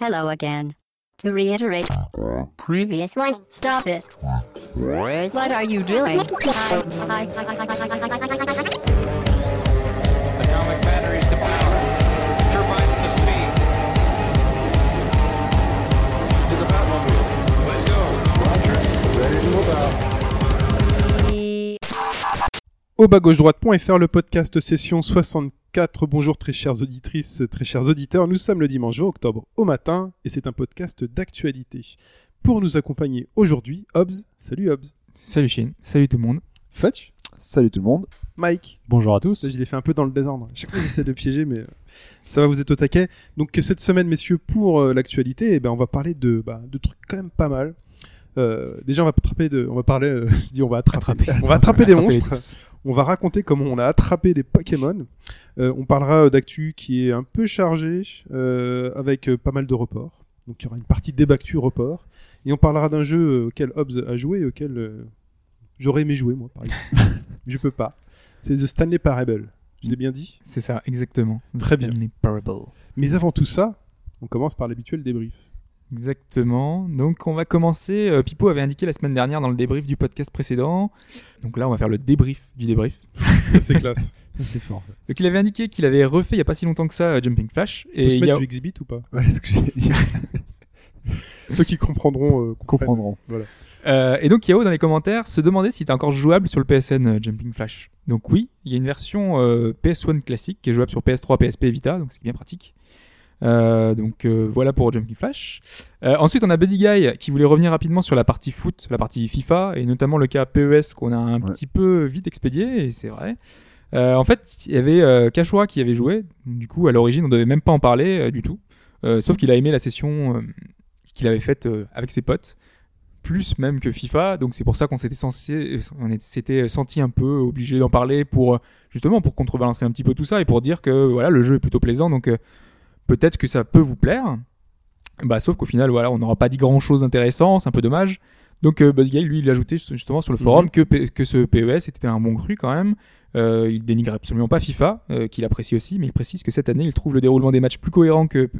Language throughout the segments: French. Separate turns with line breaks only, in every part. Hello again. To reiterate, previous one, stop it. What are you doing? I, I, I, I,
Atomic batteries to power. Turbines to speed. To the Batmobile. Let's go.
I, I,
au bas-gauche-droite.fr, le podcast session 64. Bonjour très chères auditrices, très chers auditeurs. Nous sommes le dimanche 20 octobre au matin et c'est un podcast d'actualité. Pour nous accompagner aujourd'hui, Hobbs, salut Hobbs,
Salut Chine, salut tout le monde.
Fetch,
Salut tout le monde.
Mike.
Bonjour à tous.
Ça, je l'ai fait un peu dans le désordre. Chaque fois j'essaie de piéger mais euh, ça va, vous êtes au taquet. Donc cette semaine messieurs, pour euh, l'actualité, eh ben, on va parler de, bah, de trucs quand même pas mal. Euh, déjà on va attraper de, on va parler, euh, je dis on va attraper, on va attraper des
Attrapez les
monstres.
tous.
On va raconter comment on a attrapé des Pokémon. Euh, on parlera euh, d'actu qui est un peu chargée, euh, avec euh, pas mal de reports. Donc il y aura une partie débactu report. Et on parlera d'un jeu euh, auquel Hobbs a joué et auquel euh, j'aurais aimé jouer, moi, par exemple. Je peux pas. C'est The Stanley Parable. Je l'ai bien dit.
C'est ça, exactement.
Très bien.
Stanley Parable.
Mais avant tout ça, on commence par l'habituel débrief.
Exactement. Donc on va commencer. euh, Pipo avait indiqué la semaine dernière dans le débrief du podcast précédent. Donc là on va faire le débrief du débrief.
Ça, c'est classe.
C'est fort.
Donc il avait indiqué qu'il avait refait il y a pas si longtemps que ça euh, Jumping Flash.
On peut se
il y
mettre
a-
du exhibit ou pas
Ouais, ce que j'ai dit.
Ceux qui comprendront euh, comprennent.
Comprendront.
Euh, et donc Yao dans les commentaires se demandait s'il était encore jouable sur le PSN euh, Jumping Flash. Donc oui, il y a une version euh, PS1 classique qui est jouable sur PS3, PSP et Vita, donc c'est bien pratique. Euh, donc euh, voilà pour Jumping Flash. Euh, ensuite on a Buddy Guy qui voulait revenir rapidement sur la partie foot, la partie FIFA et notamment le cas PES qu'on a un
Ouais.
petit peu vite expédié et c'est vrai. Euh, en fait il y avait euh, Cashwa qui y avait joué, du coup à l'origine on devait même pas en parler euh, du tout, Euh, sauf qu'il a aimé la session euh, qu'il avait faite euh, avec ses potes plus même que FIFA. Donc c'est pour ça qu'on s'était censé, on est- s'était senti un peu obligé d'en parler pour euh, justement pour contrebalancer un petit peu tout ça et pour dire que voilà le jeu est plutôt plaisant. Donc euh, peut-être que ça peut vous plaire. Bah sauf qu'au final voilà on n'aura pas dit grand chose d'intéressant, c'est un peu dommage. Donc euh, Buddy Guy, lui il ajoutait ju- justement sur le forum que, P- que ce PES était un bon cru quand même. Euh, il dénigre absolument pas FIFA, euh, qu'il apprécie aussi, mais il précise que cette année il trouve le déroulement des matchs plus cohérent que p-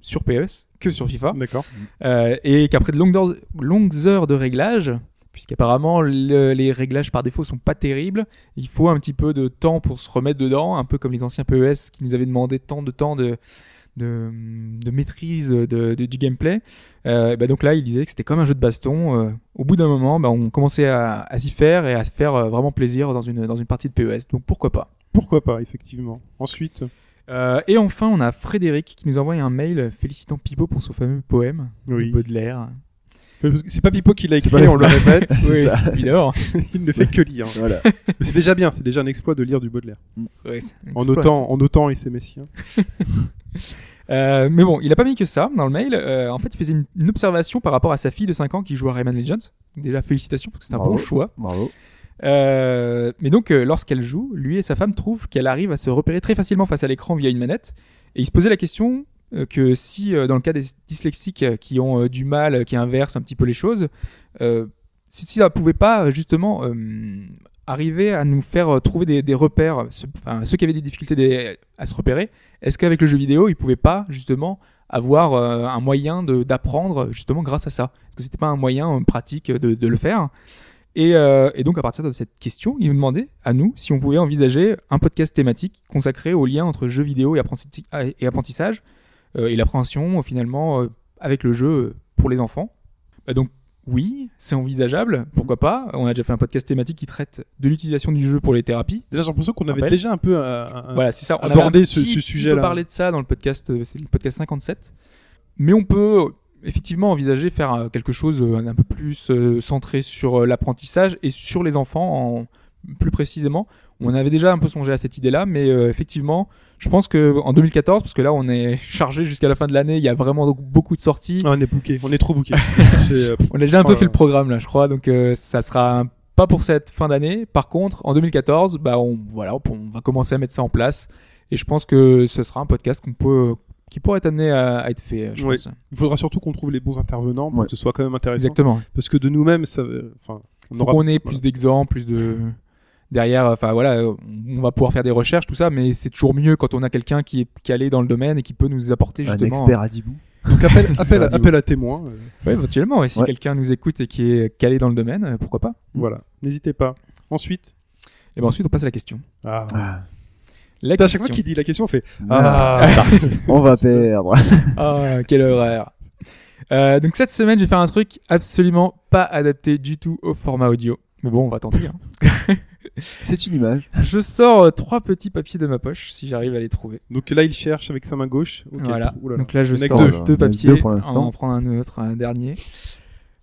sur PES que sur FIFA.
D'accord.
Euh, et qu'après de longues heures, longues heures de réglage, puisqu'apparemment le- les réglages par défaut sont pas terribles, il faut un petit peu de temps pour se remettre dedans, un peu comme les anciens PES qui nous avaient demandé tant de temps de, de, de maîtrise de- de- du gameplay. Euh, bah donc là, il disait que c'était comme un jeu de baston. euh, au bout d'un moment, bah, on commençait à, à s'y faire et à se faire euh, vraiment plaisir dans une, dans une partie de PES, donc pourquoi pas.
Pourquoi pas, effectivement. Ensuite,
Euh, et enfin, on a Frédéric qui nous envoie un mail félicitant Pipo pour son fameux poème
Oui.
de Baudelaire.
c'est pas Pipo qui l'a
C'est
écrit,
pas-
on le répète.
C'est
Oui,
ça.
évidemment.
Il ne fait que lire. hein.
Voilà.
Mais c'est déjà bien, c'est déjà un exploit de lire du Baudelaire.
Ouais, c'est un
En
exploit.
autant, en autant et ses messieurs.
Euh, mais bon, il a pas mis que ça dans le mail. Euh, en fait, il faisait une, une observation par rapport à sa fille de 5 ans qui joue à Rayman Legends. Déjà, félicitations parce que c'est un
Bah
Bravo.
bon choix.
Bravo.
Euh, mais donc, euh, lorsqu'elle joue, lui et sa femme trouvent qu'elle arrive à se repérer très facilement face à l'écran via une manette. Et ils se posaient la question euh, que si, euh, dans le cas des dyslexiques euh, qui ont euh, du mal, euh, qui inversent un petit peu les choses, euh, si, si ça pouvait pas euh, justement euh, arriver à nous faire euh, trouver des, des repères, ce- enfin, ceux qui avaient des difficultés des- à se repérer, est-ce qu'avec le jeu vidéo, ils pouvaient pas justement avoir euh, un moyen de- d'apprendre justement grâce à ça Est-ce que c'était pas un moyen euh, pratique de- de le faire et, euh, et donc à partir de cette question, il nous demandait à nous si on pouvait envisager un podcast thématique consacré au lien entre jeux vidéo et, apprenti- ah, et apprentissage euh, et l'appréhension euh, finalement euh, avec le jeu euh, pour les enfants. Bah donc oui, c'est envisageable, pourquoi pas. On a déjà fait un podcast thématique qui traite de l'utilisation du jeu pour les thérapies.
Déjà, j'ai l'impression qu'on avait
Rappel.
déjà un peu euh, un- un-
Voilà, c'est ça. On
aborder
avait un
ce- ce
petit- petit peu
sujet-là.
parlé de ça dans le podcast, euh, c'est le podcast 57. Mais on peut euh, effectivement envisager faire euh, quelque chose euh, un peu plus euh, centré sur euh, l'apprentissage et sur les enfants en- plus précisément. On avait déjà un peu songé à cette idée-là, mais euh, effectivement, je pense que en 2014, parce que là on est chargé jusqu'à la fin de l'année, il y a vraiment beaucoup de sorties.
Ah, on est bouqué, on est trop bouqué. euh,
On a déjà un peu
Voilà.
fait le programme là, je crois. Donc euh, ça sera un- pas pour cette fin d'année. Par contre, en 2014, bah on voilà, on, on va commencer à mettre ça en place. Et je pense que ce sera un podcast qu'on peut, qui pourrait être amené à, à être fait. euh, Je
Oui.
pense.
Il faudra surtout qu'on trouve les bons intervenants pour
Ouais.
que ce soit quand même intéressant.
Exactement.
Parce que de nous-mêmes, ça, euh, enfin, on
Faut
aura.
qu'on ait
voilà.
plus d'exemples, plus de derrière. Enfin voilà, on on va pouvoir faire des recherches, tout ça. Mais c'est toujours mieux quand on a quelqu'un qui est calé dans le domaine et qui peut nous apporter
Un
justement.
expert à Dibou.
Donc appel, appel,
radio.
appel à témoins. euh,
Oui, éventuellement. Et si
Ouais.
quelqu'un nous écoute et qui est calé dans le domaine, euh, pourquoi pas
Voilà, n'hésitez pas. Ensuite,
Et ben ensuite, on passe à la question.
ah.
Ah.
La
Putain, à chaque
question.
fois qu'il dit la question, on fait
Ah,
Ah.
c'est parti. On va perdre.
Ah, quelle horreur. Euh, donc cette semaine, je vais faire un truc absolument pas adapté du tout au format audio. Mais bon, on va tenter. hein.
C'est une image.
Je sors euh, trois petits papiers de ma poche, si j'arrive à les trouver.
Donc là, il cherche avec sa main gauche. Ok, oh
Voilà.
trou- oulala.
Donc là, je
Il y en a que
sors
deux.
deux,
Il y en a que
papiers.
deux pour
on
l'instant.
va en prendre un autre, un dernier.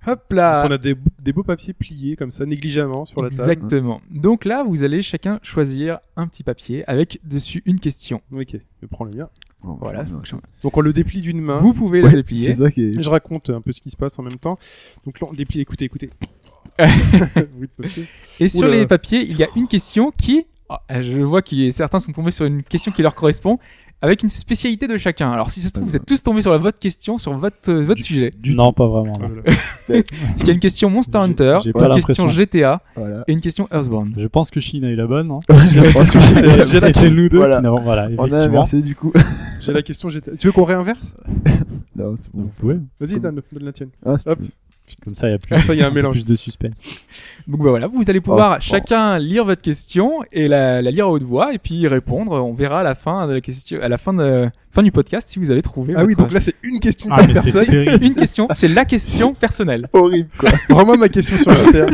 Hop là
Euh,
On a des, des beaux papiers pliés comme ça, négligemment sur la table.
Exactement. Donc là, vous allez chacun choisir un petit papier avec dessus une question.
Ok, je prends le mien.
Bon,
Voilà.
je- je-
Donc on le déplie d'une main.
Vous pouvez
Hein Ouais,
le déplier.
C'est ça qui est.
Je raconte un peu ce qui se passe en même temps. Donc là, on déplie. Écoutez, écoutez. Bruit de papier.
Et sur
Oula.
les papiers, il y a une question qui, Ah, je vois que certains sont tombés sur une question qui leur correspond, avec une spécialité de chacun. Alors si ça se trouve, vous êtes tous tombés sur la- votre question, sur votre, euh, votre sujet.
non, pas vraiment. là.
Voilà.
Parce qu'il y a une question Monster
J'ai-
Hunter,
j'ai pas
une question
l'impression.
GTA
Voilà.
et une question Earthbound.
Je pense que Chine a eu la bonne. hein.
Je pense que
Et
j'ai-
c'est nous deux
Voilà.
qui n'avons. Voilà,
On a
effectivement.
inversé du coup.
J'ai la question. j'ai- Tu veux qu'on réinverse
Non, c'est
Vous
bon.
pouvez.
Vas-y, Dan, donne la tienne.
Ah, c'est-
Hop.
Comme ça, il y a plus,
Comme ça, il y a un mélange.
plus de suspense.
Donc bah, voilà, vous allez pouvoir
Oh,
chacun lire votre question et la, la lire à haute voix et puis y répondre. On verra à la fin de la question, à la fin de fin du podcast si vous avez trouvé.
Ah oui, donc
votre-
là, c'est une question
Ah,
par
mais c'est
personne.
terrible.
une question, c'est la question personnelle.
horrible quoi.
Vraiment ma question sur la terre.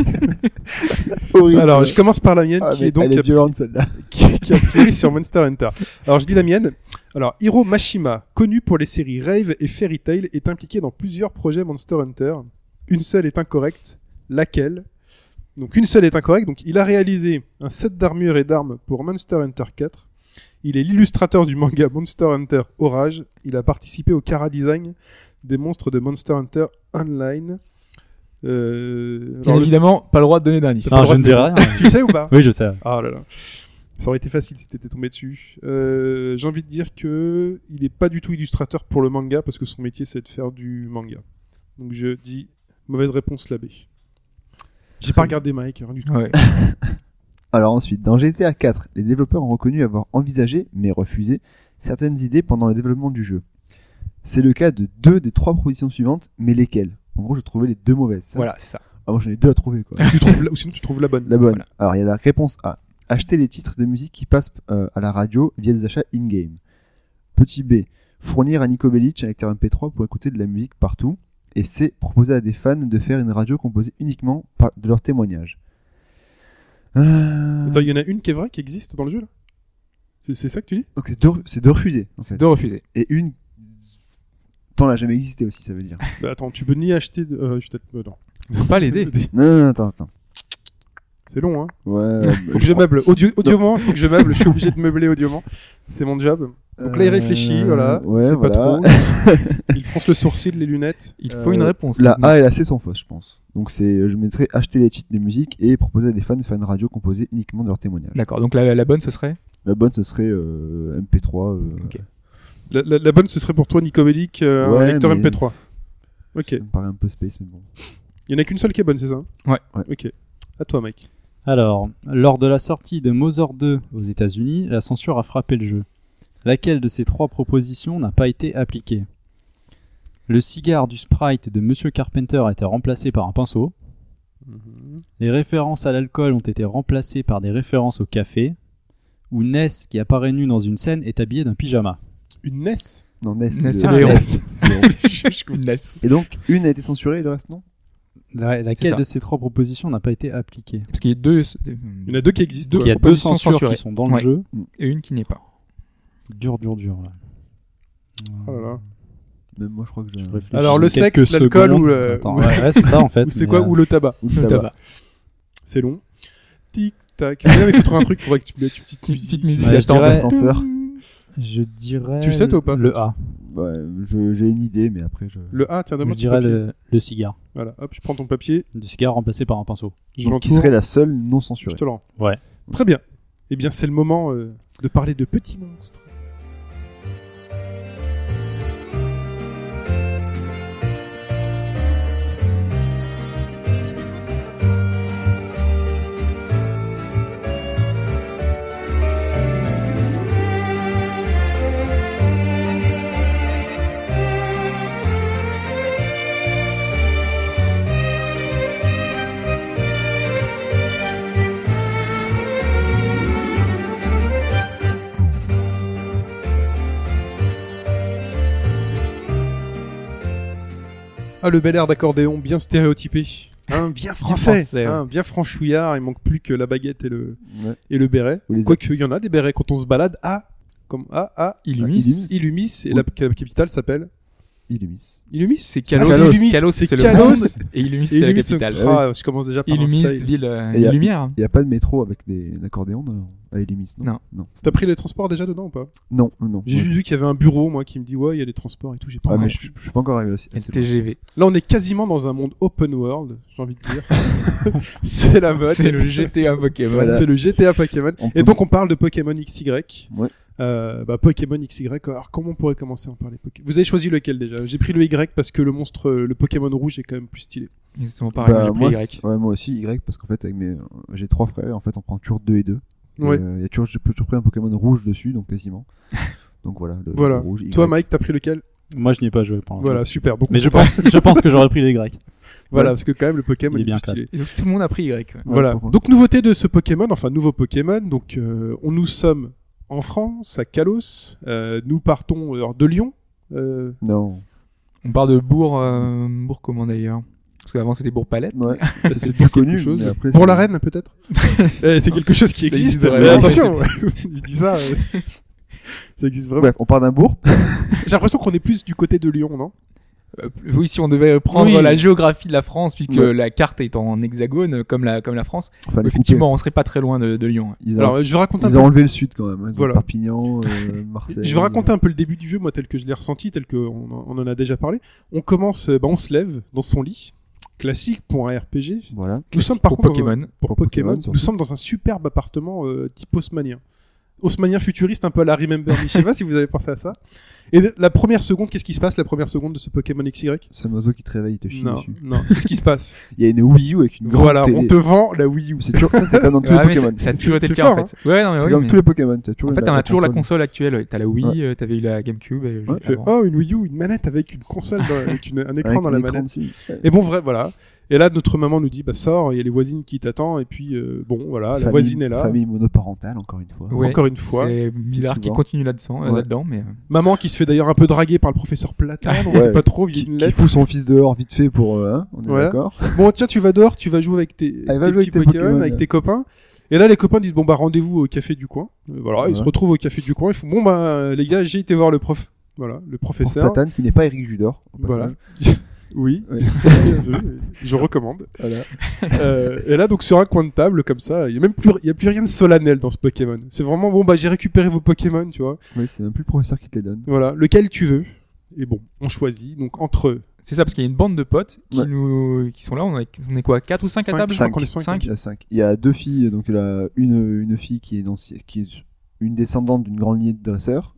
Horrible.
Alors, je commence par la mienne,
Ah,
qui
mais
est donc
elle est violente celle-là.
qui, qui a priori sur Monster Hunter. Alors je dis la mienne. Alors Hiro Mashima, connu pour les séries Rave et Fairy Tail, est impliqué dans plusieurs projets Monster Hunter. Une seule est incorrecte. Laquelle Donc une seule est incorrecte. Donc il a réalisé un set d'armures et d'armes pour Monster Hunter 4. Il est l'illustrateur du manga Monster Hunter Orage. Il a participé au Kara Design des monstres de Monster Hunter Online. Euh,
Bien
alors, le-
évidemment, pas le droit de donner d'indice.
T'as pas
Non,
le
je ne
droit
dirai rien.
Tu le sais ou pas
Oui, je sais.
ah là là. Ça aurait été facile si t'étais tombé dessus. Euh, J'ai envie de dire que il est pas du tout illustrateur pour le manga parce que son métier c'est de faire du manga. Donc je dis mauvaise réponse l'abbé. J'ai pas regardé Mike hein, du tout.
Ouais.
Alors ensuite, dans GTA 4, les développeurs ont reconnu avoir envisagé, mais refusé, certaines idées pendant le développement du jeu. C'est le cas de deux des trois propositions suivantes, mais lesquelles En gros, je trouvais les deux mauvaises. ça.
Voilà, c'est ça.
Ah, moi j'en ai deux à trouver quoi.
Tu trouves la- ou sinon tu trouves la bonne.
La bonne.
Voilà.
Alors il y a la réponse A. Acheter les titres de musique qui passent euh, à la radio via des achats in-game. Petit B. Fournir à Nico Bellic un lecteur MP3 pour écouter de la musique partout. Et C. Proposer à des fans de faire une radio composée uniquement par- de leurs témoignages. Euh,
Attends, il y en a une qui est vraie qui existe dans le jeu là C'est- C'est ça que tu dis
Donc c'est deux, c'est deux refusés. en fait.
De refuser.
Et une. Tant là jamais existé aussi, ça veut dire.
Bah, Attends, tu peux ni acheter. de- euh, je suis peut-être- euh, non.
Faut pas l'aider.
non, non, non, attends, attends.
C'est long hein.
Ouais.
Faut que je meuble. Audio, audioment, faut que je meuble. Je suis obligé de meubler audioment. C'est mon job. Donc là, il réfléchit, voilà.
Euh, Ouais,
c'est
voilà.
pas trop. Il fronce le sourcil, les lunettes.
Il faut
Euh,
une réponse.
La
maintenant.
A et la C sont fausses, je pense. Donc c'est, je mettrais acheter les titres de musique et proposer à des fans de faire une radio composée uniquement de leurs témoignages. La,
D'accord. Donc la, la bonne, ce serait
bonne, ce serait euh, MP3. euh,
Ok.
La, la- la bonne, ce serait pour toi, Nico Bellic, euh, un
Ouais,
lecteur
mais-
MP3. Ok.
Ça
Il
me paraît un peu space, mais bon.
n'y en a qu'une seule qui est bonne, c'est ça
Ouais.
Ouais.
Ok. À toi, Mike.
Alors, lors de la sortie de Mother 2 aux États-Unis, la censure a frappé le jeu. Laquelle de ces trois propositions n'a pas été appliquée Le cigare du sprite de Monsieur Carpenter a été remplacé par un pinceau. Les références à l'alcool ont été remplacées par des références au café. Ou Ness, qui apparaît nu dans une scène, est habillé d'un pyjama.
Une NES
Non, NES.
Ness, c'est
le-
les héros.
Ness, c'est les héros.
Parce
Et donc, une a été censurée et le reste non
La-
C'est ça.
laquelle de ces trois propositions n'a pas été appliquée
qu'il y a deux.
Il y en a deux qui existent.
Deux
Il
quoi.
y a deux
propositions
censures
censurées.
qui sont dans le
Ouais.
jeu.
Et une qui n'est pas.
Dur, dur, dur. là.
Oh là là.
Même moi, je crois que j'ai.
Je réfléchis
Alors, le
quelques
sexe, l'alcool
secondes.
ou le-
Attends,
ou-
ouais, ouais, c'est ça en fait.
Ou c'est
mais,
quoi
euh,
Ou le tabac
Ou le
Le
tabac.
C'est long. Tic tac. Mais non, mais faut trouver un truc pour que tu mettes une petite
Une
musique.
petite musique.
Ouais,
Ouais,
je dirais-
ascenseur.
Mmh.
Je dirais.
Tu le sais, toi, ou pas
Le A.
Ouais, je- j'ai une idée, mais après, je.
Le A, tiens,
Je
donne-moi ton
dirais
papier.
le, le cigare.
Voilà, hop, je prends ton papier.
Du cigare remplacé par un pinceau.
Je
Donc, qui
l'entoure,
serait la seule non
Je
censurée.
te le rends.
Ouais.
Très bien. Eh bien, c'est le moment euh, de parler de petits monstres. Ah, le bel air d'accordéon bien stéréotypé. Hein, bien français,
français, ouais.
hein, bien franchouillard, il manque plus que la baguette et le,
Ouais.
et le béret.
Ou les-
Quoique, il y en a des bérets quand on se balade à, comme, à, à
Illumis.
Illumis, et
Oui.
la, la capitale s'appelle
Illumis.
Illumis
C'est Kalos.
Ah, c'est Illumis.
Kalos,
C'est
c'est le
Kalos.
monde. Et Illumis, c'est la
Illumis,
capitale.
oh, ah, je commence déjà par
Illumis,
un fail.
ville euh,
Et y a-
lumière.
Il n'y a pas de métro avec des accordéons dans- Ah, à Illumis, non
Non.
Non,
T'as pris les transports déjà dedans ou pas
non. non.
J'ai juste vu qu'il y avait un bureau, moi, qui me dit ouais, il y a les transports et tout. J'ai pas.
Ah, mais
envie.
je je suis pas encore arrivé à à
Et
cette-
TGV.
Là, on est quasiment dans un monde open world, j'ai envie de dire. c'est la mode.
C'est le GTA Pokémon.
Voilà.
C'est le GTA Pokémon.
On peut-
Et donc, on parle de Pokémon XY.
Ouais.
Euh, bah, Pokémon XY. Alors, comment on pourrait commencer à en parler Poké- Vous avez choisi lequel déjà J'ai pris le Y parce que le monstre, euh, le Pokémon rouge est quand même plus stylé.
Exactement pareil,
Bah,
j'ai pris
moi,
Y.
c'est- ouais, moi aussi, Y, parce qu'en fait, avec mes... euh, j'ai trois frères, et en fait, on prend toujours deux et deux. Et,
Ouais.
euh, Il y a toujours, j'ai toujours pris un Pokémon rouge dessus, donc quasiment. donc voilà, le,
Voilà.
le rouge. Y.
Toi, Mike, t'as pris lequel
Moi, je n'y ai pas joué pour l'instant.
Voilà, super. Donc,
Mais
on
je
comprend-
pense, je pense que j'aurais pris les Grecs.
Voilà, parce que quand même, le Pokémon
Il est
est,
bien
plus stylé.
Et donc, tout le monde a pris Y. ouais.
Ouais,
voilà.
pourquoi
Donc nouveauté de ce Pokémon, enfin nouveau Pokémon. Donc euh, on nous sommes en France, à Kalos. Euh, nous partons alors, de Lyon. Euh,
Non.
On part de Bourg, euh, Bourg comment d'ailleurs Parce qu'avant c'était Bourg-Palette.
Ouais.
c'est
plus
quelque
connu,
chose.
mais après,
Pour
c'est-
la reine peut-être. Eh, c'est quelque chose qui
Ça existe
existe. mais
vraiment,
attention, je dis ça. euh, ça existe vraiment.
Bref, on part d'un bourg.
J'ai l'impression qu'on est plus du côté de Lyon, non
Euh, oui, si on devait prendre
Oui.
la géographie de la France, puisque
Ouais.
la carte est en hexagone comme la, comme la France,
Enfin, les
effectivement on serait pas très loin de, de Lyon. hein. ouais.
Ils ont,
Alors euh, je vais raconter.
ils
un
ont
peu...
enlevé le sud quand même. hein. Ils ont
Voilà.
Perpignan, euh, Marseille.
Je vais raconter un peu le début du jeu, moi, tel que je l'ai ressenti, tel qu'on on en a déjà parlé. On commence, euh, bah, on se lève dans son lit, classique pour un RPG.
Voilà.
Nous sommes par
pour
contre dans un-
Pokémon.
pour,
Pour
Pokémon,
Pokémon,
nous
surtout.
sommes dans un superbe appartement euh, type haussmannien. Haussmannien futuriste, un peu à la Remember Me. Je sais pas si vous avez pensé à ça. Et la première seconde, qu'est-ce qui se passe la première seconde de ce Pokémon XY
C'est un oiseau qui te réveille, il te chie
Non,
dessus.
non. Qu'est-ce qui se passe
Il y a une Wii U avec une grande
Voilà,
télé.
on te vend la Wii U.
C'est toujours ça, c'est comme dans tous
Ouais,
les
mais ça-
Pokémon.
Ah ça a toujours été
c'est
le cas en
fort,
fait. Ouais, non, mais
C'est
oui,
comme
mais-
tous les Pokémon. t'as toujours
En fait,
la-
on a toujours la
console.
console actuelle. ouais. T'as la Wii,
Ouais.
euh, t'avais eu la GameCube. euh,
On
Ouais.
fait,
avant.
oh, une Wii U, une manette avec une console, dans- avec une- un écran
Ah Avec
dans
un
la
écran
manette. Ah,
dessus. Ouais.
Et bon, vrai, voilà. Et là, notre maman nous dit, bah sors, il y a les voisines qui t'attendent. Et puis, euh, bon, voilà, la
Famille-
voisine est là.
Famille monoparentale, encore une fois.
Ouais.
Encore une fois.
C'est bizarre qui
Souvent.
continue là-dedans, euh,
Ouais.
là-dedans, mais euh,
Maman qui se fait d'ailleurs un peu draguer par le professeur Platin, on sait
Ouais.
pas trop, il y a
Qui,
une
qui
lettre.
fout son fils dehors vite fait pour. euh, hein, on est
Voilà.
d'accord.
Bon, tiens, tu vas dehors, tu vas jouer avec tes, tes
Allez, va
petits
jouer avec tes
Pokémon,
Pokémon,
avec
ouais.
tes copains. Et là, les copains disent bon bah rendez-vous au café du coin. Euh, Voilà, ils se
Ouais.
retrouvent au café du coin. Ils font bon bah euh, les gars, j'ai été voir le prof. Voilà, le
Pour
professeur.
Platane, qui n'est pas Eric Judor. au passage.
Voilà. oui,
Ouais.
je, je recommande.
Voilà.
Euh, et là, donc sur un coin de table comme ça, il y a même plus, il y a plus rien de solennel dans ce Pokémon. C'est vraiment bon bah j'ai récupéré vos Pokémon, tu vois.
Oui, c'est même plus le professeur qui te les donne.
Voilà, lequel tu veux. Et bon, on choisit donc entre
c'est ça parce qu'il y a une bande de potes qui
Ouais.
nous, qui sont là. On, est- on est quoi, 4 ou 5 à
Cinq,
table
je crois
cinq.
qu'on est cinq.
Il
hein.
y a cinq. Il y a deux filles, donc là, une, une fille qui est, dans- qui est une descendante d'une grande lignée de dresseurs,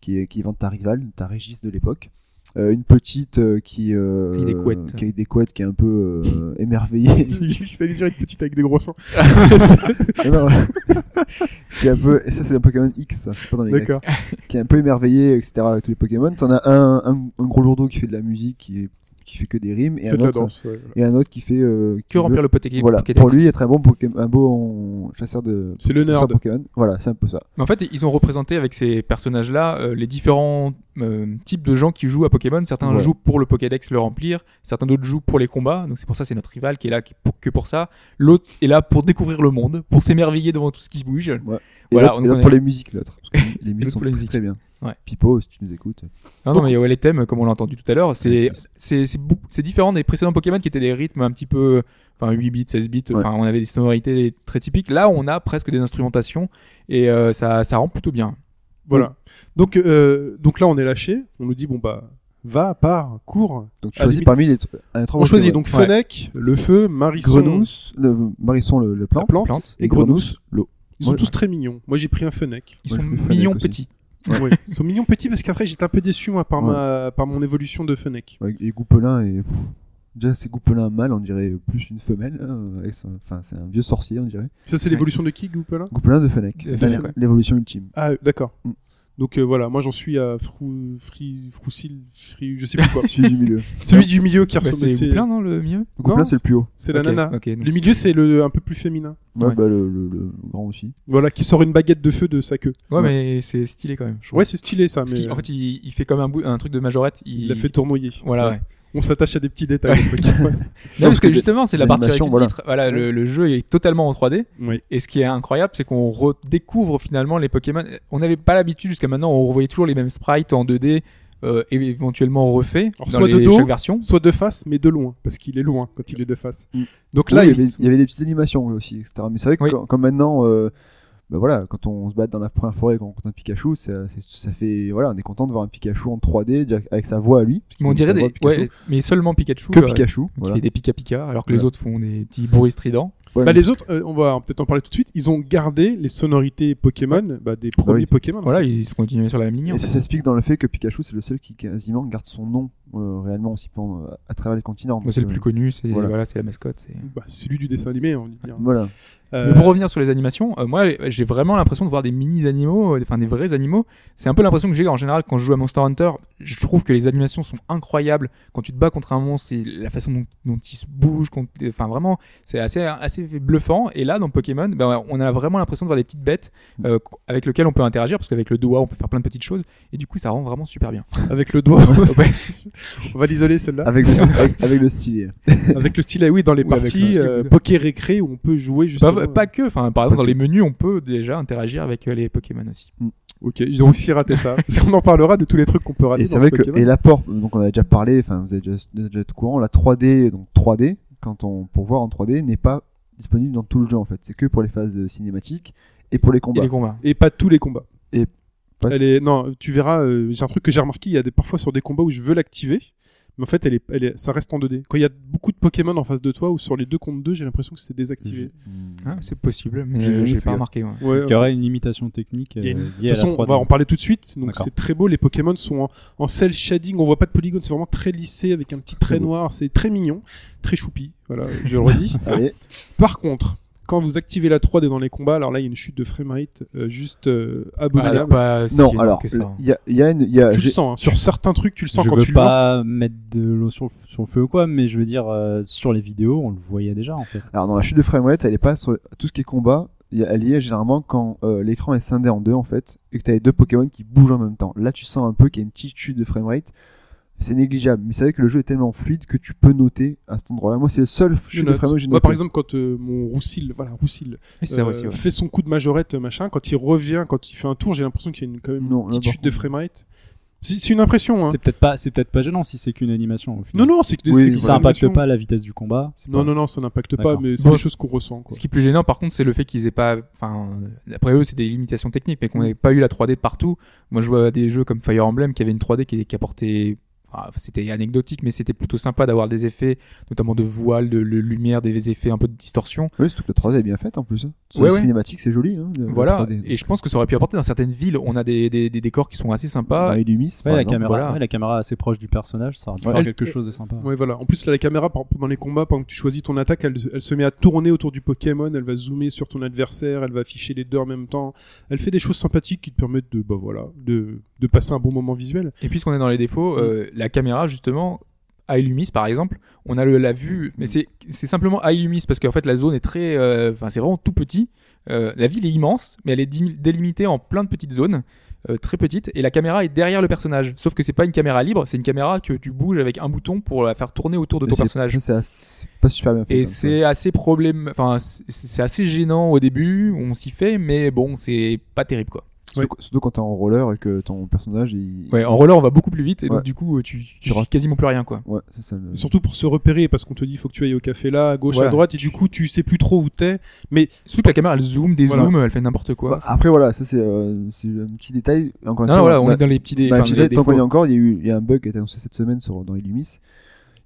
qui est, qui est ta rivale, ta régis de l'époque. Euh, une petite euh, qui, euh,
Avec des couettes.
qui a des couettes, qui est un peu euh, émerveillée.
Je t'allais dire une petite avec des gros seins.
Non, non. qui est un peu, et ça c'est un Pokémon X, ça, c'est pas dans les
D'accord.
Grecs. qui est un peu émerveillé, etc. Avec tous les Pokémon. T'en as un, un, un gros lourdeau qui fait de la musique, qui, est- qui fait que des rimes, et
Fais
un,
de la
autre,
danse. ouais, voilà.
et un autre qui fait euh, qui
Que
veut-
remplir le pote
Voilà, pour lui être un bon Pokémon, un bon chasseur de
C'est le
chasseur
nerd.
Pokémon. Voilà, c'est un peu ça.
Mais en fait, ils ont représenté avec ces personnages-là euh, les différents euh, types de gens qui jouent à Pokémon. Certains
Ouais.
jouent pour le Pokédex le remplir, certains d'autres jouent pour les combats. Donc c'est pour ça c'est notre rival qui est là qui- pour- que pour ça. L'autre est là pour découvrir le monde, pour s'émerveiller devant tout ce qui se bouge.
Et
Voilà,
l'autre-
on
et l'autre
connaît.
pour les musiques, l'autre. Parce que Les
l'autre
musiques sont
pour les
très,
musiques.
très bien.
Ouais.
Pipo, si tu nous écoutes.
Non, non, mais ouais, les thèmes, comme on l'a entendu tout à l'heure, c'est c'est c'est beaucoup- c'est différent des précédents Pokémon qui étaient des rythmes un petit peu enfin 8 bits, 16 bits,
Ouais.
enfin on avait des sonorités très typiques. Là, on a presque des instrumentations et euh, ça ça rend plutôt bien.
Voilà. Donc, euh, donc là, on est lâché. On nous dit, bon, bah, va, part, cours.
Donc tu
À la
choisis
limite.
parmi les tr- un trois
On choisit
Pokémon.
donc Fennec, le feu, Marisson,
Grenousse, le Marisson le, le
la
plan,
plante,
Plante.
et Grenousse.
l'eau.
Ils sont
Ouais.
tous très mignons. Moi, j'ai pris un Fennec.
Ils
Moi,
sont
je préfère
mignons
les cosines.
petits.
Ouais. Ils sont mignons petits parce qu'après, j'étais un peu déçu, moi, par,
Ouais.
ma, par mon évolution de Fennec.
Ouais, Et Goupelin et déjà c'est Goupelin mâle, on dirait plus une femelle. hein, avec son- Enfin, c'est un vieux sorcier, on dirait.
Ça, c'est l'évolution de qui, Goupelin
Goupelin de Fennec,
De
Dernière-
Euh, Fennec,
l'évolution ultime.
Ah, euh, d'accord.
Mm.
Donc euh, voilà, moi j'en suis à Frou, Fri, Frousil, Fri, je sais plus quoi.
Celui du milieu.
Celui du milieu qui
Bah,
ressemble,
c'est
c'est
plein non le milieu.
Goupelin, c'est le plus haut.
c'est la
Ok,
nana.
ok, donc
Le milieu, c'est le un peu plus féminin.
Ouais,
Ouais.
bah, le, le- le grand aussi.
Voilà, qui sort une baguette de feu de sa queue.
Ouais, mais c'est stylé quand même. je trouve.
Ouais, c'est stylé ça,
Parce
mais euh,
qu'il- en fait, il, il fait comme un, bout- un truc de majorette.
il l'a fait tournoyer.
Voilà, ouais.
On s'attache à des petits détails. effectivement.
Non, parce que
parce que
justement, c'est la particularité du
l'animation,
titre. Voilà, le, le jeu est totalement en 3D.
Oui.
Et ce qui est incroyable, c'est qu'on redécouvre finalement les Pokémon. On n'avait pas l'habitude jusqu'à maintenant, on revoyait toujours les mêmes sprites en 2D, euh, et éventuellement refaits
Alors,
dans
soit
les
de dos,
chaque version.
Soit de face, mais de loin, parce qu'il est loin quand il est de face.
Mm.
Donc
Oui,
là,
il, y
ils
avait,
sont-
il y avait des petites animations aussi, etc. Mais c'est vrai que
Oui.
quand, quand maintenant, euh, bah voilà, quand on se bat dans la première forêt et qu'on rencontre un Pikachu, ça, c'est- ça fait, voilà, on est content de voir un Pikachu en 3D direct- avec sa voix à lui. parce qu'il
Mais on
dit sa
dirait
voix
des,
de Pikachu,
ouais, mais seulement Pikachu.
que
euh,
Pikachu.
qui
voilà.
fait des pika pika, alors que les
Voilà.
autres font des petits bruits stridents.
Ouais,
Bah,
mais-
les autres, euh, on va peut-être en parler tout de suite. Ils ont gardé les sonorités Pokémon bah, des premiers
Ah oui.
Pokémon.
Voilà, ils sont continués sur la même ligne. en
Et ça
fait.
s'explique dans le fait que Pikachu, c'est le seul qui quasiment garde son nom euh, réellement aussi pendant, à travers les continents.
Moi, c'est le
euh,
Donc,
plus connu, c'est
voilà.
voilà. c'est la mascotte. c'est-
Bah, c'est celui du dessin animé, on dit bien.
euh, Voilà.
Mais
Euh,
pour revenir sur les animations, euh, moi j'ai vraiment l'impression de voir des mini animaux, euh, enfin des vrais animaux. C'est un peu l'impression que j'ai en général quand je joue à Monster Hunter. Je trouve que les animations sont incroyables. Quand tu te bats contre un monstre, c'est la façon dont, dont il se bouge. quand- Enfin vraiment, c'est assez, assez bluffant. Et là dans Pokémon, ben, on a vraiment l'impression de voir des petites bêtes
Mm.
euh, qu- avec lesquelles on peut interagir parce qu'avec le doigt on peut faire plein de petites choses. Et du coup ça rend vraiment super bien.
Avec le doigt. on va l'isoler celle-là.
Avec le, avec, avec le stylet.
avec le style, ah oui, dans les
Ou avec le
parties
style,
euh,
oui.
poké récré où on peut jouer justement. euh,
Pas, pas que, enfin par exemple dans les menus on peut déjà interagir avec euh, les Pokémon aussi.
Ok, ils ont aussi raté ça. parce qu'on en parlera de tous les trucs qu'on peut rater.
Et c'est
dans
vrai
ce
que
Pokémon.
et l'apport, donc on a déjà parlé, enfin vous avez déjà, vous êtes déjà au courant, la 3D, donc 3D, quand on pour voir en 3D n'est pas disponible dans tout le jeu en fait, c'est que pour les phases euh, cinématiques et pour les
Et
combats.
les combats.
Et pas tous les combats.
Et pas-
Elle est... Non, tu verras, euh, j'ai un truc que j'ai remarqué, il y a des... parfois sur des combats où je veux l'activer, mais en fait, elle est... Elle est... ça reste en 2D. Quand il y a beaucoup de Pokémon en face de toi ou sur les deux contre deux, j'ai l'impression que c'est désactivé.
Hmm.
Ah, c'est possible, mais
J'ai jamais
euh, j'ai
fait
pas
gaffe.
remarqué. ouais.
Ouais,
Il y aurait une limitation technique euh,
Il y a une-
liée
de toute
à la
façon, on
3D.
va en parler tout de suite. Donc
D'accord.
c'est très beau. Les Pokémon sont en, en cell shading. On voit pas de polygone. C'est vraiment très lissé avec un petit trait
beau.
noir. C'est très mignon, très choupi. Voilà, je le redis.
Allez,
Par contre, quand vous activez la 3D dans les combats, alors là, il y a une chute de framerate euh, juste euh, abominable.
Ah, pas si
non,
énorme
alors
que ça. hein.
il y a, il y a une, il y a,
tu le
j'ai-
sens. hein. Sur certains trucs, tu le sens
je
quand
veux
tu lances.
pas mettre de l'eau sur, sur le feu ou quoi, mais je veux dire, euh, sur les vidéos, on le voyait déjà en fait.
alors dans la chute de framerate, elle est pas sur tout ce qui est combat, il y a- elle y est généralement quand euh, l'écran est scindé en deux en fait et que tu as les deux Pokémon qui bougent en même temps. Là, tu sens un peu qu'il y a une petite chute de framerate. C'est négligeable, mais c'est vrai que le jeu est tellement fluide que tu peux noter à cet endroit-là. Moi, c'est le seul
Je
chute de
note.
framerate que j'ai
Moi,
noté.
par exemple, quand euh, mon Roussil, voilà, Roussil
Oui, c'est
euh,
vrai aussi, ouais.
fait son coup de majorette, euh, machin, quand il revient, quand il fait un tour, j'ai l'impression qu'il y a une, quand même
Non,
une
là,
petite
par
chute de framerate. C'est c'est une impression. Hein.
C'est peut-être pas, c'est peut-être pas gênant si c'est qu'une animation. Au
Non,
final.
non, c'est que des-
Oui,
c'est que
oui,
des
ça impacte
animations.
pas la vitesse du combat. c'est
Non,
pas-
non, non, ça n'impacte pas,
D'accord.
mais c'est
Bon,
des
je-
choses qu'on ressent. Quoi.
Ce qui est plus gênant, par contre, c'est le fait qu'ils aient pas. Enfin, euh, après eux, c'est des limitations techniques, mais qu'on n'ait pas eu la 3D partout. Moi, je vois des jeux comme Fire Emblem qui avaient une 3D qui, qui apportait. ah, c'était anecdotique, mais c'était plutôt sympa d'avoir des effets, notamment de voile, de lu- lumière, des effets un peu de distorsion.
Oui, surtout que la 3D est bien faite en plus. hein. Sur
Ouais,
la
ouais.
cinématique, c'est joli. Hein, le- la
Voilà.
3D.
Et je pense que ça aurait pu apporter dans certaines villes. On a des, des, des décors qui sont assez sympas.
Dans Illumis,
Ouais,
par
la
exemple.
caméra,
voilà.
ouais, la caméra assez proche du personnage, ça aurait pu
Ouais.
faire
Elle-
quelque chose de sympa.
Ouais, voilà. En plus, là, la caméra, par- pendant les combats, pendant que tu choisis ton attaque, elle, elle se met à tourner autour du Pokémon, elle va zoomer sur ton adversaire, elle va afficher les deux en même temps. Elle fait des choses sympathiques qui te permettent de, bah, voilà, de, de passer un bon moment visuel.
Et puisqu'on est dans les défauts, euh, la caméra, justement, à Illumis, par exemple, on a le, la vue, mais c'est c'est simplement à Illumis, parce qu'en fait, la zone est très. euh, Enfin, c'est vraiment tout petit. Euh, la ville est immense, mais elle est dim- délimitée en plein de petites zones, euh, très petites, et la caméra est derrière le personnage. Sauf que c'est pas une caméra libre, c'est une caméra que tu bouges avec un bouton pour la faire tourner autour de ton
C'est-
personnage.
ça, C'est assez- pas super bien fait.
Et
comme ça.
c'est assez problème. Enfin, c'est- c'est assez gênant au début, on s'y fait, mais bon, c'est pas terrible, quoi.
Surtout, surtout quand t'es en roller et que ton personnage, il.
Ouais, en roller, on va beaucoup plus vite, et
Ouais.
donc du coup, tu, tu,
Tu
suis
rates.
quasiment plus rien, quoi.
Ouais, c'est ça. le-
Et surtout pour se repérer, parce qu'on te dit, faut que tu ailles au café là, à gauche, à
Voilà.
droite, et du coup, tu sais plus trop où t'es.
Surtout que la caméra elle zoome, dézoome,
Voilà.
elle fait n'importe quoi.
Bah, Après, voilà, ça c'est euh, c'est un petit détail. Encore une
non, non,
fois,
voilà,
on
on
a-
est dans les petits dé...
Bah,
enfin,
petit
les
détail, tant qu'on y est
défauts
encore, il y, a eu, il y a un bug qui a été annoncé cette semaine sur, dans Illumis.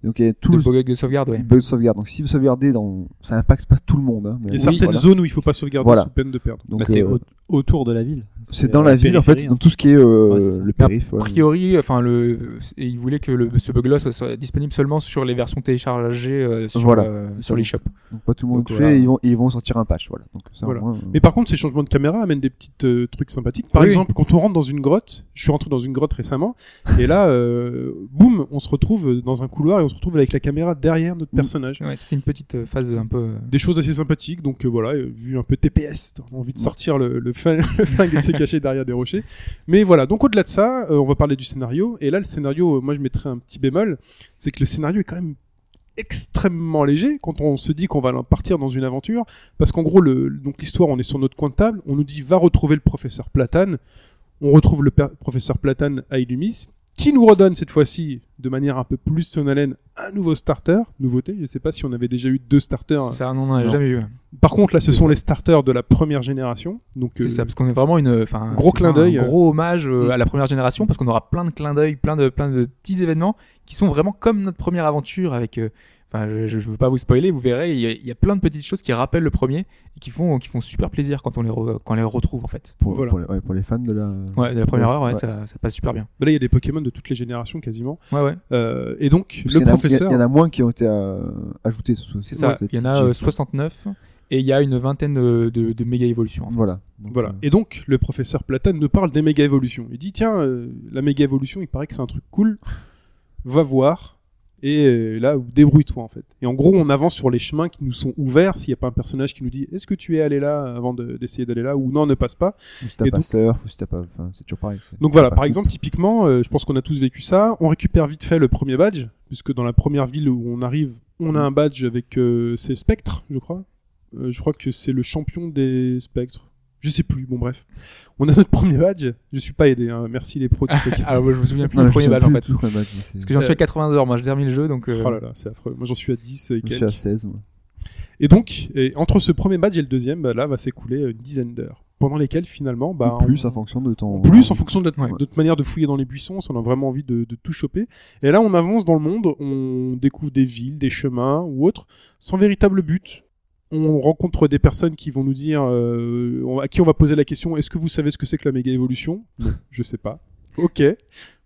Donc il y a tout
de
le
bugs de sauvegarde, ouais.
bug de sauvegarde. Donc si vous sauvegardez, dans... ça impacte pas tout le monde. Hein, mais
Il y a
oui,
certaines
voilà.
zones où il faut pas sauvegarder
Voilà.
sous peine de perdre.
Donc,
Bah, c'est
euh,
au- autour de la ville.
c'est dans
euh,
la ville, en fait,
périphérie,
c'est
hein.
dans tout ce qui est euh,
Ouais, c'est ça.
le périph. ouais.
A priori, enfin, le... il voulait que le... ce bug-là soit- soit disponible seulement sur les versions téléchargées euh, sur,
Voilà.
euh, sur l'eShop.
Donc pas tout le monde
Donc,
touché,
voilà.
et ils vont, ils vont sortir un patch. Voilà. Donc ça, au
Voilà.
moins, euh,
Mais par contre, ces changements de caméra amènent des petits euh, trucs sympathiques. Par
Oui,
exemple, quand on rentre dans une grotte, je suis rentré dans une grotte récemment, et là, euh, boum, on se retrouve dans un couloir et on se retrouve avec la caméra derrière notre
Oui.
personnage.
Ouais, ça, c'est une petite euh, phase un peu. euh,
Des choses assez sympathiques, donc euh, voilà, euh, vu un peu TPS, on a envie de sortir le, le, fin- le flingue et de se cacher derrière des rochers. Mais voilà, donc au-delà de ça, euh, on va parler du scénario. Et là, le scénario, euh, moi je mettrais un petit bémol, c'est que le scénario est quand même extrêmement léger quand on se dit qu'on va partir dans une aventure parce qu'en gros le, donc l'histoire on est sur notre coin de table on nous dit va retrouver le professeur Platane on retrouve le per- professeur Platane à Illumis qui nous redonne cette fois-ci de manière un peu plus sonalène un nouveau starter nouveauté je sais pas si on avait déjà eu deux starters hein.
c'est ça, non, on n'en a
non.
jamais eu. hein.
par contre là ce sont les starters de la première génération donc
C'est
euh,
ça, parce qu'on est vraiment une. enfin,
Gros
c'est
clin
vraiment
d'œil,
Un
euh.
gros hommage euh,
Mm.
à la première génération, parce qu'on aura plein de clins d'œil, plein de, plein de petits événements qui sont vraiment comme notre première aventure avec. euh, Enfin, je ne veux pas vous spoiler, vous verrez, il y, a- il y a plein de petites choses qui rappellent le premier et qui font, qui font super plaisir quand on les, re- quand on les retrouve en fait.
Pour,
Voilà.
pour les, ouais, pour les fans de la.
Ouais, de la première
Ouais,
heure, ouais,
ouais.
Ça, ça passe super bien.
bah là il y a des Pokémon de toutes les générations quasiment
Ouais, ouais,
Euh, et donc
Parce
le
qu'il y en a-
professeur
Il y en a moins qui ont été euh, ajoutés. sous-
c'est
sous
ça.
cette
Il y en a
CG.
euh, 69 et il y a une vingtaine de, de, de méga évolutions. en fait.
Voilà. Donc,
Voilà.
euh,
Et donc, le professeur Platane nous parle des méga évolutions. Il dit tiens, euh, la méga évolution, il paraît que c'est un truc cool. Va voir. Et euh, là, débrouille-toi en fait. Et en gros, on avance sur les chemins qui nous sont ouverts. S'il n'y a pas un personnage qui nous dit est-ce que tu es allé là avant de- d'essayer d'aller là ou non, ne passe pas.
Ou si t'as
Et
pas
donc-
surf, ou si t'as pas. Enfin, c'est toujours pareil. c'est-
Donc
t'as
voilà,
pas
par
le
exemple, typiquement, euh, je pense qu'on a tous vécu ça. On récupère vite fait le premier badge, puisque dans la première ville où on arrive, on
Mm.
a un badge avec euh, ses spectres, je crois. Euh, je crois que c'est le champion des spectres. Je sais plus, bon bref. On a notre premier badge. Je suis pas aidé, hein. merci les pros. du Pokémon.
Alors, moi, je me souviens plus
Ouais,
du
je
premier
sais
badge en
plus
fait.
du tout le badge, mais c'est-
Parce que j'en suis à 80 heures, moi je termine le jeu donc. euh,
Oh là là, c'est affreux. Moi j'en suis à 10 et
Je suis à
quelques.
16. moi.
Et donc, et entre ce premier badge et le deuxième, bah, là va s'écouler une dizaine d'heures. Pendant lesquelles finalement, bah,
Ou plus hein.
on-
en fonction de ton.
En plus, en fonction de notre,
Ouais.
de notre manière de fouiller dans les buissons, si on a vraiment envie de, de tout choper. Et là, on avance dans le monde, on découvre des villes, des chemins ou autres, sans véritable but. On rencontre des personnes qui vont nous dire, euh, on- à qui on va poser la question, est-ce que vous savez ce que c'est que la méga évolution Non, Je sais pas. Ok.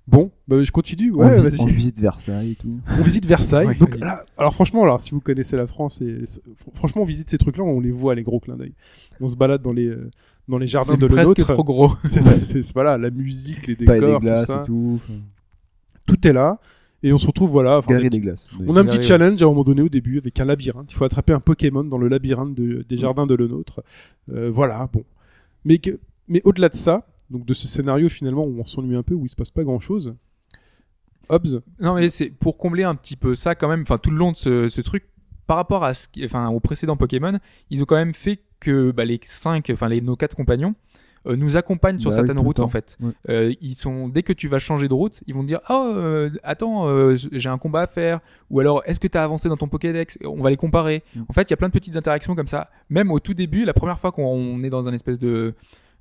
Bon, bah, je continue.
on,
Ouais,
visite- on
vas-y.
visite Versailles et tout.
On visite Versailles.
Ouais,
Donc
vas-y.
là- alors franchement, alors si vous connaissez la France, et, c'est- fr- franchement, on visite ces trucs-là, on les voit les gros clins d'œil. On se balade dans les euh, dans les jardins
c'est
de
presque
l'autre.
trop gros.
C'est ça, c'est c'est- voilà, la musique, les
Palais des
décors, tout
glaces
ça.
et tout. enfin,
Tout est là et on se retrouve voilà. enfin,
Galerie
avec-
des glaces.
On a un
Galerie,
petit challenge à un moment donné au début avec un labyrinthe. Il faut attraper un Pokémon dans le labyrinthe de- des jardins de le nôtre. Euh, voilà, bon. Mais que, mais au-delà de ça, donc de ce scénario finalement où on s'ennuie un peu, où il se passe pas grand-chose. Hobbs,
Non, mais c'est pour combler un petit peu ça quand même. Enfin, tout le long de ce, ce truc, par rapport à ce, qui- enfin, au précédent Pokémon, ils ont quand même fait que bah, les cinq, enfin les nos quatre compagnons, euh, nous accompagnent sur
Bah oui,
certaines
tout le
routes en
temps.
fait.
Ouais.
Euh, ils sont dès que tu vas changer de route, ils vont te dire oh euh, attends euh, j'ai un combat à faire ou alors est-ce que t'as avancé dans ton Pokédex On va les comparer.
Mm.
En fait, il y a plein de petites interactions comme ça. Même au tout début, la première fois qu'on on est dans un espèce de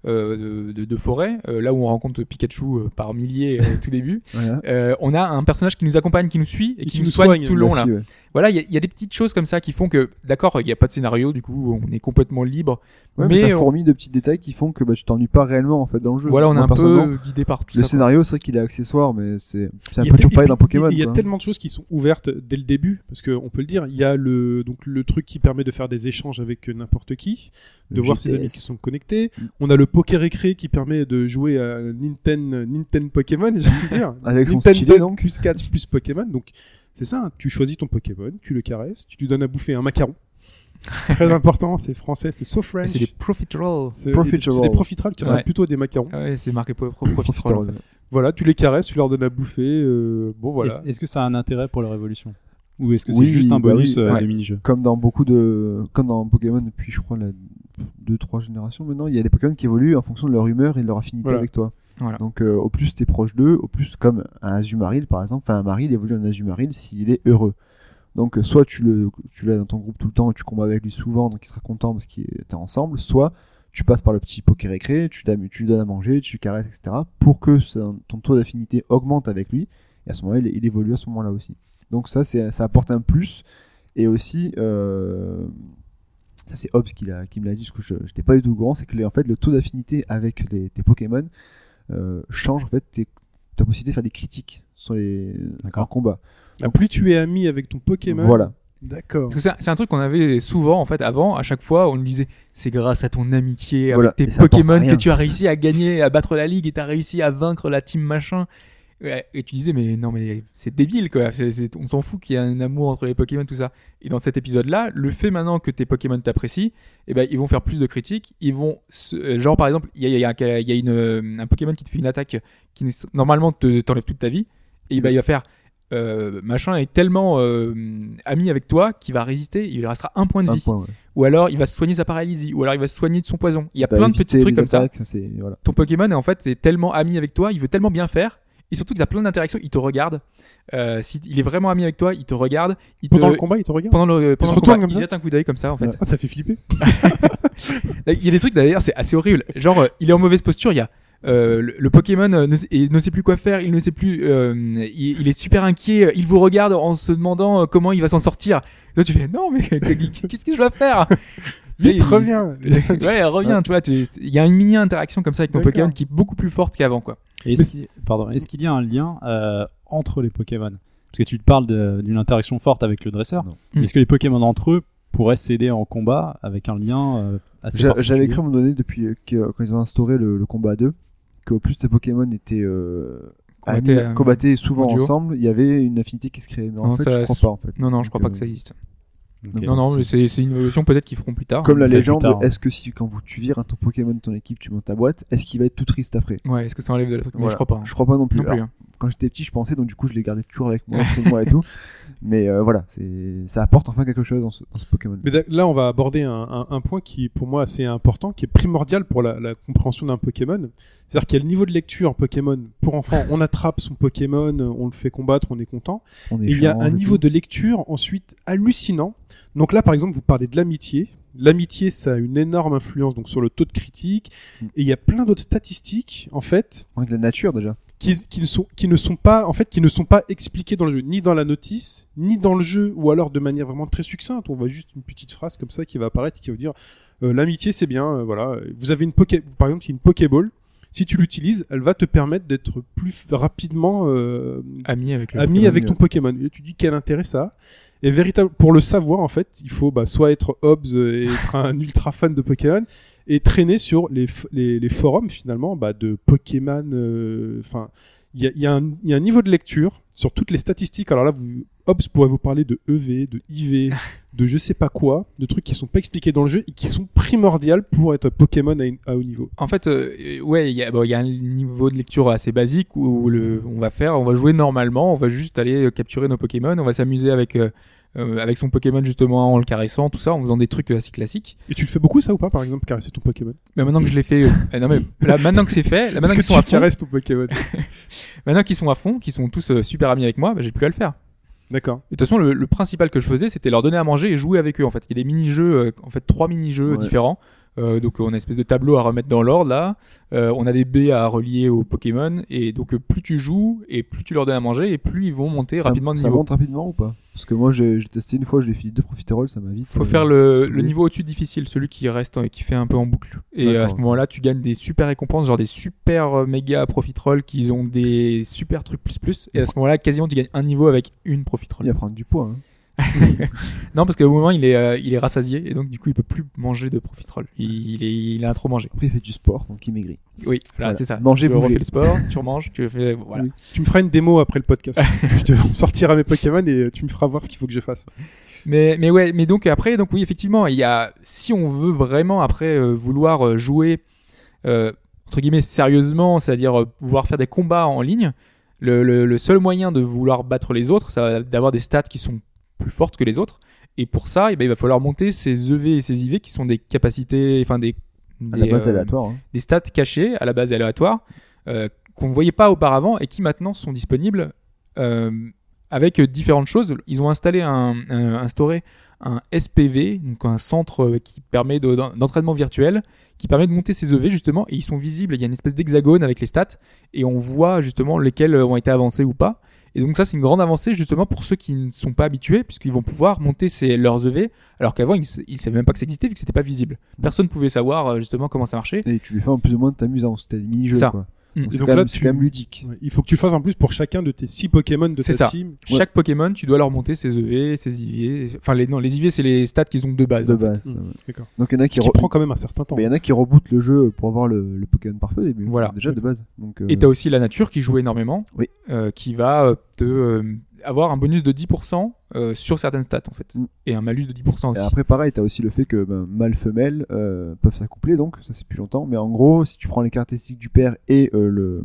euh, de, de- de forêt, euh, là où on rencontre Pikachu euh, par milliers euh, au tout début,
Voilà.
euh, on a un personnage qui nous accompagne, qui nous suit et, qui, nous, soigne, tout le long là.
Merci, ouais.
Voilà, il y, a- il y a des petites choses comme ça qui font que, d'accord, il n'y a pas de scénario, du coup, on est complètement libre.
Ouais, mais,
mais
ça
on-
fourmille de petits détails qui font que bah, tu t'ennuies pas réellement en fait dans le jeu.
voilà, on est
Moi,
un peu
personnellement,
guidé par tout
Le
ça.
scénario, c'est vrai qu'il est accessoire, mais c'est c'est un
Il y
peu
a
toujours
tel-
pareil
et
dans
puis,
Pokémon.
Il y a
quoi.
tellement de choses qui sont ouvertes dès le début, parce qu'on peut le dire. Il y a le, donc, le truc qui permet de faire des échanges avec euh, n'importe qui, de
Le
voir ses
GPS.
amis qui sont connectés.
Mm.
On a le Poker Récré qui permet de jouer à Nintendo, Nintendo Pokémon, j'ai envie de dire.
Avec son
Nintendo
stylet, donc.
plus 4 plus Pokémon. Donc, c'est ça, hein. tu choisis ton Pokémon, tu le caresses, tu lui donnes à bouffer un macaron. Très important, c'est français, c'est so
Et
French.
C'est des profit rolls.
C'est-
Profiteroles.
c'est des profiteroles qui ressemblent
Ouais.
plutôt à des macarons.
Ah ouais, c'est marqué pro- pro- profit roll.
Profiterole.
Voilà, tu les caresses, tu leur donnes à bouffer. euh, bon, voilà.
Est-ce- Est-ce que ça a un intérêt pour la révolution Ou est-ce que c'est
Oui,
juste un
bah
bonus
oui.
euh,
Ouais.
des mini-jeux
Comme dans beaucoup de, comme dans Pokémon depuis je crois la 2 3 générations maintenant, il y a des Pokémon qui évoluent en fonction de leur humeur et de leur affinité
Voilà.
avec toi.
Voilà.
Donc euh, au plus t'es proche d'eux, au plus comme un Azumarill par exemple, enfin un Maril évolue en Azumarill s'il est heureux. Donc euh, soit tu le tu l'as dans ton groupe tout le temps et tu combats avec lui souvent donc il sera content parce qu'il est t'es ensemble, soit tu passes par le petit poké récré, tu, t'am- tu lui donnes à manger, tu le caresses, etc. pour que son- ton taux d'affinité augmente avec lui. Et à ce moment-là, il, il évolue à ce moment-là aussi. Donc ça, c'est, ça apporte un plus. Et aussi, euh, ça c'est Hobbs qui, l'a- qui me l'a dit, parce que je n'étais pas du tout au courant, c'est que le- en fait, le taux d'affinité avec les- tes Pokémon euh, change en fait tes- ta possibilité de faire des critiques sur les
D'accord.
en combat.
Ah, plus tu es ami avec ton Pokémon,
Voilà.
D'accord.
Parce que c'est un- c'est un truc qu'on avait souvent en fait avant. À chaque fois, on nous disait c'est grâce à ton amitié
Voilà,
avec tes
mais ça apporte
Pokémon
rien.
que tu as réussi à gagner, à battre la ligue et t'as réussi à vaincre la team machin. Ouais, et tu disais, mais non, mais c'est débile quoi. C'est- c'est- on s'en fout qu'il y ait un amour entre les Pokémon, tout ça. Et dans cet épisode-là, le fait maintenant que tes Pokémon t'apprécient, eh ben, ils vont faire plus de critiques. Ils vont. se- euh, genre, par exemple, il y a, il y a un- il y a une, euh, un Pokémon qui te fait une attaque qui ne- normalement te- t'enlève toute ta vie. Et eh ben, il va faire. euh, machin est tellement euh, ami avec toi qu'il va résister, il lui restera un point de
Un
vie.
point, ouais.
Ou alors il va se soigner sa paralysie, ou alors il va se soigner de son poison. Il y a
T'as
plein de
évité
petits trucs
les
comme ça
attaques, hein, C'est voilà.
ton Pokémon en fait est tellement ami avec toi, il veut tellement bien faire. Et surtout, il a plein d'interactions, il te regarde. Euh, si il est vraiment ami avec toi, il te regarde. Il
Pendant
te...
le combat, il te regarde.
pendant le, pendant
se
le
retourne
combat,
comme
il
ça
jette un coup d'œil comme ça en fait.
Ouais.
Ah, ça fait flipper.
Il y a des trucs d'ailleurs, c'est assez horrible. Genre, euh, il est en mauvaise posture, il y a euh, le, le Pokémon euh, ne, sait- il ne sait plus quoi faire, il ne sait plus, euh, il, il est super inquiet, euh, il vous regarde en se demandant euh, comment il va s'en sortir. Et toi tu fais non mais qu'est-ce que je dois faire
Vite,
Et-
reviens.
Ouais, reviens, tu vois, tu- il y a une mini interaction comme ça avec ton
D'accord.
Pokémon qui est beaucoup plus forte qu'avant quoi.
Et si- pardon, est-ce qu'il y a un lien euh, entre les Pokémon Parce que tu te parles de- d'une interaction forte avec le dresseur.
Non.
Mais Est-ce que les Pokémon entre eux pourraient s'aider en combat avec un lien euh,
Ah,
assez
J'a-
particulier
J'avais cru à un moment donné, depuis euh, que- quand ils ont instauré le, le combat à deux, que plus tes Pokémon étaient euh,
Combattaient,
amis-
euh,
combattaient souvent
en duo.
ensemble, il y avait une affinité qui se créait. Mais en
Non,
fait,
ça-
je crois pas. En fait.
Non, non, je crois
Donc,
pas que ça existe.
Ok.
Non, non, mais c'est c'est une évolution peut-être qu'ils feront plus tard.
Comme la
Peut-être plus
légende,
tard.
est-ce que si quand vous tu vires un ton Pokémon de ton équipe, tu montes ta boîte, est-ce qu'il va être tout triste après
Ouais, est-ce que ça enlève de la truc Mais
Voilà.
je crois pas. hein.
Je crois pas non plus.
Non plus.
Alors,
hein.
quand j'étais petit, je pensais, donc du coup, je les gardais toujours avec moi, chez moi et tout. Mais euh, voilà, c'est ça apporte enfin quelque chose dans ce, dans ce Pokémon.
Mais d'ac- là, on va aborder un, un- un point qui est pour moi assez important, qui est primordial pour la, la compréhension d'un Pokémon. C'est-à-dire qu'il y a le niveau de lecture Pokémon. Pour enfant, on attrape son Pokémon, on le fait combattre, on est content.
On est
Et il y a
échange
un
et
niveau
tout.
de lecture ensuite hallucinant. Donc là, par exemple, vous parlez de l'amitié. L'amitié, ça a une énorme influence donc sur le taux de critique.
Mm.
Et il y a plein d'autres statistiques, en fait,
Rien que la nature déjà.
qui, qui ne sont, qui ne sont pas, en fait, qui ne sont pas expliquées dans le jeu, ni dans la notice, ni dans le jeu, ou alors de manière vraiment très succincte. On voit juste une petite phrase comme ça qui va apparaître et qui va vous dire euh, l'amitié, c'est bien. euh, voilà, vous avez une poké, par exemple, il y a une pokéball. Si tu l'utilises, elle va te permettre d'être plus f- rapidement euh,
Ami avec le.
ami
Pokémon,
avec ton
ouais.
Pokémon. Et tu dis quel intérêt ça a. Et véritable, pour le savoir, en fait, il faut bah, soit être Hobbes euh, et être un ultra fan de Pokémon et traîner sur les, f- les, les forums finalement bah, de Pokémon. euh, Enfin, il y a, il y a un- il y a un niveau de lecture sur toutes les statistiques. Alors là, vous, Hobbes pourrait vous parler de EV, de IV, de je sais pas quoi, de trucs qui sont pas expliqués dans le jeu et qui sont primordiales pour être Pokémon à, une- à haut niveau.
En fait, euh, ouais, il y, a- bon, il y a un niveau de lecture assez basique où le, on va faire, on va jouer normalement, on va juste aller euh, capturer nos Pokémon, on va s'amuser avec euh, euh, avec son Pokémon justement en le caressant, tout ça, en faisant des trucs euh, assez classiques.
Et tu le fais beaucoup ça ou pas par exemple caresser ton Pokémon
Mais maintenant que je l'ai fait, euh, euh, non mais là, maintenant que c'est fait,
Est-ce
là, maintenant
que
qu'ils bah sont à
tu
fond,
caresses ton Pokémon
maintenant qu'ils sont à fond, qu'ils sont tous euh, super amis avec moi, bah, j'ai plus à le faire.
D'accord.
De toute façon, le, le principal que je faisais, c'était leur donner à manger et jouer avec eux. En fait, il y a des mini-jeux, euh, en fait, trois mini-jeux
Ouais.
différents. Euh, donc, on a une espèce de tableau à remettre dans l'ordre là. Euh, on a des baies à relier aux Pokémon. Et donc, euh, plus tu joues et plus tu leur donnes à manger, et plus ils vont monter
Ça-
rapidement de
ça
niveau.
monte rapidement ou pas Parce que moi, j'ai j'ai testé une fois, je l'ai fini deux profiteroles, ça m'a vite.
Faut
euh,
faire le, le
oui.
niveau au-dessus de difficile, celui qui reste et qui fait un peu en boucle. Et
D'accord.
à ce moment-là, tu gagnes des super récompenses, genre des super euh, méga profiteroles qui ont des super trucs plus plus. Et à ce moment-là, quasiment tu gagnes un niveau avec une profiterole.
Il va prendre du poids. hein.
Non, parce qu'au moment, il est, euh, il est rassasié et donc du coup, il peut plus manger de profiterole. Il, il, est, il a trop mangé.
Après, il fait du sport, donc il maigrit.
Oui, voilà,
Voilà.
c'est ça.
Manger,
tu
bouger.
refais le sport, tu remanges, tu fais. euh, Voilà.
Oui.
Tu me feras une démo après le podcast. je te sortirai mes Pokémon et euh, tu me feras voir ce qu'il faut que je fasse.
Mais, mais ouais, mais donc après, donc oui, effectivement, il y a, si on veut vraiment après euh, vouloir euh, jouer euh, entre guillemets sérieusement, c'est-à-dire euh, pouvoir faire des combats en ligne, le, le- le seul moyen de vouloir battre les autres, ça va d'avoir des stats qui sont plus fortes que les autres. Et pour ça, eh ben, il va falloir monter ses EV et ses IV qui sont des capacités, enfin des,
À
des
la base
euh,
aléatoire. hein.
des stats cachées à la base aléatoire euh, qu'on ne voyait pas auparavant et qui maintenant sont disponibles euh, avec différentes choses. Ils ont installé un, un- instauré un SPV, donc un centre euh, qui permet de- d'en- d'entraînement virtuel, qui permet de monter ses EV justement et ils sont visibles. Il y a une espèce d'hexagone avec les stats et on voit justement lesquels ont été avancés ou pas. Et donc ça c'est une grande avancée justement pour ceux qui ne sont pas habitués puisqu'ils vont pouvoir monter ses, leurs EV alors qu'avant ils ne savaient même pas que ça existait vu que c'était pas visible. Personne ne pouvait savoir euh, justement comment ça marchait.
Et tu les fais en plus ou moins de t'amusant. C'était des mini-jeux.
Ça.
quoi.
Mm.
Donc
Et
C'est
donc
quand,
là,
même- c'est
tu-
quand même ludique.
Ouais, Il faut que tu le fasses en plus pour chacun de tes 6 Pokémon de
C'est
ta
ça.
team.
Chaque Pokémon, tu dois leur monter ses EV, ses IV. Enfin, les, non, les IV, c'est les stats qu'ils ont de base.
De
en fait.
base.
Mm.
ouais.
D'accord.
Donc il y en a qui,
Ce qui
re-
prend quand même un certain temps.
mais il y en a qui rebootent le jeu pour avoir le, le Pokémon parfait au début.
Voilà.
Déjà de base. Donc, euh,
Et t'as aussi la nature qui joue énormément,
Oui.
euh, qui va euh, te euh, avoir un bonus de 10% euh, sur certaines stats en fait,
Mm.
et un malus de 10%
Et
aussi.
après, pareil, t'as aussi le fait que ben, mâle femelle euh, peuvent s'accoupler, donc ça c'est plus longtemps. Mais en gros, si tu prends les caractéristiques du père et euh, le,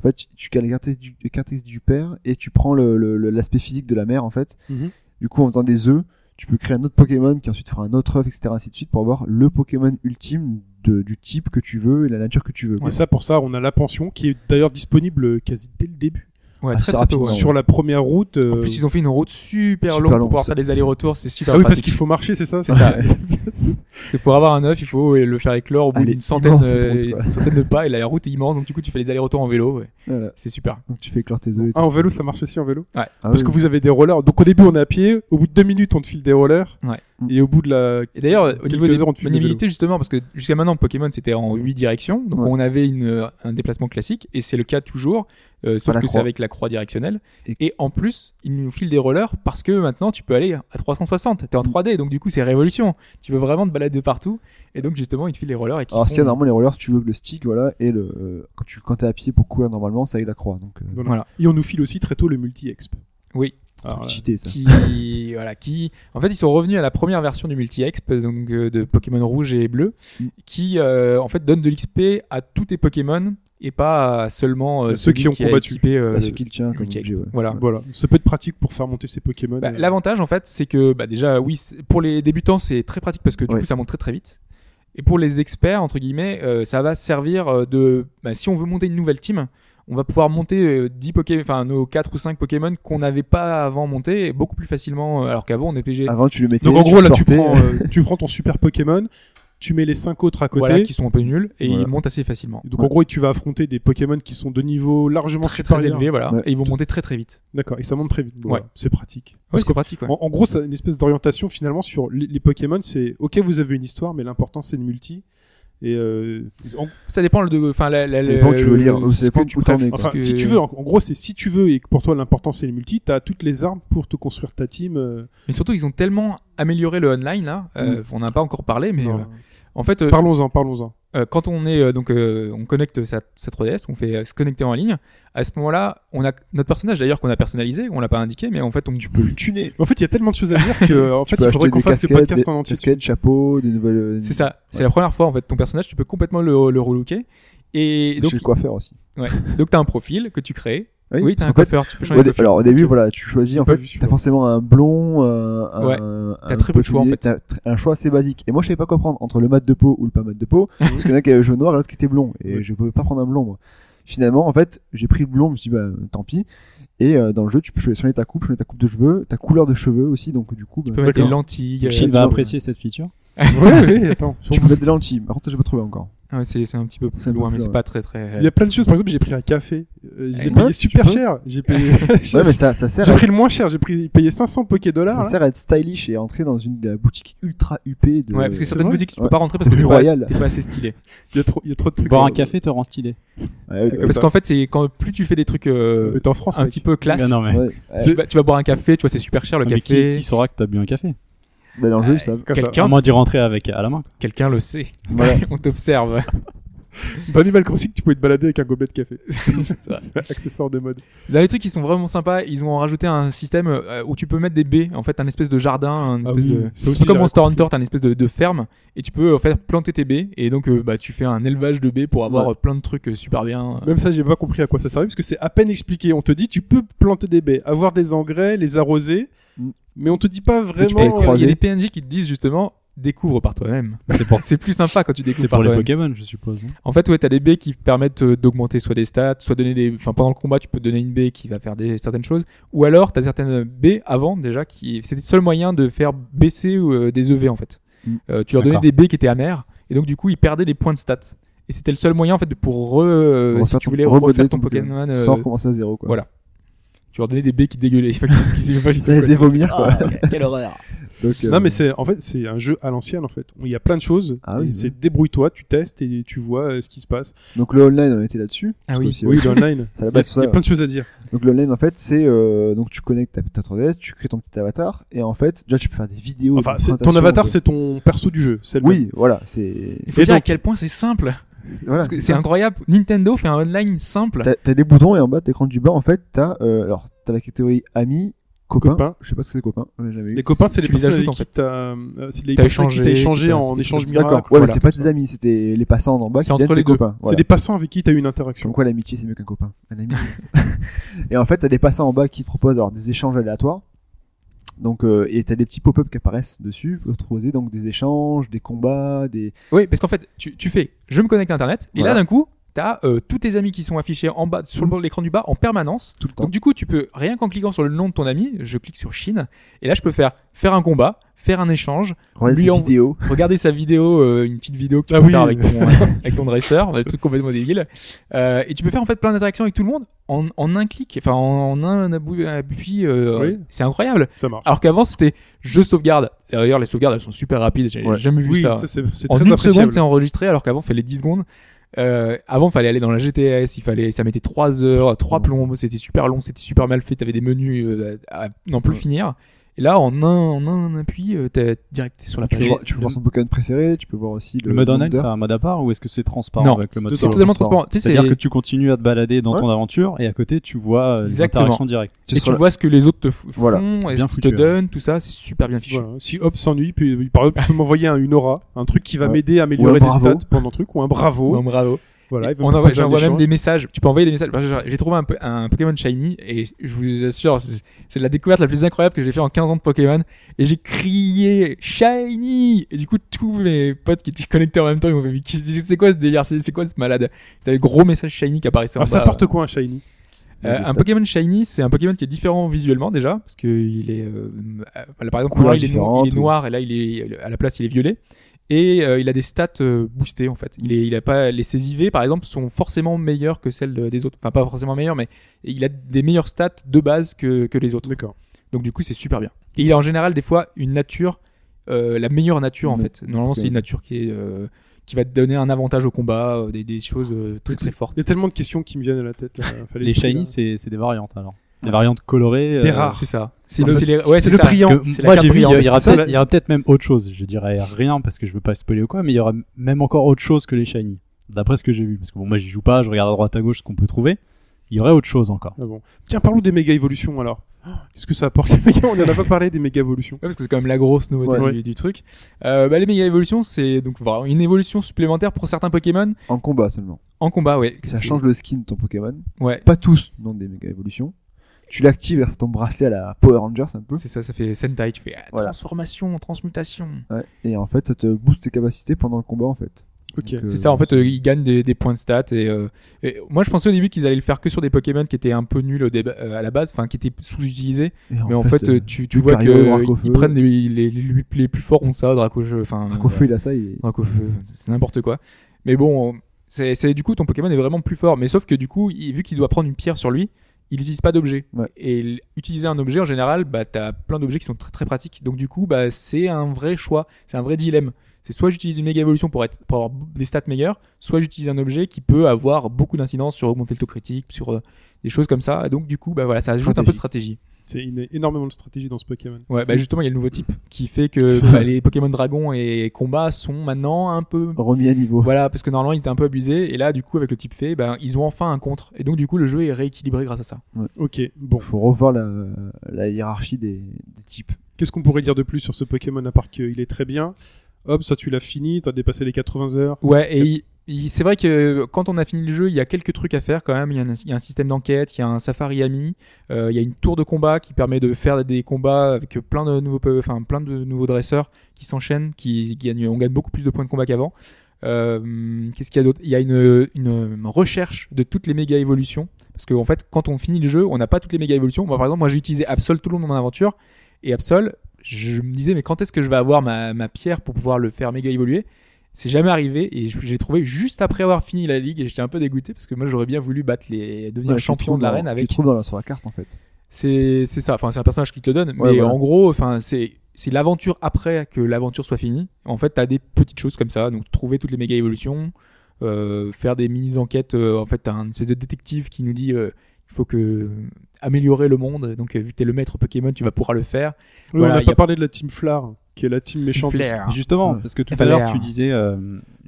en fait, tu- tu gardes les caractéristiques du, les caractéristiques du père et tu prends le- le- le- l'aspect physique de la mère en fait.
Mhm.
Du coup, en faisant des œufs, tu peux créer un autre Pokémon qui ensuite fera un autre œuf, etc. ainsi de suite pour avoir le Pokémon ultime de- du type que tu veux et la nature que tu veux. quoi.
Et ça, pour ça, on a la pension qui est d'ailleurs disponible quasi dès le début.
Ouais,
Ah,
très très
c'est
tôt,
rapidement,
ouais.
Sur la première route.
En
euh,
plus, ils ont fait une route super,
Super
longue pour
longue,
pouvoir
ça.
faire des allers-retours, c'est super
Ah oui, parce
pratique.
qu'il faut marcher, c'est ça
C'est ça. Parce que pour avoir un œuf, il faut euh, le faire éclore au bout
Elle est
d'une centaine,
immense, cette
euh,
route, quoi.
une centaine de pas, et la route est immense, donc du coup, tu fais les allers-retours en vélo, ouais.
Voilà.
c'est super.
Donc tu fais éclore tes œufs. et tout.
Ah, en vélo, ça marche aussi en vélo
Ah
Parce
oui.
que vous avez des rollers. Donc au début, on est à pied. Au bout de deux minutes, on te file des rollers.
Ouais.
Et au bout de la.
Et d'ailleurs, au
Quelques
niveau des
heures, on te file des
maniabilités, justement, parce que jusqu'à maintenant, Pokémon, c'était en 8 directions. Donc,
Ouais.
on avait une, euh, un déplacement classique, et c'est le cas toujours, euh, sauf
la
que c'est
croix.
avec la croix directionnelle.
Et-
Et, en plus, ils nous filent des rollers parce que maintenant, tu peux aller à 360.
Mm.
T'es en 3D, donc du coup, c'est révolution. Tu peux vraiment te balader partout. Et donc, justement, ils te filent les rollers. Et qui
Alors, si
font-
là, normalement, les rollers, tu joues avec le stick, voilà, et le, euh, quand tu quand t'es à pied pour courir, normalement, ça avec la croix. Donc, euh,
Voilà.
Voilà.
Et on nous file aussi très tôt le multi-exp.
Oui.
Alors, euh,
cheaté, ça.
qui voilà qui en fait ils sont revenus à la première version du multi exp donc euh, de Pokémon rouge et bleu
Mm.
qui euh, en fait donne de l'XP à tous tes Pokémon et pas à seulement euh,
À ceux
celui
qui ont
a
combattu.
équipé, euh,
Pas celui qui le tient,
le
comme on dit,
multi-exp.
ouais.
Voilà.
Voilà. Ça peut être pratique pour faire monter ses Pokémon.
Bah,
euh,
L'avantage, en fait, c'est que bah, déjà, oui, c'est- pour les débutants, c'est très pratique parce que du
Ouais.
coup, ça monte très très vite. Et pour les experts, entre guillemets, euh, ça va servir euh, de. bah, si on veut monter une nouvelle team, on va pouvoir monter euh, 10 Poké- enfin nos 4 ou 5 Pokémon qu'on n'avait pas avant monté beaucoup plus facilement, euh, alors qu'avant, on était obligé.
Avant, tu le mettais.
Donc en
tu
gros, là, tu
sortais,
prends, euh, tu prends ton super Pokémon. Tu mets les cinq autres à côté.
Voilà, qui sont un peu nuls et
Voilà.
ils montent assez facilement.
Et Donc en gros, tu vas affronter des Pokémon qui sont de niveau largement
Très très
supérieur.
élevés, voilà.
Ouais.
Et ils vont monter très très vite.
D'accord, et ça monte très vite. Bon,
Ouais.
voilà, C'est pratique.
Ouais,
Parce
c'est pratique, ouais.
qu'en- en, gros, c'est une espèce d'orientation finalement sur les, les Pokémon. C'est ok, vous avez une histoire, mais l'important c'est le multi. Et euh, en-
Ça dépend le de. Enfin, la, la,
Ça
le-
dépend où tu veux lire,
le-
ou ça
ce que
dépend
tu hein.
où t'en es,
préfères,
quoi.
parce
enfin,
que-
si tu veux, en, en gros, c'est si tu veux et que pour toi l'important c'est le multi, t'as toutes les armes pour te construire ta team. euh,
Mais surtout, ils ont tellement amélioré le online là. euh, On n'a pas encore parlé, mais
non.
euh, en fait, euh,
Parlons-en, parlons-en.
euh, quand on est euh, donc euh, on connecte sa, sa 3DS, on fait euh, se connecter en ligne. À ce moment-là, on a notre personnage d'ailleurs qu'on a personnalisé, on l'a pas indiqué, mais en fait, on tu peux le tuner.
En fait, il y a tellement de choses à dire que en fait, il faudrait qu'on fasse le podcast en entier.
Casquettes, chapeau, des nouvelles. euh,
C'est ça. C'est la première fois en fait ton personnage, tu peux complètement le, le relooker. Et
Et
donc,
chez le coiffeur aussi.
ouais. donc t'as un profil que tu crées.
Oui,
Oui, t'as
parce
un
qu'en fait,
coiffeur, tu peux
au
changer de
dé-
coiffeur.
alors au début, voilà, tu choisis en
pas
fait,
vu celui-là.
t'as forcément un blond, euh, un,
Ouais.
un-
T'as
un
très peu de choix, en
peuplier,
fait.
t'as tr- un choix assez basique. Et moi, je savais pas quoi prendre entre le mat de peau ou le pas mat de peau, parce qu'il y en a qui avait le jaune noir et l'autre qui était blond, et
Ouais.
je pouvais pas prendre un blond. Moi. Finalement, en fait, j'ai pris le blond, je me suis dit bah tant pis. Et euh, dans le jeu, tu peux choisir changer ta coupe, changer ta coupe de cheveux, ta couleur de cheveux aussi, donc du coup, bah,
Tu peux mettre des
d'accord.
lentilles.
Chine.
Chine
Chine,
va apprécier cette feature.
Ouais, ouais, attends.
tu peux mettre des lentilles. Par contre, ça, j'ai pas trouvé encore.
Ah ouais, c'est c'est un petit peu plus
C'est un peu
loin,
plus
mais c'est
loin.
pas très très.
Il y a plein de choses. Par exemple, j'ai pris un café. Euh, je l'ai
Ouais,
payé
tu
super
peux.
cher. J'ai payé.
Ouais, mais ça, ça sert.
J'ai
à-
pris le moins cher, j'ai pris- payé 500 poké dollars.
Ça
hein.
là.
sert à être stylish et à entrer dans une de la boutique ultra huppée de.
Ouais, parce que certaines
vrai
boutiques, tu peux
Ouais.
pas rentrer parce que
Rue
t'es
Royale.
pas, t'es pas assez stylé.
Il y a trop, il y a trop de trucs.
Boire
dans-
un café te rend stylé.
C'est
Ouais, euh,
comme
Parce
ça.
qu'en fait, c'est quand plus tu fais des trucs euh,
Mais t'es en France,
un
mec.
petit peu classe,
Ah non, mais,
ouais.
tu, vas, tu vas boire un café, tu vois, c'est super cher le
mais qui,
café.
qui saura que t'as bu un café
Bah, dans le jeu, ils savent.
Comme ça.
Quelqu'un
À moins d'y rentrer avec à la main. quoi.
Quelqu'un le sait.
Voilà.
On t'observe.
Dans Animal Crossing, tu pouvais te balader avec un gobelet de café.
vrai.
C'est accessoire de mode.
Là, les trucs qui sont vraiment sympas, ils ont rajouté un système euh, où tu peux mettre des baies, en fait, un espèce de jardin, un
Ah
espèce
oui,
de.
ça aussi,
C'est comme
j'avais
Monster Hunter, t'as une espèce de, de ferme et tu peux en fait planter tes baies et donc euh, bah tu fais un élevage de baies pour avoir
Ouais.
euh, plein de trucs euh, super bien. euh.
Même ça, j'ai pas compris à quoi ça servait parce que c'est à peine expliqué. On te dit, tu peux planter des baies, avoir des engrais, les arroser,
Mm.
mais on te dit pas
tu peux les
vraiment. euh,
Il y
croiser.
a des PNJ qui te disent justement découvre par toi-même. C'est plus sympa quand tu découvres
C'est
par
pour les
toi-même.
Pokémon, je suppose. hein.
En fait, ouais, t'as des baies qui permettent euh, d'augmenter soit des stats, soit donner des. Enfin, pendant le combat, tu peux te donner une baie qui va faire des certaines choses. Ou alors, t'as certaines baies avant déjà qui c'était le seul moyen de faire baisser euh, des EV en fait.
Mm.
Euh, tu leur donnais
D'accord.
des baies qui étaient amères et donc du coup, ils perdaient des points de stats. Et c'était le seul moyen en fait de pour re- euh, si
Refaire
tu
ton-
voulais
remodeler
refaire ton Pokémon. euh,
Sans recommencer à zéro, quoi.
voilà. tu leur donnais des baies qui dégueulaient. Enfin, qui, qui, qui, pas du tout,
Ça les
quoi.
faisait vomir, quoi.
Oh, quelle horreur.
Donc, euh,
Non, mais c'est en fait c'est un jeu à l'ancienne en fait. Il y a plein de choses.
Ah
Et
oui,
c'est débrouille-toi, tu testes et tu vois euh, ce qui se passe.
donc le online, on était là-dessus.
Ah oui.
Aussi,
Oui, le online.
C'est à
Il
la
y a-
base
il y
pour
a
ça.
plein de choses à dire.
Donc le online, en fait, c'est euh, donc tu connectes ta, ta 3DS, tu crées ton petit avatar, et en fait, déjà tu peux faire des vidéos.
Enfin,
Mmh,
des
c'est- ton
présentations,
avatar,
de-
c'est ton perso du jeu. C'est le
Oui, voilà, c'est.
Il faut
Et
dire à
donc-
quel point c'est simple.
Voilà.
Parce que
Hein
c'est incroyable. Nintendo fait un online simple.
T'as t'as des boutons et en bas de l'écran du bas, en fait, t'as euh, alors t'as la catégorie amis, copains.
Copains.
Je sais pas ce que c'est copains. on l'a jamais eu.
Les copains, c'est les
tu les
personnes avec
ajoutes, en
qui
fait.
t'as euh, c'est les
T'as
personnes avec qui
échangé,
t'as échangé
t'as-
en échange
D'accord. Ouais,
miracle.
mais
Voilà.
c'est pas tes amis, c'était les passants en bas qui
C'est entre
deviennent
les
tes
deux.
copains.
C'est
Voilà.
des passants avec qui t'as eu une interaction.
Comme quoi l'amitié c'est mieux qu'un copain. Un ami. et en fait, t'as des passants en bas qui te proposent alors des échanges aléatoires. Donc euh, et t'as des petits pop-up qui apparaissent dessus pour proposer donc des échanges, des combats, des
Oui, parce qu'en fait, tu, tu fais je me connecte à Internet, et
Voilà.
là d'un coup, t'as euh, tous tes amis qui sont affichés en bas, sur le bord de l'écran du bas en permanence.
tout le temps.
Donc du coup, tu peux, rien qu'en cliquant sur le nom de ton ami, je clique sur Chine, et là je peux faire faire un combat, faire un échange,
Regardez
lui
ces
en-
vidéos.
regarder sa vidéo, euh, une petite vidéo que tu
Ah
peux
oui.
faire avec ton, euh, avec ton dresseur, des trucs complètement débiles. Euh, et tu peux faire en fait plein d'interactions avec tout le monde en, en un clic, enfin en, en un abou- appui. euh,
Oui.
C'est incroyable.
Ça marche.
Alors qu'avant c'était je sauvegarde. Et D'ailleurs les sauvegardes elles sont super rapides, j'ai
Ouais.
jamais vu
oui,
ça.
ça, c'est c'est
En
très
une seconde
appréciable.
c'est enregistré alors qu'avant il fallait 10 secondes. Euh, avant fallait aller dans la GTS, il fallait, ça mettait 3 heures, 3 plombes, c'était super long, c'était super mal fait, t'avais des menus euh, à à n'en plus finir. Et là en un, en un appui, euh, t'es direct t'es sur la
Tu peux
page.
voir- tu peux voir son Pokémon préféré, tu peux voir aussi le,
Le mode online,
nombre
c'est
d'heures.
un mode à part ou est-ce que c'est transparent
Non,
avec le mode
C'est totalement transparent. Tu sais,
C'est-à-dire
c'est-
que tu continues à te balader dans
Ouais.
ton aventure et à côté tu vois euh, les
Exactement.
interactions directes.
Tu
et
es
tu
sur la-
vois ce que les autres te f-
Voilà.
font, et ce
Bien
qu'ils te
foutu, ouais.
donnent, tout ça, c'est super bien fichu.
Voilà. Si Hop s'ennuie, puis il par exemple, tu peux m'envoyer un- une aura, un truc qui va
Ouais.
m'aider à améliorer des
bravo.
stats pendant un truc, ou un bravo.
Ouais, bravo.
Voilà,
Et
il va me
on envoie,
proposer un
j'envoie même
échange.
des messages. Tu peux envoyer des messages. Parce que j'ai- J'ai trouvé un, po- un Pokémon Shiny et je vous assure, c'est c'est la découverte la plus incroyable que j'ai fait en 15 ans de Pokémon. Et j'ai crié Shiny Et du coup, tous mes potes qui étaient connectés en même temps, ils m'ont fait Mais qu'est-ce que c'est quoi ce délire C'est c'est quoi ce malade T'avais le gros message Shiny qui apparaissait en
Ah, ça
bas.
porte quoi un shiny
Euh,
Des
un
stats.
Pokémon Shiny, c'est un Pokémon qui est différent visuellement déjà, parce que il est, euh, euh, par exemple,
Couleur
là, il, est noir,
différente,
il est
ou-
noir, et là il est à la place il est violet, et euh, il a des stats euh, boostées en fait. Il est, il a pas les ses IV par exemple sont forcément meilleures que celles de- des autres, enfin pas forcément meilleures, mais il a des meilleures stats de base que, que les autres.
D'accord.
Donc du coup c'est super bien. Et il a en général des fois une nature, euh, la meilleure nature en
Mhm.
fait. Normalement c'est une nature qui est euh, qui va te donner un avantage au combat, euh, des, des choses euh, très très fortes.
Il y a tellement de questions qui me viennent à la tête. là. Fallait
Les
se trouver,
shiny,
là.
c'est c'est des variantes alors. Des variantes colorées.
Des
euh,
rares.
C'est ça. C'est
Ah,
le,
bah,
c'est les- ouais,
c'est
c'est
le
ça.
brillant.
que
C'est la
moi
carte
j'ai vu, il y
brillante,
il y aura
c'est ça,
peut-être
la-
il y aura peut-être même autre chose. Je dirais rien parce que je veux pas spoiler ou quoi, mais il y aura même encore autre chose que les shiny. D'après ce que j'ai vu, parce que bon, moi j'y joue pas, je regarde à droite à gauche ce qu'on peut trouver. Il y aurait autre chose encore.
Ah bon. Tiens, parlons des méga évolutions alors. Oh, Qu'est-ce que ça apporte les méga On n'en a pas parlé des méga évolutions.
Ouais, parce que c'est quand même la grosse nouveauté
Ouais.
du, du truc. Euh, bah, les méga évolutions, c'est donc vraiment une évolution supplémentaire pour certains Pokémon
en combat seulement.
en combat, ouais.
Ça
C'est-
change le skin de ton Pokémon.
Ouais,
Pas tous dans des méga évolutions. Tu l'actives vers ton bracelet à la Power Rangers un peu.
c'est ça, ça fait Sentai, tu fais ah,
Voilà.
transformation, transmutation.
Ouais. Et en fait, ça te booste tes capacités pendant le combat en fait.
Ok.
Donc, euh,
C'est ça, en fait, euh, ils gagnent des, des points de stats. Et, euh, et moi, je pensais au début qu'ils allaient le faire que sur des Pokémon qui étaient un peu nuls au déba- euh, à la base, enfin qui étaient sous-utilisés.
et
Mais en fait,
euh,
euh, tu, tu vois
Lucario,
que euh,
Dracofeu.
ils prennent les, les, les- les plus forts ont ça, Dracofeu. Enfin,
Dracofeu, il a ça, il est-
Donc, au feu, c'est n'importe quoi. Mais bon, c'est c'est- du coup ton Pokémon est vraiment plus fort. Mais sauf que du coup, il- vu qu'il doit prendre une pierre sur lui, il n'utilise pas d'objet.
Ouais.
Et l- utiliser un objet en général, bah t'as plein d'objets qui sont très très pratiques. Donc du coup, bah c'est un vrai choix, c'est un vrai dilemme. C'est soit j'utilise une méga évolution pour être pour avoir b- des stats meilleures, soit j'utilise un objet qui peut avoir beaucoup d'incidence sur augmenter le taux critique, sur euh, des choses comme ça. Et donc du coup, bah voilà, ça ajoute un peu de stratégie.
C'est une- énormément de stratégie dans ce Pokémon.
Ouais, bah justement, il y a le nouveau type qui fait que bah, les Pokémon Dragon et Combat sont maintenant un peu
remis à niveau.
voilà, parce que normalement ils étaient un peu abusés, et là du coup avec le type fait, ben, ils ont enfin un contre, et donc du coup le jeu est rééquilibré grâce à ça.
Ok. Bon.
Faut revoir la, la hiérarchie des, des types.
Qu'est-ce qu'on pourrait dire de plus sur ce Pokémon à part qu'il est très bien Hop, soit tu l'as fini, t'as dépassé les 80 heures.
Ouais, et il- il- c'est vrai que quand on a fini le jeu, il y a quelques trucs à faire quand même, il y a un, il y a un système d'enquête, il y a un safari ami, euh, il y a une tour de combat qui permet de faire des combats avec plein de nouveaux, pe- enfin, plein de nouveaux dresseurs qui s'enchaînent, qui, qui gagnent, on gagne beaucoup plus de points de combat qu'avant. Euh, Qu'est-ce qu'il y a d'autre Il y a une, une recherche de toutes les méga évolutions. Parce qu'en en fait, quand on finit le jeu, on n'a pas toutes les méga évolutions. Moi, par exemple, moi j'ai utilisé Absol tout le long de mon aventure. Et Absol, je me disais, mais quand est-ce que je vais avoir ma, ma pierre pour pouvoir le faire méga évoluer C'est jamais arrivé. Et je, je l'ai trouvé juste après avoir fini la ligue. Et j'étais un peu dégoûté parce que moi, j'aurais bien voulu battre les, devenir
Ouais, tu
champion
trouves
de l'arène
dans- Tu
avec.
trouves dans la, sur la carte en fait.
c'est c'est ça. Enfin, c'est un personnage qui te le donne.
Ouais,
mais
voilà.
en gros, enfin, c'est c'est l'aventure après que l'aventure soit finie. En fait, t'as des petites choses comme ça. Donc, trouver toutes les méga évolutions, euh, faire des mini enquêtes. euh, en fait, t'as un espèce de détective qui nous dit. euh, il faut que améliorer le monde. Donc, euh, vu que t'es le maître Pokémon, tu vas pourras le faire.
Oui,
Voilà,
on n'a
y
pas
a-
parlé de la team Flar, qui est la team méchante.
Flair.
Justement,
Ouais.
parce que tout à
Flair.
l'heure tu disais euh,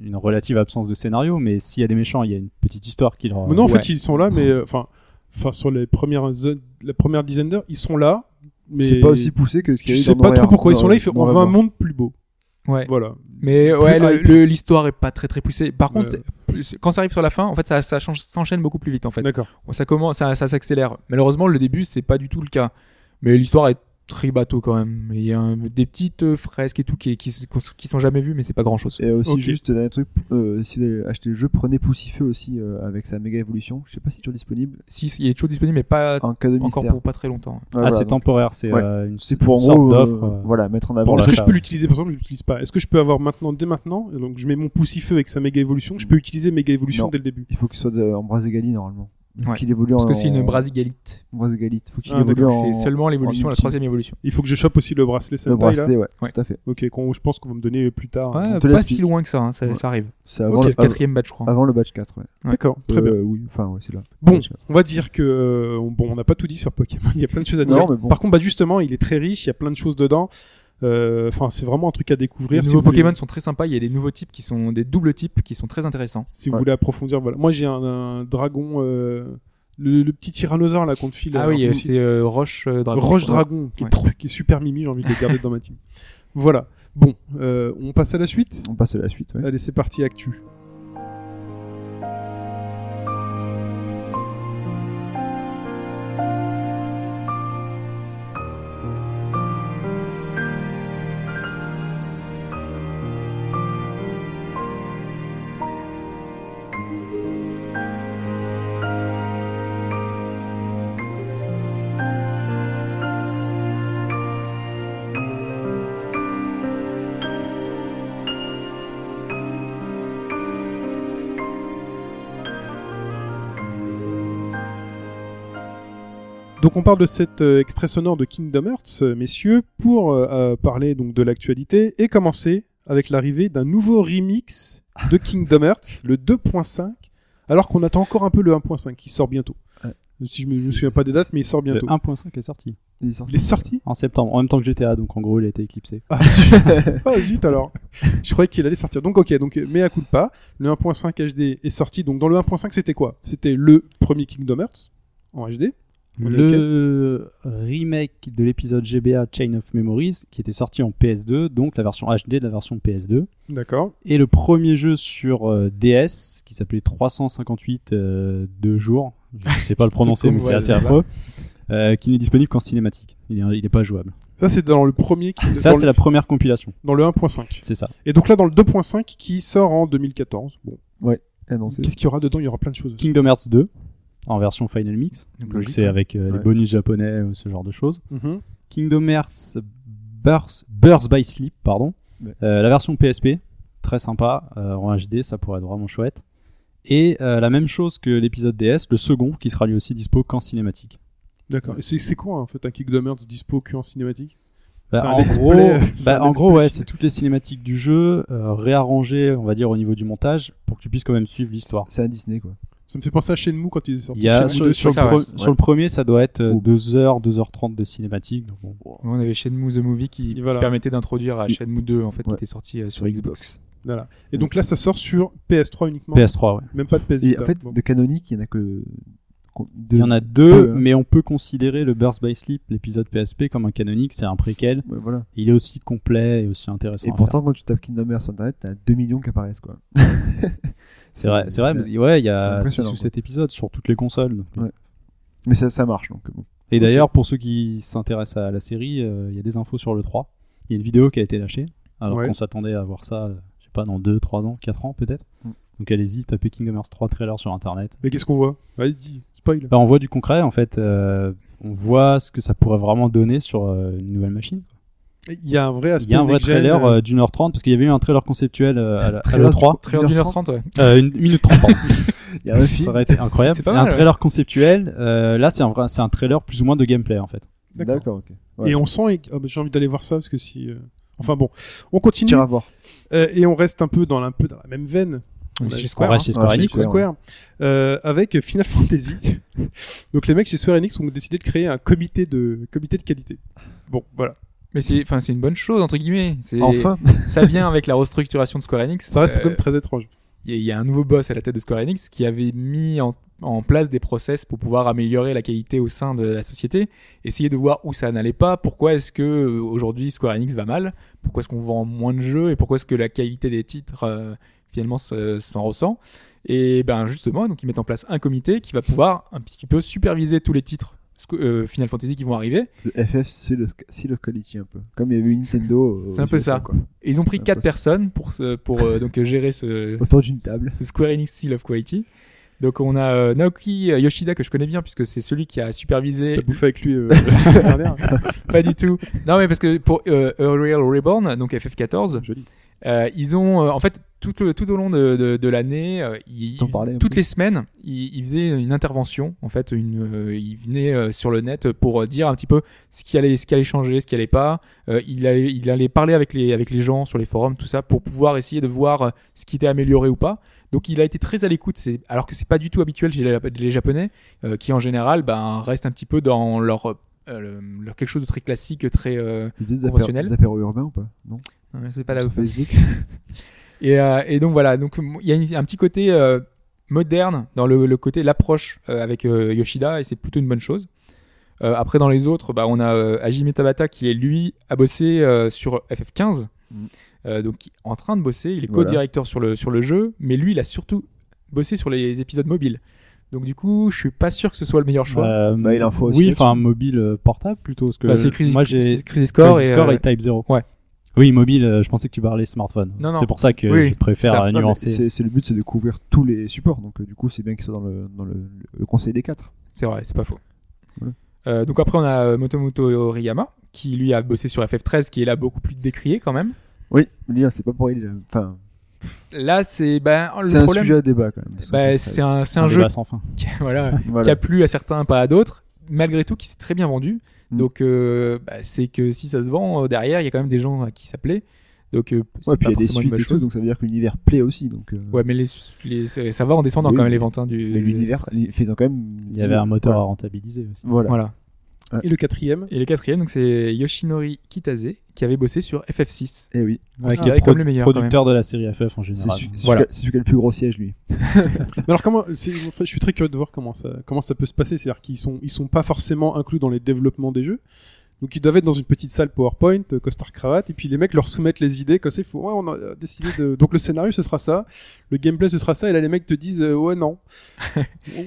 une relative absence de scénario, mais s'il y a des méchants, il y a une petite histoire qui leur. Ah,
Mais non, en
Ouais.
fait, ils sont là, mais euh, enfin, enfin sur les premières, zo- la première dizaine d'heures, ils sont là, mais
C'est pas aussi poussé que ce
Tu
qu'il y a eu
sais
dans
pas
Noir et
trop pourquoi ils
Ar-
sont là. Il fait,
dans
on
Noir et
veut un
Blanc.
monde plus beau.
Ouais.
Voilà.
Mais ouais, le-
hype.
le- l'histoire est pas très très poussée. Par contre,
Ouais.
c'est- plus- quand ça arrive sur la fin, en fait, ça, ça change- s'enchaîne beaucoup plus vite. En fait,
D'accord.
ça commence, ça, ça s'accélère. Malheureusement, le début, c'est pas du tout le cas. Mais l'histoire est très bateau quand même. Il y a un- des petites euh, fresques et tout qui, qui, qui sont jamais vues, mais c'est pas grand chose.
Et aussi
Ok.
juste dernier truc, euh, si vous allez acheter le jeu, prenez Poussifeu aussi euh, avec sa méga évolution. Je sais pas si c'est toujours disponible
Si, il est toujours disponible, mais pas
en cas de
Ah, encore
mystère.
pour pas très longtemps. hein.
Ouais,
Ah,
voilà,
c'est
donc
temporaire, c'est
Ouais.
euh, une,
c'est pour en
une sorte
gros euh,
d'offre. euh,
voilà, mettre en avant.
Pour
Est-ce
la-
que
l'achat.
je peux l'utiliser Par exemple, je l'utilise pas. Est-ce que je peux avoir maintenant, dès maintenant, et donc je mets mon poussifeu avec sa méga évolution, je peux utiliser méga évolution
Non.
dès le début
Il faut qu'il soit de- en bras égali normalement. Il faut
Ouais.
qu'il évolue
Parce
en
que c'est une brasigalite.
en bras égalite. Il faut qu'il
Ah,
évolue
d'accord,
en
C'est seulement l'évolution,
en
la
ultime.
troisième évolution.
Il faut que je chope aussi le bracelet
le
Sentai là.
bracelet, ouais,
Ouais.
tout à fait.
Ok, qu'on- je pense qu'on va me donner plus tard.
Ouais,
te
pas
l'explique.
si loin que ça, hein, ça,
Ouais.
ça arrive.
C'est avant,
Ok.
le-
C'est le quatrième batch, je crois.
avant le batch 4. Ouais.
D'accord, très
Euh,
bien.
Oui, enfin, ouais, c'est là.
Bon,
Batch 4.
on va dire que euh, bon, on n'a pas tout dit sur Pokémon. Il y a plein de choses à dire.
Non, mais bon.
Par contre, bah justement, il est très riche. Il y a plein de choses dedans. Euh, Enfin, c'est vraiment un truc à
Les
découvrir. si
nouveaux
vous voulez-
Pokémon sont très sympas. Il y a des nouveaux types qui sont des doubles types qui sont très intéressants.
si vous
Ouais.
voulez approfondir. Voilà. Moi, j'ai un, un dragon, euh, le, le petit tyrannosaure là qu'on te file.
Ah
euh,
oui,
en
euh,
fait,
c'est euh, Roche euh, Dragon.
Roche Dragon, qui, est
Ouais.
trop- qui est super mimi, j'ai envie de le garder dans ma team. Voilà. Bon, euh, on passe à la suite.
On passe à la suite. ouais.
Allez, c'est parti, Actu. Donc on parle de cet euh, extrait sonore de Kingdom Hearts, euh, messieurs, pour euh, euh, parler donc de l'actualité et commencer avec l'arrivée d'un nouveau remix de Kingdom Hearts, le 2.5, alors qu'on attend encore un peu le 1.5 qui sort bientôt.
Ouais.
Si je me, je me souviens pas des dates, mais il sort
Le
bientôt.
1.5 est sorti
Il est sorti.
Il est sorti
en septembre, en même temps que GTA, donc en gros, il a été éclipsé.
Ah zut, Ah, zut, alors. Je croyais qu'il allait sortir. Donc ok, donc euh, mais à coup de pas, le 1.5 HD est sorti. Donc dans le 1.5 c'était quoi C'était le premier Kingdom Hearts en HD.
Le euh, remake de l'épisode GBA Chain of Memories, qui était sorti en PS2, donc la version HD de la version PS2.
D'accord.
Et le premier jeu sur euh, DS, qui s'appelait 358 euh, deux jours, je sais pas le prononcer, mais
Ouais,
c'est assez
c'est ça.
affreux, euh, qui n'est disponible qu'en cinématique. Il est, il est pas jouable.
Ça c'est dans le premier Kingdom
Ça,
dans,
c'est
le-
la première compilation.
dans le 1.5.
C'est ça.
Et donc là, dans le 2.5 qui sort en 2014. Bon,
Ah non, c'est-
qu'est-ce qu'il y aura dedans Il y aura plein de choses. aussi.
Kingdom Hearts 2, en version Final Mix.
Donc,
Donc,
logique,
c'est
ouais.
avec euh, les
Ouais.
bonus japonais, ou ce genre de choses.
Mhm.
Kingdom Hearts Birth, Birth by Sleep, pardon.
Ouais.
Euh, la version PSP, très sympa, euh, en HD, ça pourrait être vraiment chouette. Et euh, la même chose que l'épisode DS, le second, qui sera lui aussi dispo qu'en cinématique.
D'accord. Et C'est c'est quoi en fait un Kingdom Hearts dispo que en cinématique
Bah,
C'est un
en
let's
gros,
play, euh,
bah,
c'est un
en
let's
gros
play.
ouais, c'est toutes les cinématiques du jeu euh, réarrangées, on va dire, au niveau du montage, pour que tu puisses quand même suivre l'histoire.
c'est un Disney quoi.
Ça me fait penser à Shenmue quand il est sorti.
Il y a,
Shenmue
sur,
2
sur
ça,
le pre-
ouais.
sur le premier, ça doit être euh,
Oh.
2h, 2h30 de cinématique. donc bon.
On avait Shenmue The Movie qui, qui
Voilà.
permettait d'introduire à
Oui.
Shenmue 2 en fait qui
Ouais.
était sorti euh, sur Xbox.
Voilà. Et donc là, ça sort sur PS3 uniquement.
PS3, ouais.
Même pas de PS
Et
Vita.
en fait,
Bon.
de canonique, il y en a que.
Il y en a deux,
deux, hein.
mais on peut considérer le Burst by Sleep, l'épisode PSP, comme un canonique, c'est un préquel.
Ouais, voilà.
Il est aussi complet et aussi intéressant.
Et
à
pourtant, quand tu tapes Kingdom Hearts sur internet, t'as 2 millions qui apparaissent quoi.
faire. c'est vrai, c'est vrai. mais ouais, il y
c'est
a
impressionnant,
6 ou
quoi.
7 épisodes sur toutes les consoles. donc.
Ouais. Mais ça, ça marche donc. Bon.
Et d'ailleurs, pour ceux qui s'intéressent à la série, euh, il y a des infos sur le 3. Il y a une vidéo qui a été lâchée, alors
Ouais.
qu'on s'attendait à voir ça, euh, je sais pas, dans 2, 3 ans, 4 ans peut-être.
Mm.
Donc allez-y, tapez Kingdom Hearts 3 trailer sur internet.
Mais qu'est-ce qu'on voit Allez, dis, spoil.
Bah, on voit du concret en fait. euh, on voit ce que ça pourrait vraiment donner sur euh, une nouvelle machine.
Il y a un vrai aspect.
Il y a un vrai
next-gen,
trailer
euh,
euh, d'une heure trente, parce qu'il y avait eu un trailer conceptuel euh, à la- à
Trailer
l'E3.
Trailer d'une heure trente, ouais.
Euh, une minute trente, pardon.
Il y a un
Ça
film.
aurait été incroyable.
C'est pas mal,
un trailer conceptuel. euh, là, c'est un, vrai- c'est un trailer plus ou moins de gameplay en fait.
D'accord.
D'accord, ok. Ouais.
Et on sent. ah bah, J'ai envie d'aller voir ça parce que si. euh, Enfin bon, on continue
Tire à voir.
euh, et on reste un peu dans, la- un peu dans la même veine.
On est
Ouais,
chez
je
Square,
On
hein.
reste chez Square
Ouais,
Enix,
Enix Square euh, avec Final Fantasy. Donc les mecs chez Square Enix ont décidé de créer un comité de comité de qualité. Bon, voilà.
Mais c'est, enfin, c'est une bonne chose entre guillemets. C'est-
Enfin,
ça vient avec la restructuration de Square Enix.
Ça reste
Euh,
quand même très étrange.
Il y, a- il y a un nouveau boss à la tête de Square Enix qui avait mis en, en place des process pour pouvoir améliorer la qualité au sein de la société, essayer de voir où ça n'allait pas, pourquoi est-ce que euh, aujourd'hui Square Enix va mal, pourquoi est-ce qu'on vend moins de jeux et pourquoi est-ce que la qualité des titres euh, finalement se- s'en ressent. Et ben justement, donc ils mettent en place un comité qui va pouvoir un petit peu superviser tous les titres sco- euh, Final Fantasy qui vont arriver.
le FF, c'est le, sc- c'est le quality un peu. Comme il y avait eu Nintendo. euh,
C'est un peu
USA,
ça.
quoi.
Et ils ont pris
Ouais,
quatre
parce-
personnes pour ce- pour euh, donc gérer ce
Autour d'une table.
ce Square Enix Seal of Quality. Donc on a euh, Naoki euh, Yoshida que je connais bien puisque c'est celui qui a supervisé
T'as bouffé avec lui euh, la semaine dernière.
pas du tout. Non mais parce que pour euh, Unreal Reborn donc FF14,
Joli.
euh, ils ont euh, en fait tout le- tout au long de de, de l'année, euh, ils-
T'en parlais hein. un
toutes
peu.
les semaines, ils, ils faisaient une intervention en fait, une euh, ils venaient euh, sur le net pour euh, dire un petit peu ce qui allait ce qui allait changer, ce qui allait pas. Euh, il allait il allait parler avec les avec les gens sur les forums tout ça pour pouvoir essayer de voir euh, ce qui était amélioré ou pas. Donc il a été très à l'écoute, c'est- alors que c'est pas du tout habituel chez les, les Japonais, euh, qui en général ben, restent un petit peu dans leur, euh, le- leur quelque chose de très classique, très euh,
Ils faisaient des apéros-
Conventionnel.
des apéros urbains ou pas Non.
euh, c'est pas la
Sur Facebook.
Et, euh, et donc voilà, donc m- il y a une- un petit côté euh, moderne dans le, le côté l'approche euh, avec euh, Yoshida et c'est plutôt une bonne chose. Euh, après dans les autres, bah, on a euh, Hajime Tabata qui est lui à bosser euh, sur FF15,
Mm.
Euh, donc qui est en train de bosser. Il est
Voilà.
co-directeur sur le sur le jeu, mais lui il a surtout bossé sur les épisodes mobiles. Donc du coup, je suis pas sûr que ce soit le meilleur choix.
Euh,
Bah, il a un faux
oui,
aussi,
enfin mobile euh, portable plutôt. Parce que
Bah, c'est Crisis,
moi j'ai
Crisis Core
Crisis
et,
Core
euh,
et Type 0.
ouais.
Oui, mobile, euh, je pensais que tu parlais smartphone.
Non, non.
C'est pour ça que
Oui,
je préfère
c'est ça.
euh,
Ah, mais
nuancer.
c'est- C'est le but, c'est de couvrir tous les supports. Donc, euh, du coup, c'est bien qu'ils soient dans le, dans le, le conseil des quatre.
C'est vrai, c'est pas faux.
Voilà.
Euh, donc après on a euh, Motomoto Oriyama qui lui a bossé sur FF13 qui est là beaucoup plus décrié quand même.
Oui, mais là, c'est pas pour il. euh, Enfin,
Là c'est ben le
c'est un
problème.
sujet à débat quand même.
ben, c'est un c'est un
débat
jeu
sans fin.
qui, voilà, qui
Voilà.
a plu à certains pas à d'autres. Malgré tout qui s'est très bien vendu.
Mm.
Donc euh, bah, c'est que si ça se vend euh, derrière il y a quand même des gens à qui ça plaît. Donc euh, c'est
Ouais, puis
pas
il y a des
forcément une
suites
bonne
et tout,
chose.
donc ça veut dire que l'univers plaît aussi. Donc, euh,
Ouais mais les, les- c'est- ça va en descendant
Oui,
quand même les ventes hein, du.
mais l'univers, ils faisant quand même.
Il y avait un moteur à
Voilà.
rentabiliser aussi.
Voilà.
Voilà.
Et le quatrième.
Et le quatrième donc c'est Yoshinori Kitase qui avait bossé sur FF6.
Et Eh oui,
Ouais,
C'est
qui est
un
comme le meilleur, quand
producteur de la série FF en
c'est
général.
celui c'est
Voilà.
celui qui a- c'est celui qui a le plus gros siège, lui.
Mais alors comment c'est- enfin, Je suis très curieux de voir comment ça comment ça peut se passer. C'est-à-dire qu'ils sont ils sont pas forcément inclus dans les développements des jeux. Donc ils doivent être dans une petite salle PowerPoint, euh, costard cravate, et puis les mecs leur soumettent les idées comme ça. Il faut ouais on a décidé de donc le scénario ce sera ça, le gameplay ce sera ça, et là les mecs te disent euh, ouais non.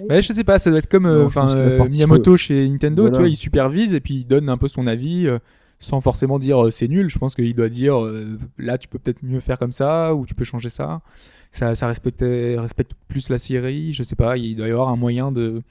Ouais, je sais pas, ça doit être comme
Non,
euh,
je
enfin,
pense qu'il va
euh,
participer.
Miyamoto chez Nintendo,
Voilà.
tu vois, il supervise et puis il donne un peu son avis euh, sans forcément dire euh, c'est nul. Je pense qu'il doit dire euh, là tu peux peut-être mieux faire comme ça ou tu peux changer ça. Ça, ça respecte, respecte plus la série, je sais pas, il doit y avoir un moyen de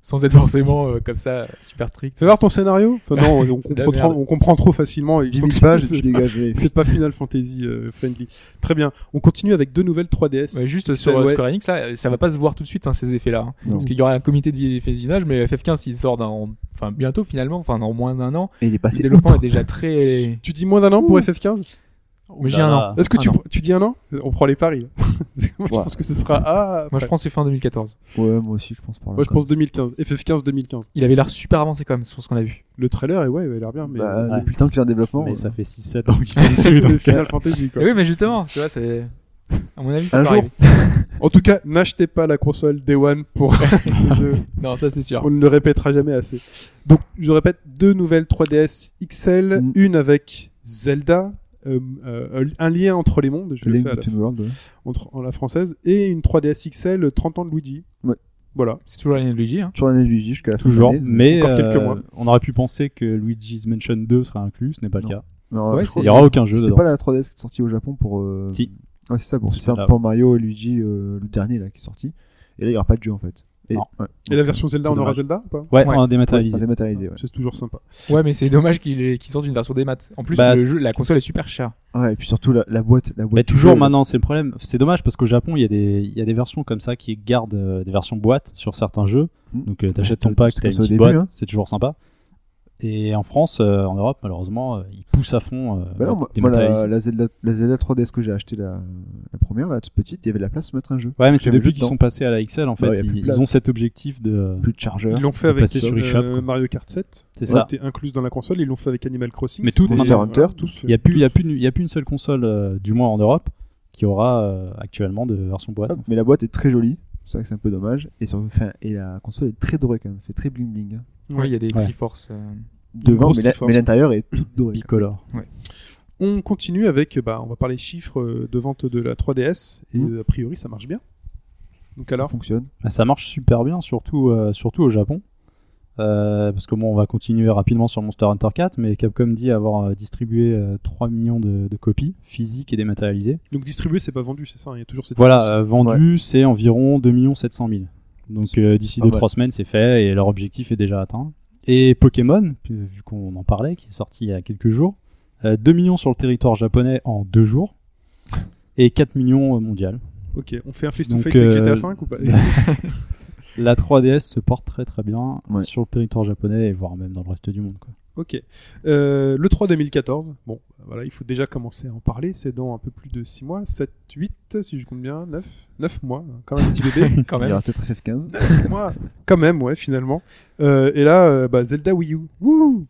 sans être forcément euh, comme ça super strict.
Tu veux voir ton scénario Enfin, non, on
C'est de la
comprend, trop,
merde.
on comprend trop facilement. Il
10
faut
000
que ça-
pages, tu dégages. les-
C'est pas Final Fantasy euh, friendly. Très bien. On continue avec deux nouvelles 3DS.
Ouais, juste sur
c'est-
euh,
ouais.
Square Enix, là, euh, ça va pas se voir tout de suite hein, ces effets-là. hein.
Non.
Parce qu'il y aura un comité de visionnage, mais FF15 il sort dans, enfin bientôt finalement, enfin dans moins d'un an.
Et il est
Le
passé.
développement
outre.
est déjà très.
Tu dis moins d'un an pour FF15
Mais j'ai un an.
Est-ce que
Ah, Un
tu,
Ah
an.
tu dis un an On prend les paris. Parce que Moi, je
Ouais.
pense que ce sera ah,
Moi, je
après.
pense que c'est fin 2014.
Ouais, moi aussi, je pense par là.
Moi, je
comme
pense
ça.
2015. FF15 2015.
Il avait l'air super avancé quand même sur ce qu'on a vu.
Le trailer, et ouais, il a l'air bien, mais
Bah,
euh,
Ouais.
Depuis le temps qu'il est en développement.
Mais
euh,
ça fait 6-7 ans qu'ils sont dessus.
le
donc, euh,
Final Fantasy. Quoi.
Et oui, mais justement, tu vois, c'est. À mon avis, ça
Un
peut
jour.
arriver.
En tout cas, n'achetez pas la console Day One pour ce jeu.
Non, ça c'est
Ah.
sûr.
On ne le répétera jamais assez. Donc, je répète, deux nouvelles 3DS XL,
Mm.
une avec Zelda, euh, euh, un lien entre les mondes, je le
Link
fais à la,
Between Worlds, ouais.
entre- en la française, et une 3DS XL euh, 30 ans de Luigi.
Ouais.
Voilà.
C'est toujours la ligne de Luigi. Hein.
Toujours l'année de Luigi jusqu'à la fin de
Toujours,
l'année.
mais
Encore quelques
euh,
mois.
on aurait pu penser que Luigi's Mansion 2 serait inclus, ce n'est pas
Non.
le cas.
Non,
Ouais,
je crois
Il
que
n'y aura aucun jeu
C'était
dedans.
pas la 3DS qui est sortie au Japon pour. euh,
Si.
Ouais, c'est ça, bon,
C'est
c'est un
là.
pour Mario et Luigi, euh, le dernier là qui est sorti. Et là, il n'y aura pas de jeu en fait. Et,
Non.
ouais.
Et la version Zelda,
C'est
on aura
dommage.
Zelda ou pas
Ouais,
Ouais.
en
Ouais,
dématérialisé.
dématérialisée, ouais.
C'est toujours sympa.
Ouais, mais c'est dommage qu'il ait- qu'il sorte une version des maths. En plus,
Bah-
le jeu, la console est super chère.
Ouais, et puis surtout la, la boîte. La boîte
Mais
du
Bah, toujours
jeu,
maintenant, c'est le problème. C'est dommage parce qu'au Japon, il y, a des, il y a des versions comme ça qui gardent euh, des versions boîtes sur certains jeux.
Mm.
Donc euh, t'achètes
C'était-
ton pack,
c'était comme
t'as une
ça au
petite
début,
boîte,
hein.
c'est toujours sympa. Et en France, euh, en Europe, malheureusement, euh, ils poussent à fond. euh,
Bah non,
ouais,
moi, moi,
dématérialisé.
la, la Zelda, la Zelda 3DS que j'ai acheté la, la première, la toute petite, il y avait de la place pour mettre un jeu.
Ouais, mais c'est
j'avais
depuis
juste
qu'ils
dans-
sont passés à la XL, en fait.
Bah Ouais, y a plus de
ils, ils
place.
ont cet objectif de.
Plus de chargeur.
Ils l'ont fait
de
avec
passer sur
euh,
eShop, quoi.
Mario Kart 7.
C'est
Ouais,
ça.
T'es incluse dans la console. Ils l'ont fait avec Animal Crossing.
Mais tout
c'était- euh,
Monster
Hunter,
voilà,
tous.
Il n'y a, plus- il y a, plus une- il y a plus une seule console, euh, du moins en Europe, qui aura euh, actuellement de version boîte.
Hop, mais la boîte est très jolie. C'est vrai que c'est un peu dommage. Et, sur, enfin, et la console est très dorée quand même. C'est très bling bling. hein.
Ouais.
Ouais, il y a des
Ouais.
Triforce. euh,
Devant,
grosse
mais la-
Triforce.
mais l'intérieur est toute dorée. quoi.
Bicolore.
On continue avec, bah, on va parler chiffres euh, de vente de la 3DS. Et
Mhm.
Mm.
euh, a priori, ça marche bien. Donc
Ça
alors,
fonctionne.
Bah, Ça marche super bien, surtout, euh, surtout au Japon. Euh, parce que bon, on va continuer rapidement sur Monster Hunter 4, mais Capcom dit avoir euh, distribué euh, 3 millions de, de copies physiques et dématérialisées.
donc distribué, c'est pas vendu, c'est ça. hein, Il y a toujours cette. différence.
Voilà, euh, vendu, c'est environ 2 700 000. Donc euh, d'ici
pas
2-3
mal.
semaines, c'est fait et leur objectif est déjà atteint. Et Pokémon, puis, euh, vu qu'on en parlait, qui est sorti il y a quelques jours, euh, 2 millions sur le territoire japonais en 2 jours et 4 millions euh, mondial.
Ok, on fait un face-to-face
Donc,
avec
euh,
GTA V ou pas
La 3DS se porte très très bien
Ouais.
sur le territoire japonais et voire même dans le reste du monde. Quoi.
Ok. Euh, le 3 2014, bon, bah, voilà, il faut déjà commencer à en parler. C'est dans un peu plus de 6 mois, 7, 8, si je compte bien, 9, 9 mois, hein, quand même un petit bébé.
Quand
Il y
même.
aura peut-être F15.
mois, quand même, ouais, finalement. Euh, et là, euh, bah, Zelda Wii U. Wouhou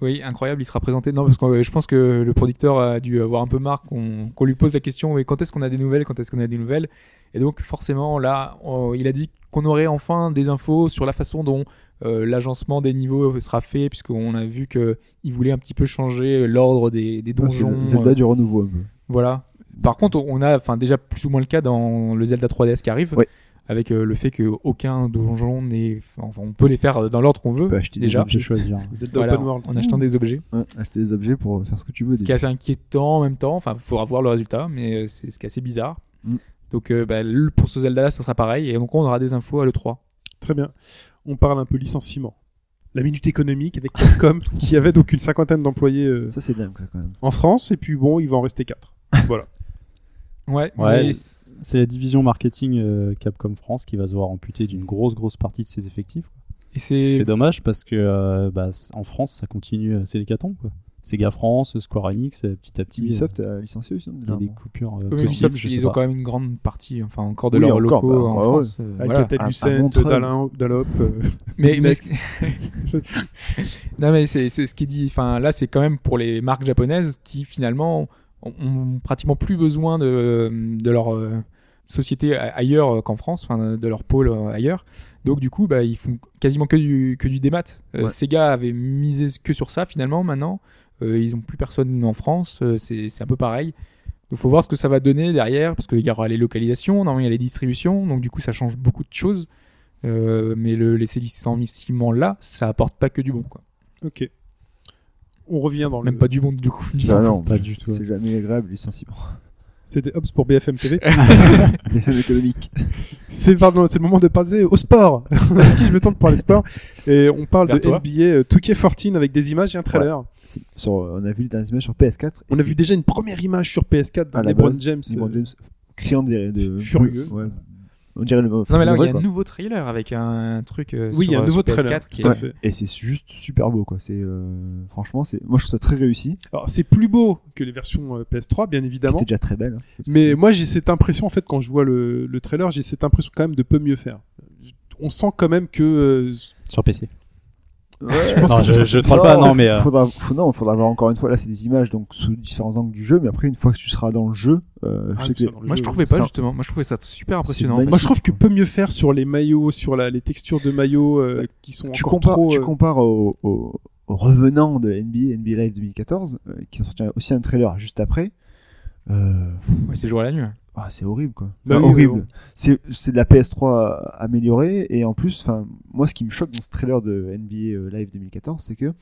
Oui, incroyable, il sera présenté. Non, parce que euh, je pense que le producteur a dû avoir un peu marre qu'on qu'on lui pose la question mais quand est-ce qu'on a des nouvelles Quand est-ce qu'on a des nouvelles Et donc, forcément, là, on- il a dit qu'on aurait enfin des infos sur la façon dont euh, l'agencement des niveaux euh, sera fait, puisqu'on a vu qu'il voulait un petit peu changer l'ordre des, des
Ouais, Ah, c'est
donjons.
le Zelda
euh,
du renouveau un peu.
Voilà. Par contre, on a enfin déjà plus ou moins le cas dans le Zelda 3DS qui arrive,
Oui.
avec euh, le fait qu'aucun donjon n'est. Enfin, on peut les faire euh, dans l'ordre qu'on veut.
Tu peux acheter des
déjà.
J'ai choisi. hein.
Zelda
Voilà,
Open World.
en achetant des objets.
Ouais, acheter des objets pour faire ce que tu veux.
Ce
des-
qui est assez inquiétant en même temps. Enfin, il faudra voir le résultat, mais euh, c'est ce qui est assez bizarre.
Mm.
Donc, euh, bah, le- pour ce Zelda-là, ça sera pareil. Et donc, on aura des infos à l'E3.
Très bien. On parle un peu licenciement. La minute économique avec Capcom, qui avait donc une cinquantaine d'employés euh,
Ça, c'est dingue, ça quand même.
en France, et puis bon, il va en rester 4. Voilà.
Ouais,
Ouais.
mais c'est-
C'est la division marketing euh, Capcom France qui va se voir amputée d'une grosse grosse partie de ses effectifs.
et
C'est
c'est.
dommage parce que euh, bah, c- en France ça continue, euh, c'est l'hécatombe quoi. Sega France, Square Enix, euh, petit à petit, euh,
Ubisoft a licencié aussi.
il y a des
dernièrement.
coupures. euh,
Eux,
possibles,
Ubisoft,
je sais
ils ont
pas.
quand même une grande partie, enfin encore de
Oui,
leurs
encore,
locaux
bah,
en
bah,
France. euh,
Avec
voilà.
un- un
Hôtel Lucent,
Montreuil.
Dalin, Dalop. euh,
Mais, mais
Next.
ce- non mais c'est c'est ce qui dit. Enfin là, c'est quand même pour les marques japonaises qui finalement ont, ont pratiquement plus besoin de, de leur euh, société a- ailleurs euh, qu'en France, enfin de leur pôle euh, ailleurs. Donc du coup, bah, ils font quasiment que du que du démat. Euh,
Ouais.
Sega avait misé que sur ça finalement. Maintenant, euh, ils ont plus personne en France. Euh, c'est c'est un peu pareil. Il faut voir ce que ça va donner derrière, parce qu'il y aura les localisations, normalement il y a les distributions, donc du coup ça change beaucoup de choses. Euh, mais le, les licenciements là, ça apporte pas que du bon, quoi.
ok. On revient dans le.
Même pas du bon du coup. Du
Bah
bon.
non,
Pas du tout.
c'est jamais agréable, licenciement.
C'était Hobbs pour BFM TV.
Les femmes économiques.
C'est pardon, c'est le moment de passer au sport. À qui je me tente pour parler sport Et on parle
Vers
de
toi.
NBA 2K14 avec des images et un trailer.
C'est- Sur, on a vu les dernières images sur PS4. et
On a
c'est
vu déjà une première image sur PS4
À
de
la
LeBron
base,
James.
LeBron
euh,
James criant des, de
Furieux.
Ouais. On dirait le.
Non mais là il y a
quoi.
un nouveau trailer avec un truc euh,
Oui, il y a
sur,
un
euh,
nouveau
sur PS4
trailer.
qui
Tout à
est-
fait.
Et c'est juste super beau quoi. C'est euh, franchement c'est. Moi je trouve ça très réussi.
Alors c'est plus beau que les versions euh, PS3 bien évidemment.
C'était déjà très belle. hein.
Mais moi j'ai cette impression en fait quand je vois le, le trailer, j'ai cette impression quand même de peu mieux faire. On sent quand même que euh,
Sur PC.
Ouais.
Non, je, je troll pas, non mais euh,
Faudra, faut- non, faudra voir encore une fois. Là, c'est des images donc sous différents angles du jeu, mais après, une fois que tu seras dans le jeu, euh,
Ah,
je sais
tout ça
que
dans le
Moi je
jeu.
trouvais pas
Ça-
justement. Moi je trouvais ça super impressionnant.
C'est
moi je trouve
magnifique,
que
quoi.
peu mieux faire sur les maillots, sur la, les textures de maillots euh, qui sont
Bah, tu
encore
compares,
trop,
tu
euh,
compares au, au- au revenant de la NBA, NBA Live 2014, euh, qui ont sorti aussi un trailer juste après. Euh,
Ouais, c'est jour à la nuit. ouais.
Ah, c'est horrible quoi.
Bah oui,
Enfin,
mais
horrible.
bon.
C'est c'est de la PS3 améliorée et en plus, enfin, moi ce qui me choque dans ce trailer de NBA euh, Live 2014, c'est que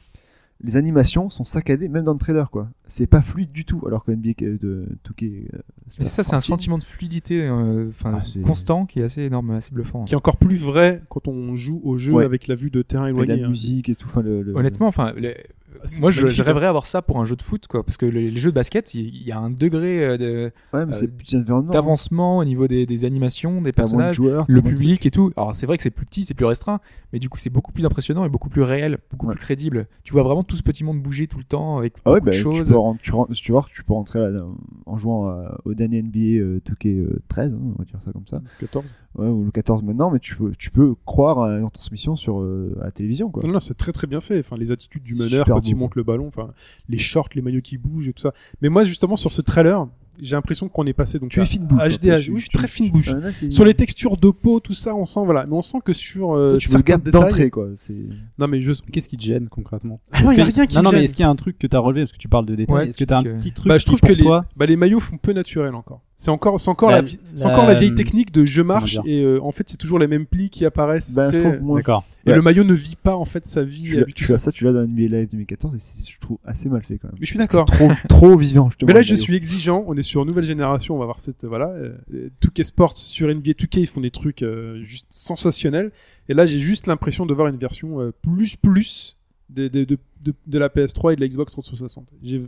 les animations sont saccadées, même dans le trailer, quoi. C'est pas fluide du tout, alors que NBA euh, de 2K, euh,
Et ça, c'est un
14,
sentiment de fluidité euh, enfin,
Ah, c'est-
constant qui est assez énorme, assez bluffant. hein.
Qui est encore plus vrai quand on joue au jeu
Ouais.
avec la vue de terrain
avec
éloignée.
la
hein.
musique et tout. Enfin, le, le-
Honnêtement, enfin, le-
Ah,
c'est
moi, je,
magnifique,
je
hein.
rêverais avoir ça pour un jeu de foot, quoi, parce que le- les, jeux de basket, il il y, a un degré euh, de-
ouais, mais c'est
euh,
petit environnement. hein.
d'avancement au niveau des, des animations, des
T'as moins de
personnages,
joueurs,
le
t'as moins de-
public et tout. Alors, c'est vrai que c'est plus petit, c'est plus restreint, mais du coup, c'est beaucoup plus impressionnant et beaucoup plus réel, beaucoup
Ouais.
plus crédible. Tu vois vraiment tout ce petit monde bouger tout le temps avec
Ah ouais,
beaucoup
bah,
de
tu, peux
choses.
rentrer- tu, ren- tu vois que tu peux rentrer là, dans- en jouant à- au dernier NBA euh, 2K13, hein, on va dire ça comme ça,
14.
ouais, ou le 14 maintenant, mais tu peux, tu peux croire à une transmission sur euh, à la télévision. Quoi.
Non, non, c'est très très bien fait. Enfin, les attitudes du meneur
Super
quand il
beau.
monte le ballon, enfin, les shorts, les maillots qui bougent et tout ça. Mais moi, justement, sur ce trailer, j'ai l'impression qu'on est passé donc
Tu
à-
es fine bouche.
HD,
toi, toi,
oui,
tu-
je suis
tu-
très fine
tu-
bouche.
Ah, là, c'est-
sur les textures de peau, tout ça, on sent voilà, mais on sent que sur euh,
Toi, tu veux le
certains
gap
détails-
d'entrée, quoi. c'est-
Non, mais je.
Qu'est-ce qui te gêne concrètement
non,
Est-ce
y a
que-
rien qui
non,
me
non, mais
gêne.
est-ce qu'il y a un truc que tu as relevé Parce que tu parles de détails.
Ouais,
Est-ce que tu as un
que-
petit truc
Bah, je
qui,
trouve
pour
que les,
toi
bah, les maillots font peu naturel encore. C'est encore, c'est encore la,
La-
vie- c'est encore la
la-
vieille technique de je marche
Comment
et euh, en fait c'est toujours les mêmes plis qui apparaissent.
Bah, je
t'es-
trouve, moi,
D'accord.
Et
Ouais.
le maillot ne vit pas en fait sa vie.
tu l'as-
habituelle.
tu as ça, tu l'as dans NBA Live 2014, et c'est- je trouve assez mal fait quand même.
Mais je suis d'accord.
Trop, trop vivant, je te
Mais là,
vois,
je
Mario.
suis exigeant. On est sur une nouvelle génération. On va voir cette voilà. Euh, 2K Sports sur NBA 2K, ils font des trucs euh, juste sensationnels. Et là, j'ai juste l'impression de voir une version euh, plus plus des- des- de, de- de la PS3 et de la Xbox 360. J'ai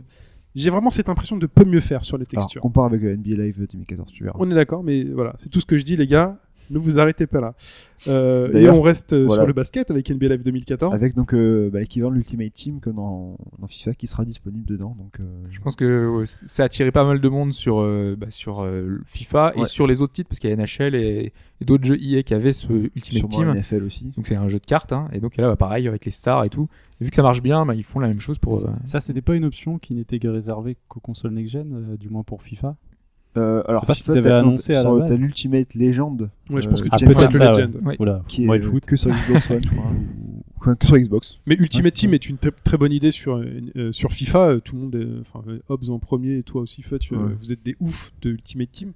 j'ai vraiment cette impression de peut mieux faire sur les
Alors,
textures.
compare avec euh, NBA Live 2014, tu verras.
on est d'accord, mais voilà, c'est tout ce que je dis, les gars. Ne vous arrêtez pas là. Euh, et
D'ailleurs,
on reste euh,
voilà.
sur le basket avec NBA Live 2014.
Avec donc euh, bah, l'équivalent de l'Ultimate Team que dans, dans FIFA qui sera disponible dedans. Donc, euh,
Je pense que euh, c- ça a attiré pas mal de monde sur, euh, bah, sur euh, FIFA et
Ouais.
sur les autres titres, parce qu'il y a NHL et, et d'autres jeux EA qui avaient ce Ultimate
sûrement
Team.
NFL aussi.
Donc c'est un jeu de cartes, hein, et donc là, bah, pareil, avec les stars et tout. Et vu que ça marche bien, bah, ils font la même chose pour... euh,
Ça, c'était pas une option qui n'était que réservée qu'aux consoles next-gen, euh, du moins pour FIFA.
Euh, alors,
C'est pas ce
FIFA,
qu'ils avaient
t'as-
annoncé à la
sur-
base.
T'as l'Ultimate Legend
Ouais, je pense que
Ah,
tu peux
peut-être
faire
ça,
le Legend.
ouais.
Voilà,
qui
moi,
est
le foot.
que sur Xbox One, je crois. ou- enfin, que sur Xbox.
Mais Ultimate
Ouais, c'est
Team
ça.
est une tr- très bonne idée sur, euh, euh, sur FIFA. euh, Tout le monde, est- enfin, euh, Hobbs en premier et toi aussi, Fudge, euh,
Ouais.
vous êtes des oufs de Ultimate Team.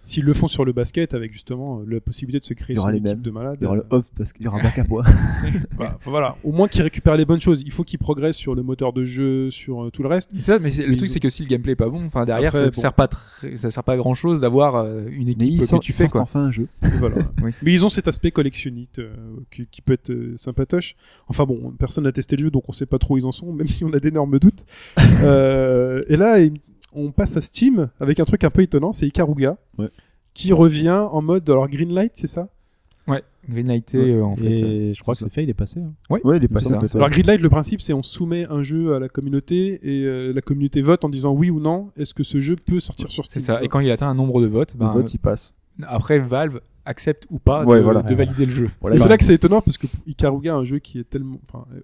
S'ils le font sur le basket avec justement euh, la possibilité de se créer
Il y aura
son
les
équipe
mêmes.
de malades,
Il y aura le
euh,
hop parce qu'il y aura bac à poids.
voilà, Bah, Enfin, voilà. au moins qu'ils récupèrent les bonnes choses. Il faut qu'ils progressent sur le moteur de jeu, sur euh, tout le reste.
Mais ça, mais c'est- le
Ils
truc
ont-
c'est que si le gameplay est pas bon, enfin derrière
Après,
ça,
bon.
sert pas très- ça sert pas à grand chose d'avoir euh, une
Mais
équipe
ils
que
sortent,
tu
ils
fais
sortent
quoi.
enfin un jeu.
Et voilà.
Oui.
Mais ils ont cet aspect collectionniste euh, qui, qui peut être euh, sympatoche. Enfin bon, personne n'a testé le jeu, donc on sait pas trop où ils en sont, même si on a d'énormes doutes. Euh, et là, il- on passe à Steam avec un truc un peu étonnant, c'est Ikaruga,
Ouais.
qui revient en mode alors Greenlight, c'est ça
Ouais, Greenlight
Ouais.
euh, en fait. euh,
Et je crois que c'est fait, il est passé. hein.
Ouais, il est
me
passé
semble
en
que
fait,
Alors
ouais.
Greenlight, le principe, c'est on soumet un jeu à la communauté et euh, la communauté vote en disant oui ou non, est-ce que ce jeu peut sortir sur
C'est
Steam
ça. Et quand il atteint un nombre de votes,
Le
ben,
vote, il passe.
après Valve accepte ou pas de,
Ouais, voilà.
de valider le jeu.
Voilà,
Et c'est
bah,
là que c'est étonnant parce que Ikaruga, un jeu qui est tellement, enfin, euh,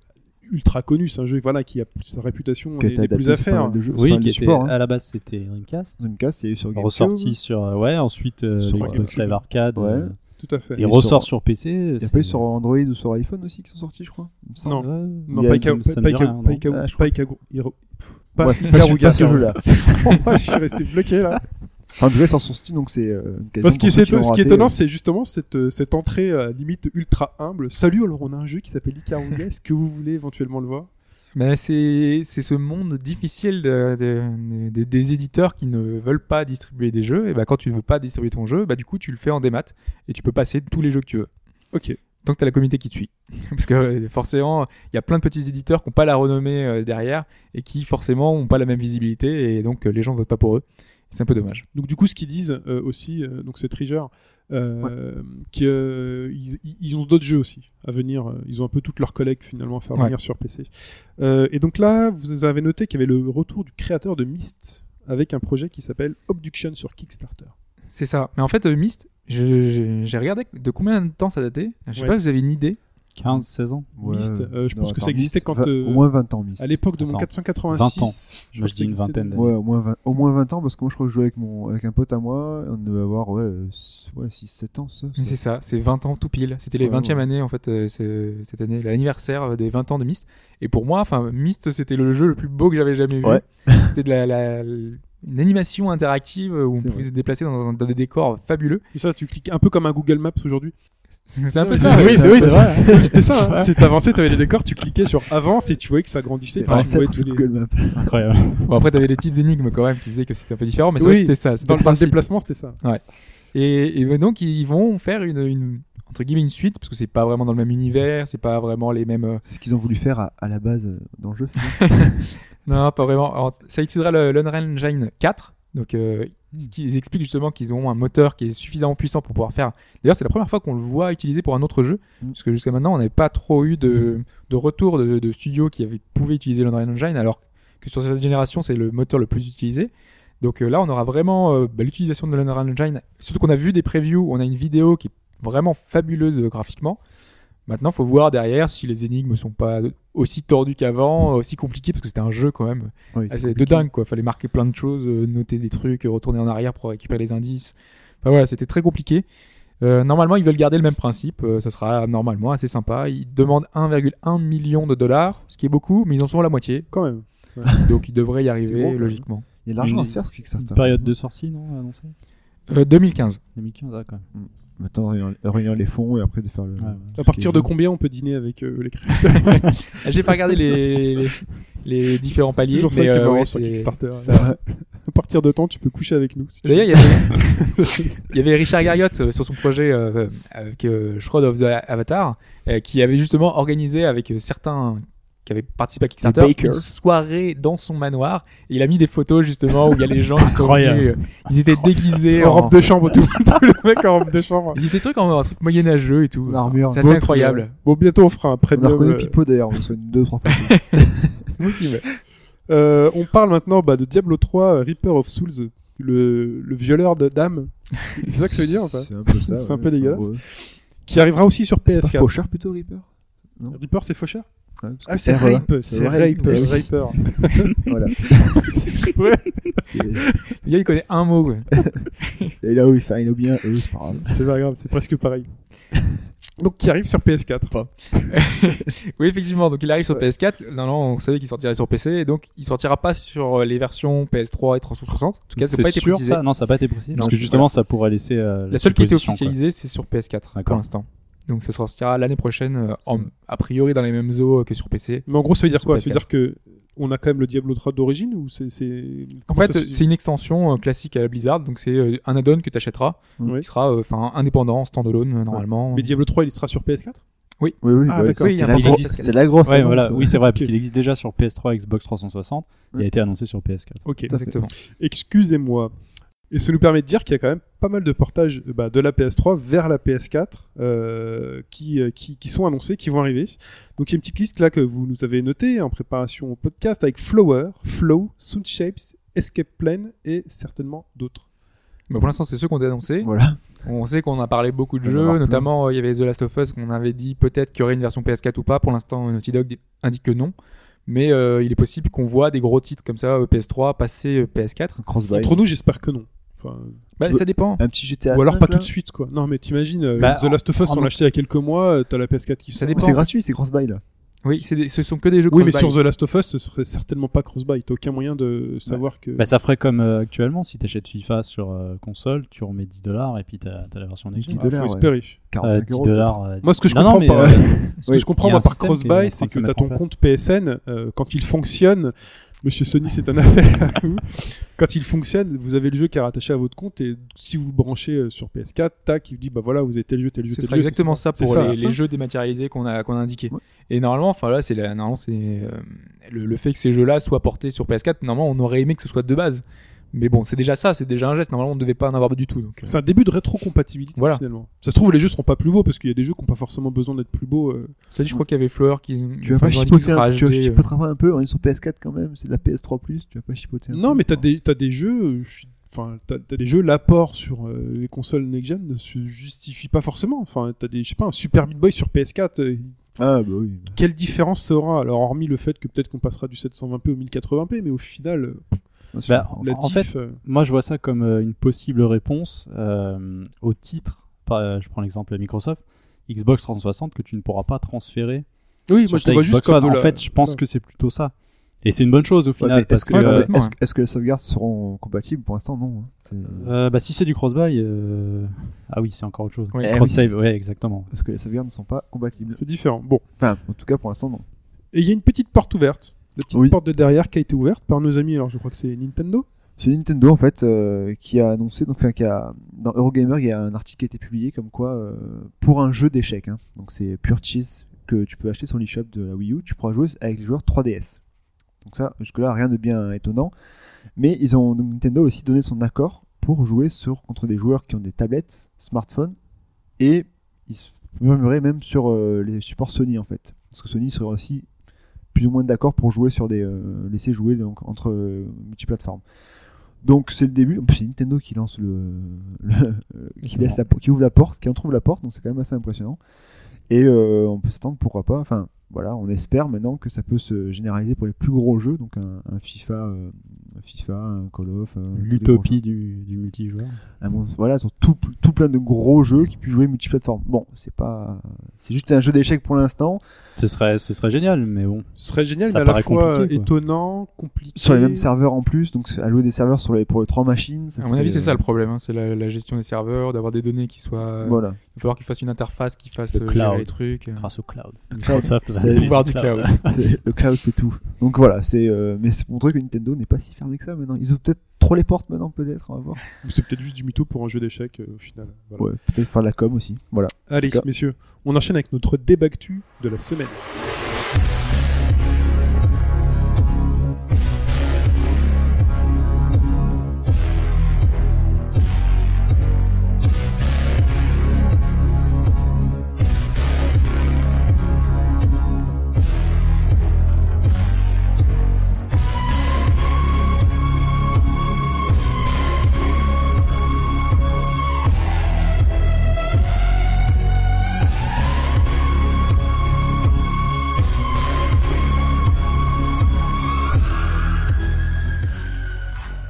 ultra connu, c'est un jeu voilà qui a sa réputation
qui a
et
été
n'est plus
adapté
à
sur pas
faire.
mal de jeux,
Oui,
sur pas mal
qui
de
était-
supports, hein.
à la base, c'était Dreamcast.
Dreamcast, il y a eu sur GameCube.
Ressorti sur. euh, ouais, ensuite euh,
Sur
sur Xbox
GameCube.
Live Arcade.
Ouais.
euh,
Tout à fait.
Et
Il
sur-
ressort sur PC.
Il y a
c'est-
pas eu sur Android ou sur iPhone aussi qui sont sortis, je crois. il me semble.
Non.
Ouais.
Non,
Il y a-
pas Ika-
ça me
pas
dit
Ika-
rien, non.
pas Ika-
Ah, je
pas Ika- Hiro- pas
Bref,
Ikaruga,
je suis pas ce
pardon.
jeu-là.
je suis resté bloqué là.
Enfin, en tout cas, sur son Steam, donc c'est. euh, une
Parce
occasion
que ce
pour ceux
qui est,
l'ont
ce qui est
raté,
étonnant, c'est justement cette, euh, cette entrée euh, limite ultra humble. Salut, alors on a un jeu qui s'appelle Ikaruga. Est-ce que vous voulez éventuellement le voir
Mais ben, c'est c'est ce monde difficile de- de- de- des éditeurs qui ne veulent pas distribuer des jeux. Et bah quand tu ne veux pas distribuer ton jeu, bah du coup tu le fais en démat et tu peux passer tous les jeux que tu veux.
Ok.
tant que t'as la communauté qui te suit. Parce que euh, forcément, il y a plein de petits éditeurs qui n'ont pas la renommée euh, derrière et qui forcément n'ont pas la même visibilité et donc euh, les gens votent pas pour eux. C'est un peu dommage.
Donc du coup, ce qu'ils disent euh, aussi, euh, donc c'est Trigger, euh, qu'ils ils, ils ont d'autres jeux aussi à venir. euh, Ils ont un peu toutes leurs collègues finalement à faire
Ouais.
venir sur PC. Euh, et donc là, vous avez noté qu'il y avait le retour du créateur de Myst avec un projet qui s'appelle Obduction sur Kickstarter.
C'est ça. Mais en fait, euh, Myst, je- je- j'ai regardé de combien de temps ça datait. Je sais
Ouais.
pas, vous avez une idée
15, 16 ans.
Ouais.
Myst, euh, je
Non,
pense que ça
attends,
existait
Myst,
quand,
va-
euh,
Au moins 20 ans, Myst.
À l'époque de mon
Attends.
486,
20 ans.
je
Moi,
pense
je dis une
que c'était-
vingtaine d'années.
Ouais, au moins 20, au moins 20 ans, parce que moi je crois que je jouais avec, mon, avec un pote à moi, on devait avoir ouais, euh, s- ouais, 6-7 ans, ça.
Mais c'est ça, c'est 20 ans tout pile. C'était les
Ouais,
20e
ouais.
année en fait euh, ce- cette année, l'anniversaire des 20 ans de Myst. Et pour moi, enfin Myst, c'était le jeu le plus beau que j'avais jamais vu.
Ouais.
C'était de la, la- une animation interactive où on
C'est
pouvait
vrai.
se déplacer dans, un- dans des décors fabuleux.
Et ça, tu cliques un peu comme un Google Maps aujourd'hui.
C'est un peu ça.
Oui, c'est- oui, c'est vrai.
C'était ça. hein.
Ouais.
C'est avancé, t'avais les décors, tu cliquais sur avance et tu voyais que ça grandissait.
C'est
puis tu voyais
l'ancêtre
tous
de
les-
Google Maps.
Incroyable.
Bon, après, t'avais des petites énigmes quand même qui faisaient que c'était un peu différent, mais c'est vrai
Oui,
que c'était ça. C'était
Dans le,
le
dans le
principe.
déplacement, c'était ça.
Et, et ben donc ils vont faire une, une- entre guillemets une suite parce que c'est pas vraiment dans le même univers, c'est pas vraiment les mêmes. euh,
C'est ce qu'ils ont voulu faire à, à la base euh, dans le jeu. c'est ça
Non, pas vraiment. Alors, ça utilisera le- l'Unreal Engine 4. Donc euh, ce qu'ils expliquent justement qu'ils ont un moteur qui est suffisamment puissant pour pouvoir faire. D'ailleurs, c'est la première fois qu'on le voit utilisé pour un autre jeu
Mm.
parce que jusqu'à maintenant on n'avait pas trop eu de, de retour de, de studios qui avaient pouvaient utiliser l'Unreal Engine alors que sur cette génération c'est le moteur le plus utilisé. Donc euh, là, on aura vraiment euh, bah, l'utilisation de l'Unreal Engine. Surtout qu'on a vu des previews, on a une vidéo qui est vraiment fabuleuse euh, graphiquement. Maintenant, faut voir derrière si les énigmes sont pas aussi tordues qu'avant, aussi compliquées parce que c'était un jeu quand même
Oui,
ah,
c'est
c'est de
compliqué.
dingue quoi. Fallait marquer plein de choses, euh, noter des trucs, euh, retourner en arrière pour récupérer les indices. Enfin voilà, c'était très compliqué. Euh, normalement, ils veulent garder le même principe. euh, ce sera normalement assez sympa. Ils demandent 1,1 million de dollars, ce qui est beaucoup, mais ils en sont à la moitié.
Quand même.
Donc ils devraient y
C'est gros, quand
arriver
même.
logiquement.
Il y a de l'argent à
Une-
se faire sur Kickstarter.
Une période de sortie, non, annoncée
Euh, 2015.
2015, ah, quand même.
Maintenant, réunir- réunir les fonds et après de faire le.
Ouais, ouais.
À partir de
jeux.
combien on peut dîner avec euh, les créateurs
Ah, J'ai pas regardé les, les, les différents
C'est
paliers.
toujours ça
mais,
qui est
euh,
marrant
ouais,
sur
c'est-
Kickstarter.
ça-
À partir de temps, tu peux coucher avec nous. si tu veux.
D'ailleurs, il y avait, il y avait Richard Garriott euh, sur son projet euh, avec euh, Shroud of the Avatar, euh, qui avait justement organisé avec euh, certains qui avaient participé à Kickstarter
Les Bakers.
une soirée dans son manoir. Et il a mis des photos justement où il y a les gens qui sont
Incroyable.
venus, euh, ils étaient déguisés
en
en,
robe de chambre, tout, tout le mec en robe de chambre.
ils étaient trucs en en truc moyenâgeux et tout.
Une armure.
C'est assez incroyable.
Bon, bientôt on fera un
On a
premium.
reconnu
euh,
Pipo d'ailleurs, on sonne deux, trois fois.
C'est possible.
Euh, on parle maintenant bah, de Diablo 3 euh, Reaper of Souls, le, le violeur de d'âme. C'est ça que ça veut dire, enfin
C'est un peu ça.
C'est
ouais,
un peu
enfin,
dégueulasse.
ouais.
Qui arrivera aussi sur
Pas
PS4.
Faucheur plutôt, Reaper
Reaper, c'est faucheur
Ouais,
Ah, c'est
R,
Rape,
c'est
c'est
Rape,
Rape,
oui.
c'est Raper.
Voilà.
C'est ouais,
C'est-
Le gars, il connaît un mot. quoi.
c'est là où il fait, il a bien, eux, c'est pas grave.
c'est pas grave, c'est presque pareil. Donc, qui arrive sur PS4.
Oui, effectivement. Donc, il arrive sur PS4. Non, non, on savait qu'il sortirait sur PC. Et donc, il sortira pas sur euh, les versions PS3 et 360. En tout cas, c'est pas été
sûr,
précisé.
ça Non, ça n'a pas été précisé.
Non,
parce que
je-
justement, ça pourrait laisser. euh,
La seule qui était
supposition, quoi.
officialisée, c'est sur PS4 pour
D'accord.
l'instant. Donc ça sortira l'année prochaine, euh, en- a priori dans les mêmes eaux euh, que sur PC.
Mais en gros, ça veut dire
Sur
quoi
PS4.
Ça veut dire que on a quand même le Diablo 3 d'origine ou c'est. c'est-
En
comment
fait,
ça
euh,
se-
c'est une extension euh, classique à la Blizzard, donc c'est euh, un add-on que tu achèteras,
Oui.
qui sera euh, enfin indépendant, standalone euh, normalement.
Mais Diablo 3, il sera sur PS4
Oui, oui,
Ah, d'accord.
bah, c'était
Oui, il y a
la
un- il
grosse-
existe.
C'était la grosse.
Ouais,
annonce.
voilà. Oui, c'est vrai,
Ok.
parce qu'il existe déjà sur PS3, Xbox 360. Il a
Ouais.
été annoncé sur PS4.
Ok.
Exactement.
Excusez-moi. Et ça nous permet de dire qu'il y a quand même pas mal de portages euh, bah, de la PS3 vers la PS4 euh, qui, euh, qui, qui sont annoncés, qui vont arriver. Donc il y a une petite liste là que vous nous avez notée en préparation au podcast avec Flower, Flow, Sound Shapes, Escape Plan et certainement d'autres.
Mais pour l'instant, c'est ceux qu'on a annoncé.
Voilà.
On sait qu'on a parlé beaucoup de
Il va y en avoir
jeux,
plein.
notamment euh, il y avait The Last of Us qu'on avait dit peut-être qu'il y aurait une version PS4 ou pas. Pour l'instant, euh, Naughty Dog indique que non. Mais euh, il est possible qu'on voit des gros titres comme ça, euh, PS3, passer euh, PS4.
Crossbuy.
Entre nous, j'espère que non. Enfin,
Bah,
Tu
ça dépend.
Un petit GTA.
ou alors pas
V,
tout
là.
de suite quoi. Non mais t'imagines, euh,
Bah,
The Last of Us
en-
on l'a acheté il y a quelques mois, euh, t'as la PS4 qui
Ça
sort.
dépend.
C'est gratuit, c'est Crossbuy
Euh,
là.
Oui, c'est des- ce sont que des jeux
Oui mais
cross-buy.
sur The Last of Us ce serait certainement pas cross-buy, t'as aucun moyen de savoir que...
Bah, ça ferait comme euh, actuellement, si t'achètes FIFA sur euh, console, tu remets 10 dollars et puis t'as t'as la version Next
Ah,
Gen.
dollars,
faut
ouais.
espérer.
Euh,
45
10
euros.
dollars. euh,
Moi, ce que je
non, non,
comprends
mais,
pas, hein,
euh,
Ce
Oui,
que je comprends
il y a
moi
un
par
système qui est en train
Crossbuy, c'est
de se
que tu as
mettre
ton
en place.
compte PSN, euh, quand il fonctionne, monsieur Sony, c'est un affaire à vous. Quand il fonctionne, vous avez le jeu qui est rattaché à votre compte et si vous le branchez euh, sur PS4, tac, il vous dit bah voilà, vous avez tel jeu, tel jeu,
Ce
tel
sera
jeu.
exactement ça
c'est
pour
ça,
les,
ça.
les jeux dématérialisés qu'on a, qu'on a indiqués.
Ouais.
Et normalement, enfin là, c'est la- normalement, c'est euh, le, le fait que ces jeux-là soient portés sur PS4. Normalement, on aurait aimé que ce soit de base, mais bon, c'est déjà ça, c'est déjà un geste. Normalement, on ne devait pas en avoir du tout. Donc, euh,
C'est un début de rétrocompatibilité
Voilà.
finalement. Ça se trouve, les jeux seront pas plus beaux parce qu'il y a des jeux qui n'ont pas forcément besoin d'être plus beaux. euh.
cela dit, je crois qu'il y avait Fleur qui.
Tu vas
enfin,
pas
ils ont indiqué que
chipoter,
ce sera
un- tu vas-
HD,
tu
euh,
chipoteras pas un peu, on est sur PS4 quand même, c'est de la PS3 Plus, tu vas pas chipoter. un
Non,
peu.
mais t'as des, t'as des jeux, euh, je suis- enfin, t'as t'as des jeux, l'apport sur euh, les consoles next-gen ne se justifie pas forcément. Enfin, t'as des, je sais pas, un Super Meat Boy sur PS4, euh,
Ah, bah oui.
Quelle différence ça aura Alors, hormis le fait que peut-être qu'on passera du 720p au 1080p, mais au final, euh,
Bien sûr.
bah, en-
la
en
diff,
fait,
euh,
Moi, je vois ça comme euh, une possible réponse euh, au titre. par- euh, je prends l'exemple de Microsoft, Xbox 360 que tu ne pourras pas transférer.
Oui,
sur
moi je
ta
te vois
Xbox
juste comme
One.
de
En
la-
fait, je pense
Ouais.
que c'est plutôt ça. Et c'est une bonne chose au final
mais
parce
est-ce
que,
que,
Ouais,
euh,
complètement,
est-ce,
hein.
est-ce que les sauvegardes seront compatibles Pour l'instant, non. hein. C'est-
euh, bah, si c'est du cross-buy, euh, ah oui, c'est encore autre chose.
Oui.
Eh
Cross-save, ouais, exactement.
Parce que les sauvegardes ne sont pas compatibles.
C'est différent. Bon.
Enfin, en tout cas, pour l'instant, non.
Et il y a une petite porte ouverte. La petite
Oui.
porte de derrière qui a été ouverte par nos amis, alors je crois que c'est Nintendo.
C'est Nintendo en fait euh, qui a annoncé, donc enfin, qui a, dans Eurogamer, il y a un article qui a été publié comme quoi euh, pour un jeu d'échecs, hein, donc c'est Purchase que tu peux acheter sur l'eShop de la Wii U, tu pourras jouer avec les joueurs 3DS. Donc ça, jusque-là, rien de bien étonnant. Mais ils ont donc Nintendo a aussi donné son accord pour jouer sur contre des joueurs qui ont des tablettes, smartphones et ils se murmuraient même sur euh, les supports Sony en fait, parce que Sony serait aussi plus ou moins d'accord pour jouer sur des euh, laisser jouer donc entre euh, multiplateformes. Donc c'est le début. En plus, c'est Nintendo qui lance le, le- qui laisse la, po- qui ouvre la porte, qui en trouve la porte. Donc c'est quand même assez impressionnant. Et euh, on peut s'attendre, pourquoi pas. Enfin voilà, on espère maintenant que ça peut se généraliser pour les plus gros jeux, donc un, un FIFA, euh, un FIFA, un Call of, euh, tous les gros
L'utopie du, du multijoueur.
ah bon, voilà, sur tout, tout plein de gros jeux qui puissent jouer multiplateforme. Bon, c'est pas, c'est juste un jeu d'échecs pour l'instant.
Ce serait, ce serait génial, mais bon.
Ce serait génial,
Ça
mais à la
paraît
fois
compliqué, quoi.
étonnant, compliqué.
Sur les mêmes serveurs en plus, donc allouer des serveurs sur les, pour les trois machines. Ça
À mon
serait,
avis, c'est
euh,
ça le problème. hein. C'est la, la gestion des serveurs, d'avoir des données qui soient.
Voilà.
Il va falloir qu'ils fassent une interface qui fasse
Le
euh, gérer
cloud.
les trucs. euh.
Grâce au cloud.
Microsoft
Microsoft,
va C'est-
Le pouvoir du cloud.
C'est- le cloud fait tout. Donc voilà, c'est, euh, mais c'est pour montrer que Nintendo n'est pas si fermé que ça maintenant. Ils ouvrent peut-être trop les portes maintenant, peut-être, on va voir.
Ou c'est peut-être juste du mytho pour un jeu d'échecs euh, au final. Voilà.
Ouais, peut-être faire de la com aussi. Voilà.
Allez,
D'accord.
messieurs, on enchaîne avec notre débactu de la semaine.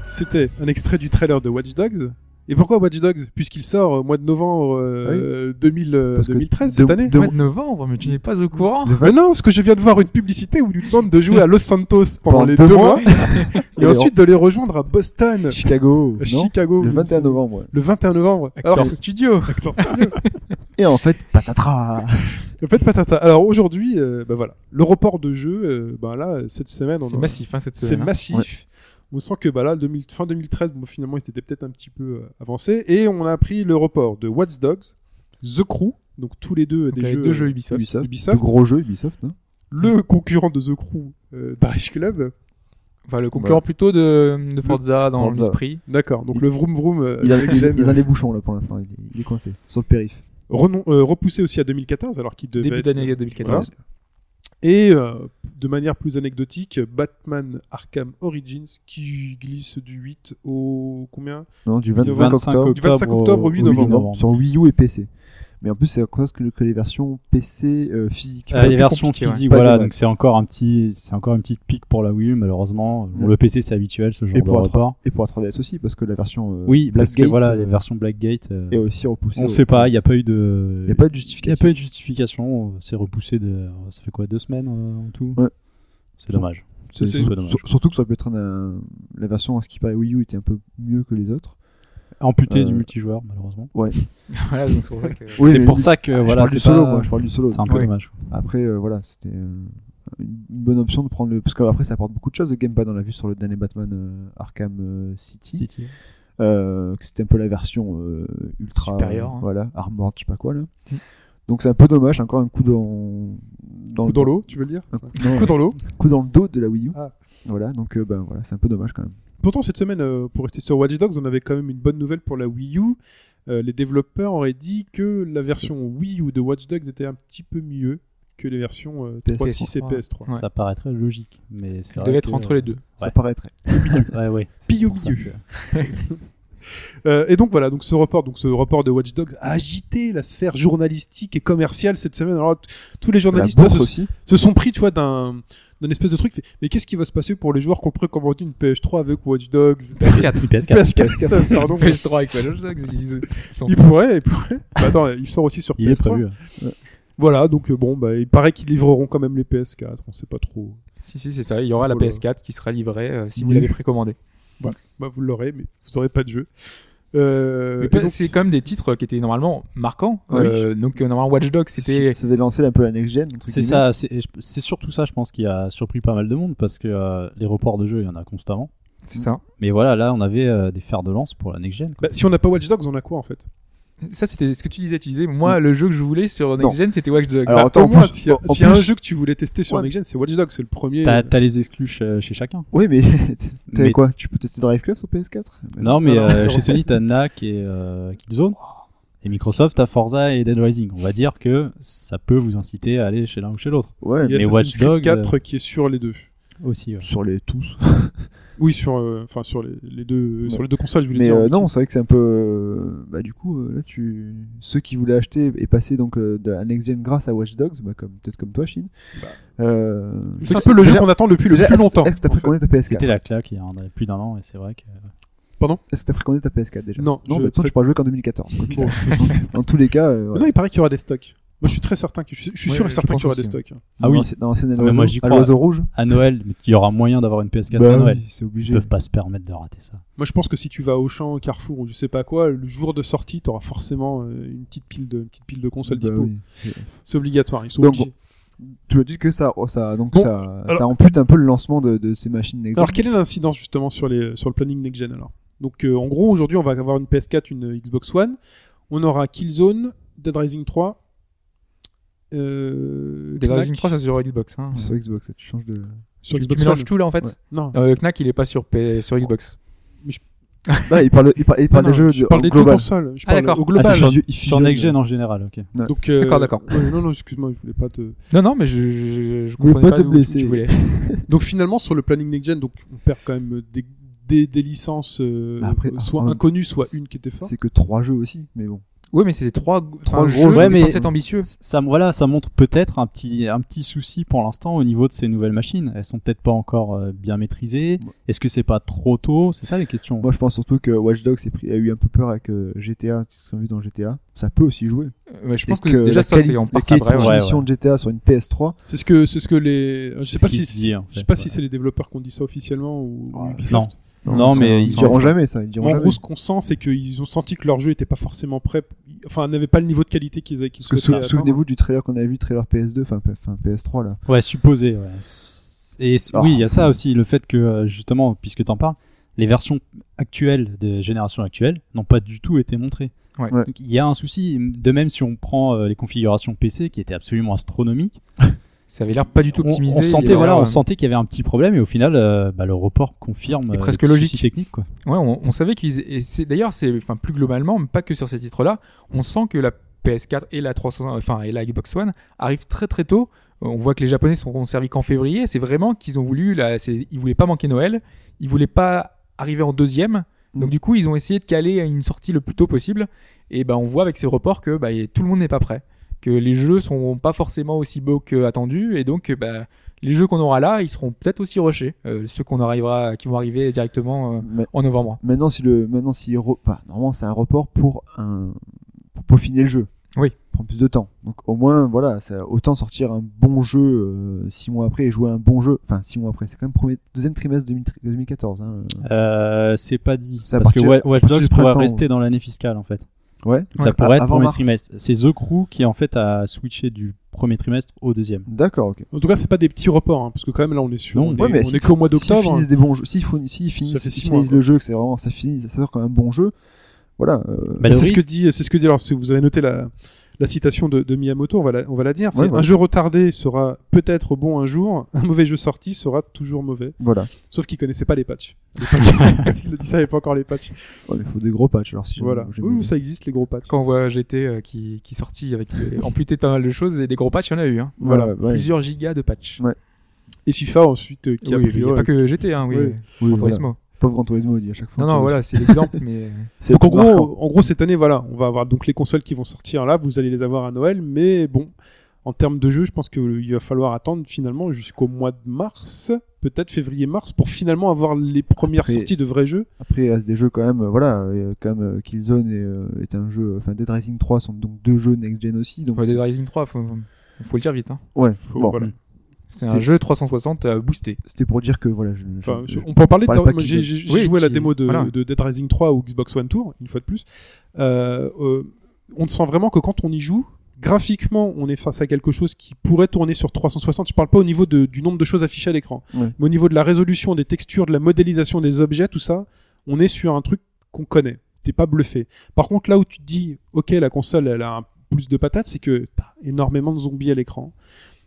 C'était un extrait du trailer de Watch Dogs. Et pourquoi Watch Dogs Puisqu'il sort au mois de novembre euh, 2000, euh,
Ah Parce que
2013,
de-
cette année.
de-
Mois de novembre, mais tu n'es pas au courant.
Mais non, parce que je viens de voir une publicité où il lui demande de jouer à Los Santos pendant,
Pendant
les
deux
deux
mois.
mois, et ensuite de les rejoindre à Boston,
Chicago.
à
non
Chicago,
le
oui,
21
c'est-
novembre. ouais.
le 21 novembre.
Actors
Alors,
Studio.
Actors Studio.
Et en fait, patatras.
En fait, patata. Alors aujourd'hui, euh, bah voilà, le report de jeu, euh, bah là, euh, cette semaine, on
C'est
en-
massif hein, cette
C'est
semaine. hein.
massif. On sent que bah là, 2000 fin 2013, bon, finalement, ils étaient peut-être un petit peu euh, avancés. Et on a appris le report de Watch Dogs, The Crew, donc tous les deux euh,
Donc,
des
avec
jeux,
deux
euh,
jeux Ubisoft.
Ubisoft.
Ubisoft.
De gros jeux Ubisoft. hein.
le concurrent de The Crew, euh, Daesh Club.
Enfin, le concurrent plutôt Bah. de, de Forza dans
Forza.
l'esprit.
D'accord. Donc le vroom vroom euh,
Il, a,
avec
il-
Gênes,
il est dans
euh,
les bouchons là pour l'instant. Il, est- il est coincé sur le périph.
renon- euh, repoussé aussi à 2014, alors qu'il devait
Début
être- euh,
d'année 2014.
Et euh, de manière plus anecdotique, Batman Arkham Origins qui glisse du 8 au combien
Non, du 25,
25
octobre.
Du 25 octobre au 8
au
novembre.
sur Wii U et PC. Mais en plus, c'est encore que, que les versions PC euh, physiques.
Ah, les
plus
versions
compliqué, ouais.
physiques,
Pas
voilà,
de
donc c'est encore un petit, c'est encore une petite pique pour la Wii U, malheureusement. Bon,
Ouais.
Le PC, c'est habituel, ce genre
Et
de
pour la
report.
Et pour la 3DS aussi, parce que la version euh,
Oui, parce que
Blackgate
voilà,
euh,
les versions Blackgate, euh,
est aussi repoussée.
on
au-
sait pas, il n'y a pas eu de.
Il n'y a pas de
Il y a
justification.
pas eu de justification, euh, c'est repoussé de. Ça fait quoi, deux semaines euh, en tout
Ouais.
C'est dommage.
C'est- c'est-
un peu dommage.
Sur- Surtout que ça peut être un- la version à ce qui paraît Wii U était un peu mieux que les autres.
Amputé du
Euh,
multijoueur, malheureusement.
voilà, donc c'est pour ça que.
Oui,
c'est
mais-
pour ça que
je
Euh, voilà,
parle du
c'est
solo,
pas-
moi, je parle du solo.
c'est un peu
Oui.
dommage.
Après, euh, voilà, c'était euh, une une bonne option de prendre le. Parce qu'après, ça apporte beaucoup de choses de gamepad. On l'a vu sur le dernier Batman euh, Arkham euh, City. euh, que c'était un peu la version euh, ultra
Supérieure, hein.
voilà armored je sais pas quoi là
Mm.
donc c'est un peu dommage encore un coup dans dans
Coup dans l'eau, tu veux le dire
un coup, non,
Coup dans l'eau.
un coup dans le dos de la Wii U
Ah.
voilà donc euh, ben voilà c'est un peu dommage quand même
Pourtant, cette semaine, euh, pour rester sur Watch Dogs, on avait quand même une bonne nouvelle pour la Wii U. Euh, les développeurs auraient dit que la version Wii U de Watch Dogs était un petit peu mieux que les versions euh,
PS3.
3.6 et
Ouais.
PS3.
Ouais.
Ça paraîtrait logique, mais c'est
Il
vrai
devait
que-
être entre les deux.
ça
Ouais.
paraîtrait
Ouais, ouais.
Pile au
C'est pour ça
milieu.
que-
Euh, et donc voilà, donc ce report, donc ce report de Watch Dogs a agité la sphère journalistique et commerciale cette semaine. Alors t- tous les
la
journalistes là,
bourse
se,
aussi
se sont pris, tu vois, d'un d'un espèce de truc. fait, Mais qu'est-ce qui va se passer pour les joueurs qui ont précommandé une PS3 avec Watch Dogs
PS4, PS4.
PS4, pardon.
PS3 avec Watch Dogs, ils- ils sont-
Il pourrait, il pourrait. Bah, attends, il sort aussi sur
Il est
PS3.
prévu. hein,
Voilà, donc euh, bon, bah, il paraît qu'ils livreront quand même les PS4, on sait pas trop.
Si, si, c'est ça. Il y aura la
Voilà.
PS4 qui sera livrée euh, si vous
Oui.
l'avez précommandée.
Bah, vous l'aurez, mais vous aurez pas de jeu. Euh,
Mais
et
pas-
donc-
C'est quand même des titres qui étaient normalement marquants. Euh, donc, euh, normalement, Watch Dogs, c'était.
Ça devait lancer un peu la next-gen. entre
C'est
guillemets.
ça, c'est et je- c'est surtout ça, je pense, qui a surpris pas mal de monde parce que euh, les reports de jeux, il y en a constamment.
C'est ça.
Mais voilà, là, on avait euh, des fers de lance pour la next-gen. quoi.
Bah, si on n'a pas Watch Dogs, on a quoi en fait
Ça, c'était ce que tu disais. Tu disais, moi, le jeu que je voulais sur Next Gen, c'était Watch Dogs. Ah,
Alors,
Bah,
attends,
au
en
moins,
plus-
s'il y a,
en
s'il y a un
plus-
jeu que tu voulais tester sur
Ouais.
Next Gen, c'est Watch Dogs, c'est le premier.
T'as
euh,
t'as les exclus chez, chez chacun.
Oui, mais t'avais
Mais-
quoi Tu peux tester Drive Club sur PS4
Non, mais
non, non,
euh,
non.
chez Sony, t'as NAC et euh, Killzone. Et Microsoft, t'as Forza et Dead Rising. On va dire que ça peut vous inciter à aller chez l'un ou chez l'autre
Ouais,
il y a
mais
Assassin's
Watch
Creed
Dogs,
4 qui est sur les deux.
aussi. ouais.
sur les tous.
Oui, sur, euh, enfin, sur les, les deux,
Ouais.
sur les deux consoles, je voulais
Mais
dire.
euh,
oui.
non, c'est vrai que c'est un peu. euh, Bah, du coup, euh, là, tu. Ceux qui voulaient acheter et passer donc euh, de la next-gen grâce à Watch Dogs, bah, comme... peut-être comme toi, Chine. Euh,
C'est un peu le jeu
Déjà-
qu'on attend depuis le
déjà,
plus
est-ce-
longtemps.
Est-ce que t'as
en fait.
précommandé ta PS4
C'était la claque il y a un- plus d'un an et c'est vrai que.
Est-ce que t'as précommandé ta PS4 déjà
Non,
non
je-
bah, de toute façon,
très-
tu pourras jouer qu'en 2014. donc,
Bon, de toute façon,
Dans tous les cas, euh, ouais.
Non, il paraît qu'il y aura des stocks. Moi, je suis très certain que je suis, je suis
Ouais,
sûr et
je
certain
pense
qu'il y aura des
aussi.
stocks.
Ah oui.
Dans la- Dans la scène à
Ah, mais moi,
l'oiseau-
j'y
à
crois.
l'oiseau rouge
À Noël, mais il y aura moyen d'avoir une PS4 à
Bah
Noël.
oui, c'est
Ils
obligé.
peuvent pas se permettre de rater ça.
Moi, je pense que si tu vas au champ, Carrefour ou je sais pas quoi, le jour de sortie, t'auras forcément euh, une petite pile de, une petite pile de consoles
Bah
dispo.
oui.
C'est obligatoire. Ils sont
Donc,
obligés.
Tu as dit que ça, oh, ça, donc
Bon,
ça,
alors-
ça ampute un peu le lancement de, de ces machines next
Alors, quelle est l'incidence justement sur, les, sur le planning next-gen alors Donc, euh, en gros, aujourd'hui, on va avoir une PS4, une euh, Xbox One. On aura Killzone, Dead Rising 3. Euh,
Dead
Knack.
Rising 3, ça c'est sur Xbox. hein.
sur Xbox, ça, tu changes de.
sur
Tu, tu
Xbox
mélanges
One.
tout là en fait.
Ouais.
Non,
Euh, Knack, il est pas sur, P- sur Xbox.
Là, Bah, il parle, il parle, il parle
non,
des jeux
je
de,
parle
au
des deux
global.
consoles. Je
Ah,
parle
d'accord.
au
Ah,
global.
c'est sur,
il- il
sur
fusionne.
Next Gen en général, ok.
Donc, euh,
D'accord, d'accord.
ouais, non, non, excuse-moi, je voulais pas te.
Non, non, mais je, je, je
voulais
comprenais
pas
pas,
te
d'où
blesser.
tu voulais.
Donc finalement sur le planning next gen, donc on perd quand même des, des, des licences euh,
Bah après,
soit
en-
inconnues, soit
c'est-
une qui était forte.
C'est que trois jeux aussi, mais bon.
Ouais, mais c'était trois,
Trois
trois
gros
jeux
jeux.
ouais,
Ouais, mais-
censés être ambitieux.
Ça, voilà, ça montre peut-être un petit, un petit souci pour l'instant au niveau de ces nouvelles machines. Elles sont peut-être pas encore euh, bien maîtrisées.
Ouais.
Est-ce que c'est pas trop tôt C'est ça les questions.
Moi, je pense surtout que Watch Dogs s'est pris- a eu un peu peur avec euh, GTA, ce qu'on a vu dans GTA. Ça peut aussi jouer.
Euh, ouais, je
Et
pense que,
la
déjà ça
quali-
c'est en
La
partie
qualité
vrai.
de
ouais.
ouais.
finition de GTA sur une PS3.
C'est ce que c'est ce que les je sais
C'est
pas
ce qui
si
se dit, en
je sais
fait,
pas
ouais.
si c'est les développeurs qui ont dit ça officiellement ou, ou
Ouais,
Ubisoft.
Non, mais
ils
ils sont-
diront jamais ça. Ils diront
Mais en
jamais.
gros, ce qu'on sent, c'est qu'ils ont senti que leur jeu était pas forcément prêt, enfin n'avait pas le niveau de qualité qu'ils avaient. qu'ils
Parce que sou-
souhaitaient atteindre.
souvenez-vous du trailer qu'on avait vu, trailer PS2, enfin P- enfin, PS3 là.
Ouais, supposé. ouais. S- Et s-
Ah.
oui, il y a ça aussi, le fait que euh, justement, puisque t'en parles, les versions actuelles des générations actuelles n'ont pas du tout été montrées.
Ouais.
Ouais.
Donc, il y a un souci. De même, si on prend euh, les configurations PC qui étaient absolument astronomiques,
Ça avait l'air pas du tout
on,
optimisé.
on
il y
sentait
avait
voilà,
l'air,
on
euh,
sentait qu'il y avait un petit problème et au final, euh, bah, le report confirme
Et
euh,
presque
les petits
logique.
soucis techniques quoi.
Ouais, on, on savait qu'ils. Et c'est d'ailleurs, c'est enfin plus globalement, mais pas que sur ces titres-là, on sent que la PS4 et la 300, enfin et la Xbox One arrivent très très tôt. Euh, On voit que les Japonais sont servis qu'en février. C'est vraiment qu'ils ont voulu. Là, c'est- ils voulaient pas manquer Noël. Ils voulaient pas arriver en deuxième. Donc
Mm.
du coup, ils ont essayé de caler une sortie le plus tôt possible. Et ben, on voit avec ces reports que bah, et tout le monde n'est pas prêt, que les jeux sont pas forcément aussi beaux qu'attendus, et donc euh, bah, les jeux qu'on aura là, ils seront peut-être aussi rushés, euh, ceux qu'on arrivera, qui vont arriver directement euh,
Ma-
en novembre.
Maintenant, si le, maintenant, si re- bah, normalement, c'est un report pour un, pour peaufiner le jeu.
Oui.
Prend plus de temps. Donc, au moins, voilà, ça, autant sortir un bon jeu euh, six mois après et jouer un bon jeu. Enfin, six mois après, c'est quand même premier, deuxième trimestre 2000 2014. Hein.
Euh, c'est pas dit.
C'est à
parce que
partir-
Wa- Watch
à partir
Dogs
du
pourrait
printemps,
rester dans l'année fiscale en fait.
Ouais.
Ça pourrait être
avant
premier
mars.
trimestre. C'est The Crew qui en fait a switché du premier trimestre au deuxième.
D'accord, ok.
En tout cas, c'est pas des petits reports, hein, parce que quand même là, on est sur,
Non,
on est,
ouais, mais
on
si-
est qu'au mois
S'ils
d'octobre. hein.
finissent des bons jeux, s'ils fou- s'ils finissent,
fait six
s'ils
mois,
finissent
quoi.
le jeu, que c'est vraiment, ça finit, ça sort quand même un bon jeu. Voilà. euh,
Bah,
Mais
le
c'est ce que
risque-
dit, c'est ce que dit. Alors, si vous avez noté la, la citation de, de Miyamoto, on va la, on va la dire. c'est
Ouais, ouais.
Un jeu retardé sera peut-être bon un jour, un mauvais jeu sorti sera toujours mauvais.
voilà.
Sauf qu'il connaissait pas les patchs. Les patchs- Quand il a dit ça, il avait pas encore les patchs.
Ouais, mais il faut des gros patchs. Alors, si
Voilà.
j'ai-
Oui, ça existe les gros patchs.
Quand on voit GT euh, qui, qui sortit avec euh, amputé de pas mal de choses et des gros patchs, il y en a eu. Hein.
Voilà, ouais.
Plusieurs gigas de patchs.
Ouais,
Et FIFA ensuite, euh, qui
Oui,
a
oui,
pris.
il n'y a
ouais.
pas que GT, hein, oui.
Oui,
oui.
Oui,
Gran
voilà.
Turismo.
Pauvre Grand Turismo, il dit à chaque fois.
Non, non, voilà, c'est l'exemple, mais euh,
C'est
Donc en
marquant.
gros, en gros cette année, voilà, on va avoir donc les consoles qui vont sortir là. Vous allez les avoir à Noël, mais bon, en termes de jeu, je pense qu'il va falloir attendre finalement jusqu'au mois de mars, peut-être février-mars, pour finalement avoir les premières
Après-
sorties de vrais jeux.
Après, il reste des jeux quand même, euh, voilà, euh, comme euh, Killzone est, euh, est un jeu, enfin Dead Rising 3 sont donc deux jeux next-gen aussi, donc
ouais,
c'est-
Dead Rising 3, faut, faut le dire vite. Hein.
ouais,
Faut-
bon,
voilà.
C'est un
C'était-
jeu 360 euh, boosté.
C'était pour dire que voilà, je, je-
Enfin,
je-
sur- on peut en parler. de
parle
Tower-
pas
moi,
qu'il
J'ai
est-
j'ai- j'ai
Oui,
joué à la
qui-
démo de,
voilà.
de Dead Rising 3 ou Xbox One Tour, une fois de plus. Euh, euh, on sent vraiment que quand on y joue, graphiquement, on est face à quelque chose qui pourrait tourner sur 360. Je parle pas au niveau de- du nombre de choses affichées à l'écran,
Ouais.
mais au niveau de la résolution, des textures, de la modélisation des objets, tout ça, on est sur un truc qu'on connaît. T'es pas bluffé. Par contre, là où tu te dis, ok, la console, elle a un plus de patates, c'est que t'as énormément de zombies à l'écran.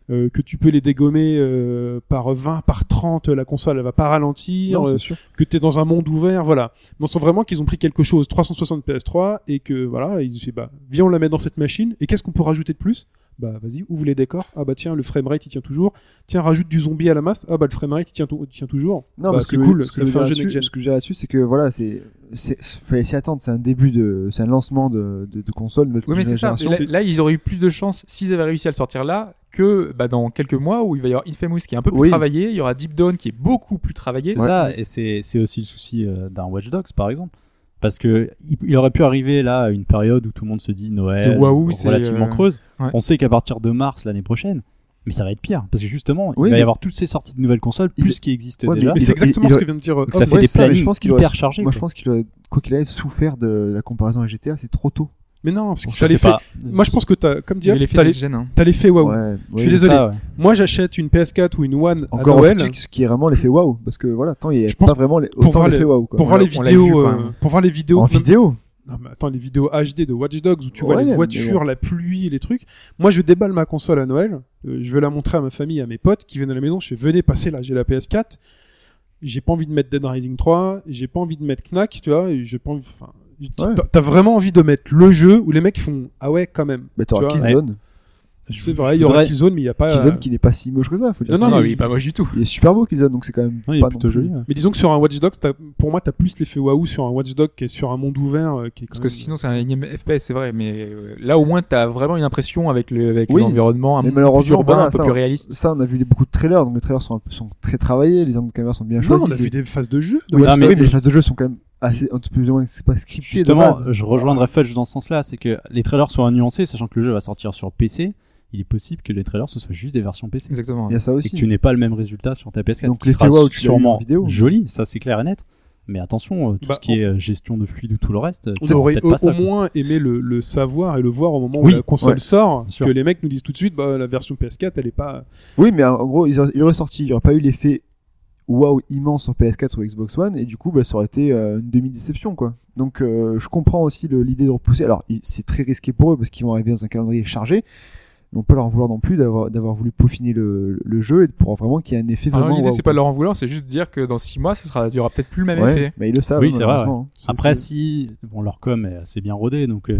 euh, que tu peux les dégommer euh, par 20, par 30, la console elle va pas ralentir,
Non,
euh,
c'est sûr.
que tu es dans un monde ouvert, voilà. Mais on sent vraiment qu'ils ont pris quelque chose, 360 PS3, et que voilà, ils disent bah viens on la met dans cette machine, et qu'est-ce qu'on peut rajouter de plus Bah vas-y, ouvre les décors, ah bah tiens, le framerate il tient toujours, tiens rajoute du zombie à la masse, ah bah le framerate il tient, tou- il tient toujours. Bah,
Non, parce
c'est
que-
cool,
ce que
ça
je
fait un
veux dire
jeu next
là-dessus-
gen.
Ce que j'ai là-dessus, c'est que voilà, c'est, c'est, fallait s'y attendre. C'est un début de, c'est un lancement de, de, de console. de
Oui, mais
nouvelle
c'est ça.
génération.
Là, là, ils auraient eu plus de chance s'ils avaient réussi à le sortir là que bah, dans quelques mois où il va y avoir Infamous qui est un peu plus
Oui.
travaillé, il y aura Deep Down qui est beaucoup plus travaillé.
C'est ça, et c'est c'est aussi le souci euh, d'un Watch Dogs, par exemple. Parce que il, il aurait pu arriver là à une période où tout le monde se dit Noël,
C'est waouh, c'est,
relativement
euh,
creuse.
ouais.
On sait qu'à partir de mars l'année prochaine, mais ça va être pire. Parce que justement,
Oui,
il va y
mais-
avoir toutes ces sorties de nouvelles consoles,
Il-
plus ce qui existe
Ouais, mais
déjà.
Mais
Il-
c'est
il-
exactement
il-
ce que vient de dire. euh,
Donc
Hobbs.
ça fait
ouais,
des
ça, mais je
plannings
pense qu'il
hyper
aurait-
chargés.
Moi, je
quoi.
pense qu'il aurait, quoi qu'il arrive, souffert de la comparaison à GTA. C'est trop tôt.
Mais non, parce que
Je
t'as
sais
l'effet-
pas.
Moi je pense que t'as, comme
Il y avait
dit Hobbs,
l'effet
t'as les-
next gen, hein.
t'as l'effet waouh.
Ouais,
Oh, Je
oui.
suis
C'est
désolé.
ça, ouais.
Moi j'achète une PS4 ou une One à
Encore
Noël. hein.
un ce qui est vraiment l'effet waouh. Parce que voilà, tant il n'y
Je
a
pense
pas vraiment les-
pour
autant
voir
l'effet
le-
waouh. quoi.
Pour voir,
On
les
l'a- on l'a vu
vidéos,
quand même.
euh, pour voir les vidéos,
En
même-
vidéo.
Non, mais attends, les vidéos HD de Watch Dogs où tu vois
Ouais,
les
mais
voitures, la pluie, les trucs. Moi, je déballe ma console à Noël. euh, je vais la montrer à ma famille, à mes potes qui viennent à la maison. Je fais, venez passer là, j'ai la PS4. J'ai pas envie de mettre Dead Rising 3. J'ai pas envie de mettre Knack, tu vois. et J'ai pas envie. Enfin,
Ouais.
t'as- t'as vraiment envie de mettre le jeu où les mecs font, ah ouais, quand même.
Bah,
Tu
t'auras
vois,
Killzone.
C'est vrai, il y aura
voudrais-
Killzone, mais il y a pas. euh,
Killzone qui n'est pas si moche que ça. Faut dire
Non,
ça.
non,
Ah
mais-
oui, pas moi du tout.
Il est super beau Killzone, donc c'est quand même
Non, il est
pas non
plutôt
plus-
joli. ouais.
Mais disons que sur un Watch Dogs, t'as- pour moi, t'as plus l'effet waouh sur un Watch Dogs qui est sur un monde ouvert. euh, qui est quand
Parce que
même-
sinon, c'est un énième FPS, c'est vrai, mais euh, là, au moins, t'as vraiment une impression avec le- avec
Oui.
l'environnement,
Mais
un peu plus
malheureusement,
urbain,
voilà,
un peu
ça, hein.
plus réaliste.
Ça, on a vu des- beaucoup de trailers, donc les trailers sont, un peu- sont très travaillés, les angles de caméra sont bien
Non,
choisis.
on a
c'est-
vu des phases de jeu. de
Oui,
Ah,
mais
mais-
oui, mais les phases de jeu sont quand même assez, un petit peu plus ou moins, c'est pas scripté. de base.
Justement, euh, je rejoindrais Fudge dans ce sens-là, c'est que les trailers sont nuancés, sachant que le jeu va sortir sur PC. Il est possible que les trailers ce soit juste des versions PC.
Exactement.
il y a ça
et
aussi.
que tu n'aies pas le même résultat sur ta PS4.
Donc,
qui
les
sera
PWA où tu l'as eu en
sûrement
vidéo.
joli, ça c'est clair et net. Mais attention, euh, tout
Bah,
ce qui
on-
est euh, gestion de fluide ou tout le reste,
On
c'est
aurait
peut-être
au,
pas ça,
au
quoi.
moins aimé le, le savoir et le voir au moment
Oui,
où la console
ouais.
sort,
Bien
que
sûr.
les mecs nous disent tout de suite, bah, la version PS4, elle est pas.
Oui, mais en gros, ils auraient- il aurait sorti, il n'y aurait pas eu l'effet waouh immense sur PS4 ou Xbox One, et du coup, bah, ça aurait été euh, une demi-déception, quoi. Donc, euh, je comprends aussi le- l'idée de repousser. Alors, il- c'est très risqué pour eux parce qu'ils vont arriver dans un calendrier chargé. mais On peut leur en vouloir non plus d'avoir d'avoir voulu peaufiner le, le jeu et pour vraiment qu'il y ait un effet
Ah non,
vraiment.
L'idée,
waouh,
c'est pas de leur en vouloir, c'est juste de dire que dans 6 mois, ça sera, il y aura peut-être plus le même
Ouais,
effet.
Mais ils le savent.
Oui,
hein,
c'est vrai,
malheureusement, hein.
c'est-
Après,
c'est-
si bon, leur com est assez bien rodée, donc euh,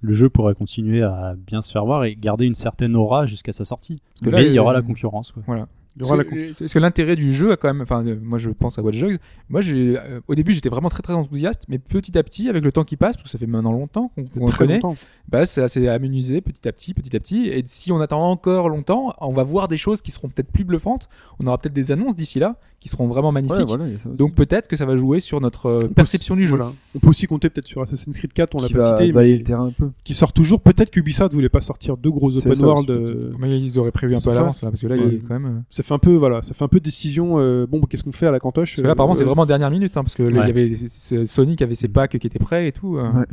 le jeu pourrait continuer à bien se faire voir et garder une certaine aura jusqu'à sa sortie.
Parce
Mais il y aura la
concurrence.
concurrence. Quoi.
il y aura la
Parce que- Parce que l'intérêt du jeu a quand même. Enfin, euh, moi je pense à Watch Dogs. Moi, j'ai, euh, au début, j'étais vraiment très très enthousiaste, mais petit à petit, avec le temps qui passe, parce que ça fait maintenant longtemps qu'on qu'on le
très
connaît,
longtemps.
bah, ça s'est amenuisé petit à petit, petit à petit. Et si on attend encore longtemps, on va voir des choses qui seront peut-être plus bluffantes. On aura peut-être des annonces d'ici là qui seront vraiment magnifiques.
Ouais, voilà, il y a ça aussi.
Donc peut-être que ça va jouer sur notre euh, perception du jeu.
Voilà. On peut aussi compter peut-être sur Assassin's Creed 4, on l'a
qui
pas
va
cité,
balayer
mais
le terrain un peu.
qui sort toujours. Peut-être qu'Ubisoft voulait pas sortir deux gros
C'est
open
ça,
world.
c'est
euh,
Mais ils auraient prévu un peu
Ça
à
fasse.
l'avance, là, parce que là, il
Ouais.
est quand même.
Ça fait un peu, voilà, ça fait un peu décision. euh, bon, qu'est-ce qu'on fait à la cantoche
Parce que là, apparemment, c'est
euh,
vraiment dernière minute, hein, parce que là,
Ouais.
il y avait c- c- Sony qui avait ses packs qui étaient prêts et tout. euh.
Ouais.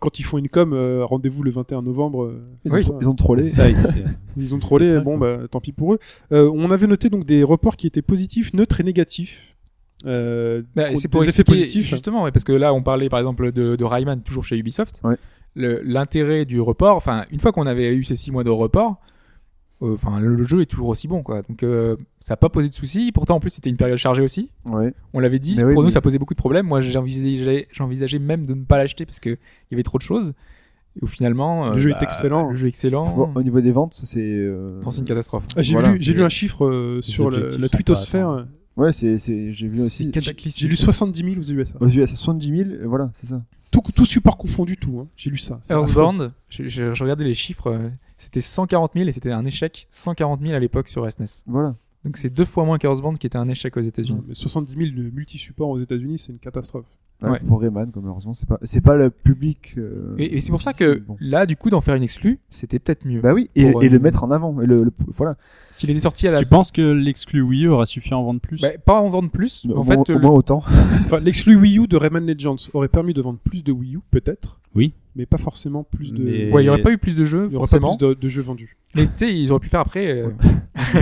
Quand ils font une com, euh, rendez-vous le 21 novembre. euh,
Ils,
Oui.
ont, tro- ils ont trollé.
Ah, C'est ça, ils étaient-
Ils ont trollé,
C'était
bon, bah, tant pis pour eux. Euh, on avait noté donc des reports qui étaient positifs, neutres et négatifs. Euh,
Bah, et
des
c'est pour
effets
expliquer,
positifs. hein.
Justement, ouais, parce que là, on parlait par exemple de, de Rayman, toujours chez Ubisoft.
Ouais.
Le- L'intérêt du report, enfin, une fois qu'on avait eu ces six mois de report, euh, enfin, le, le jeu est toujours aussi bon, quoi. Donc, euh, ça n'a pas posé de soucis. Pourtant, en plus, c'était une période chargée aussi.
Ouais.
On l'avait dit,
Mais
pour
oui,
nous,
mais-
ça posait beaucoup de problèmes. Moi, j'ai envisagé, j'envisageais même de ne pas l'acheter parce qu'il y avait trop de choses. Et au finalement, euh,
Le jeu
bah,
est excellent.
Le jeu est
Faut voir,
excellent.
Au niveau des ventes, ça, c'est. euh,
Enfin, c'est une catastrophe.
Ah, j'ai
Voilà,
lu, j'ai
c'est-
lu un chiffre euh, sur le-
objectifs
la
sont pas
twittosphère.
Ouais, c'est, c'est, j'ai vu aussi.
C'est cataclysmique.
J'ai lu 70 000 aux USA.
Aux USA, c'est 70 000, euh, voilà, c'est ça.
Tout, tout support confondu, tout. hein. J'ai lu ça. C'est affreux.
Earthbound, je, je- je regardais les chiffres, euh, c'était 140 000 et c'était un échec, 140 000 à l'époque sur E SNES.
Voilà.
Donc c'est deux fois moins qu'Earthbound qui était un échec aux États-Unis.
Mais 70 000 de multi-support aux États-Unis, c'est une catastrophe.
Ouais,
Ouais.
Euh, Pour Rayman, comme heureusement, c'est pas, c'est pas le public. euh,
Et, et c'est pour ça
qui-
que
bon.
là, du coup, d'en faire une exclue, c'était peut-être mieux.
Bah oui, et,
Pour,
et
euh,
le mettre en avant. Et le, le- voilà.
S'il était sorti à la.
Tu penses que l'exclu Wii U aurait suffi à en vendre plus
Bah, pas en vendre plus.
Au
En
moins-
fait,
au
le-
moins autant.
Enfin, l'exclu Wii U de Rayman Legends aurait permis de vendre plus de Wii U, peut-être.
Oui.
Mais pas forcément plus de.
Mais-
ouais, il n'y aurait pas eu plus de jeux,
Il y aurait pas
forcément.
plus de, de jeux vendus.
Mais tu sais, ils auraient pu faire après. euh,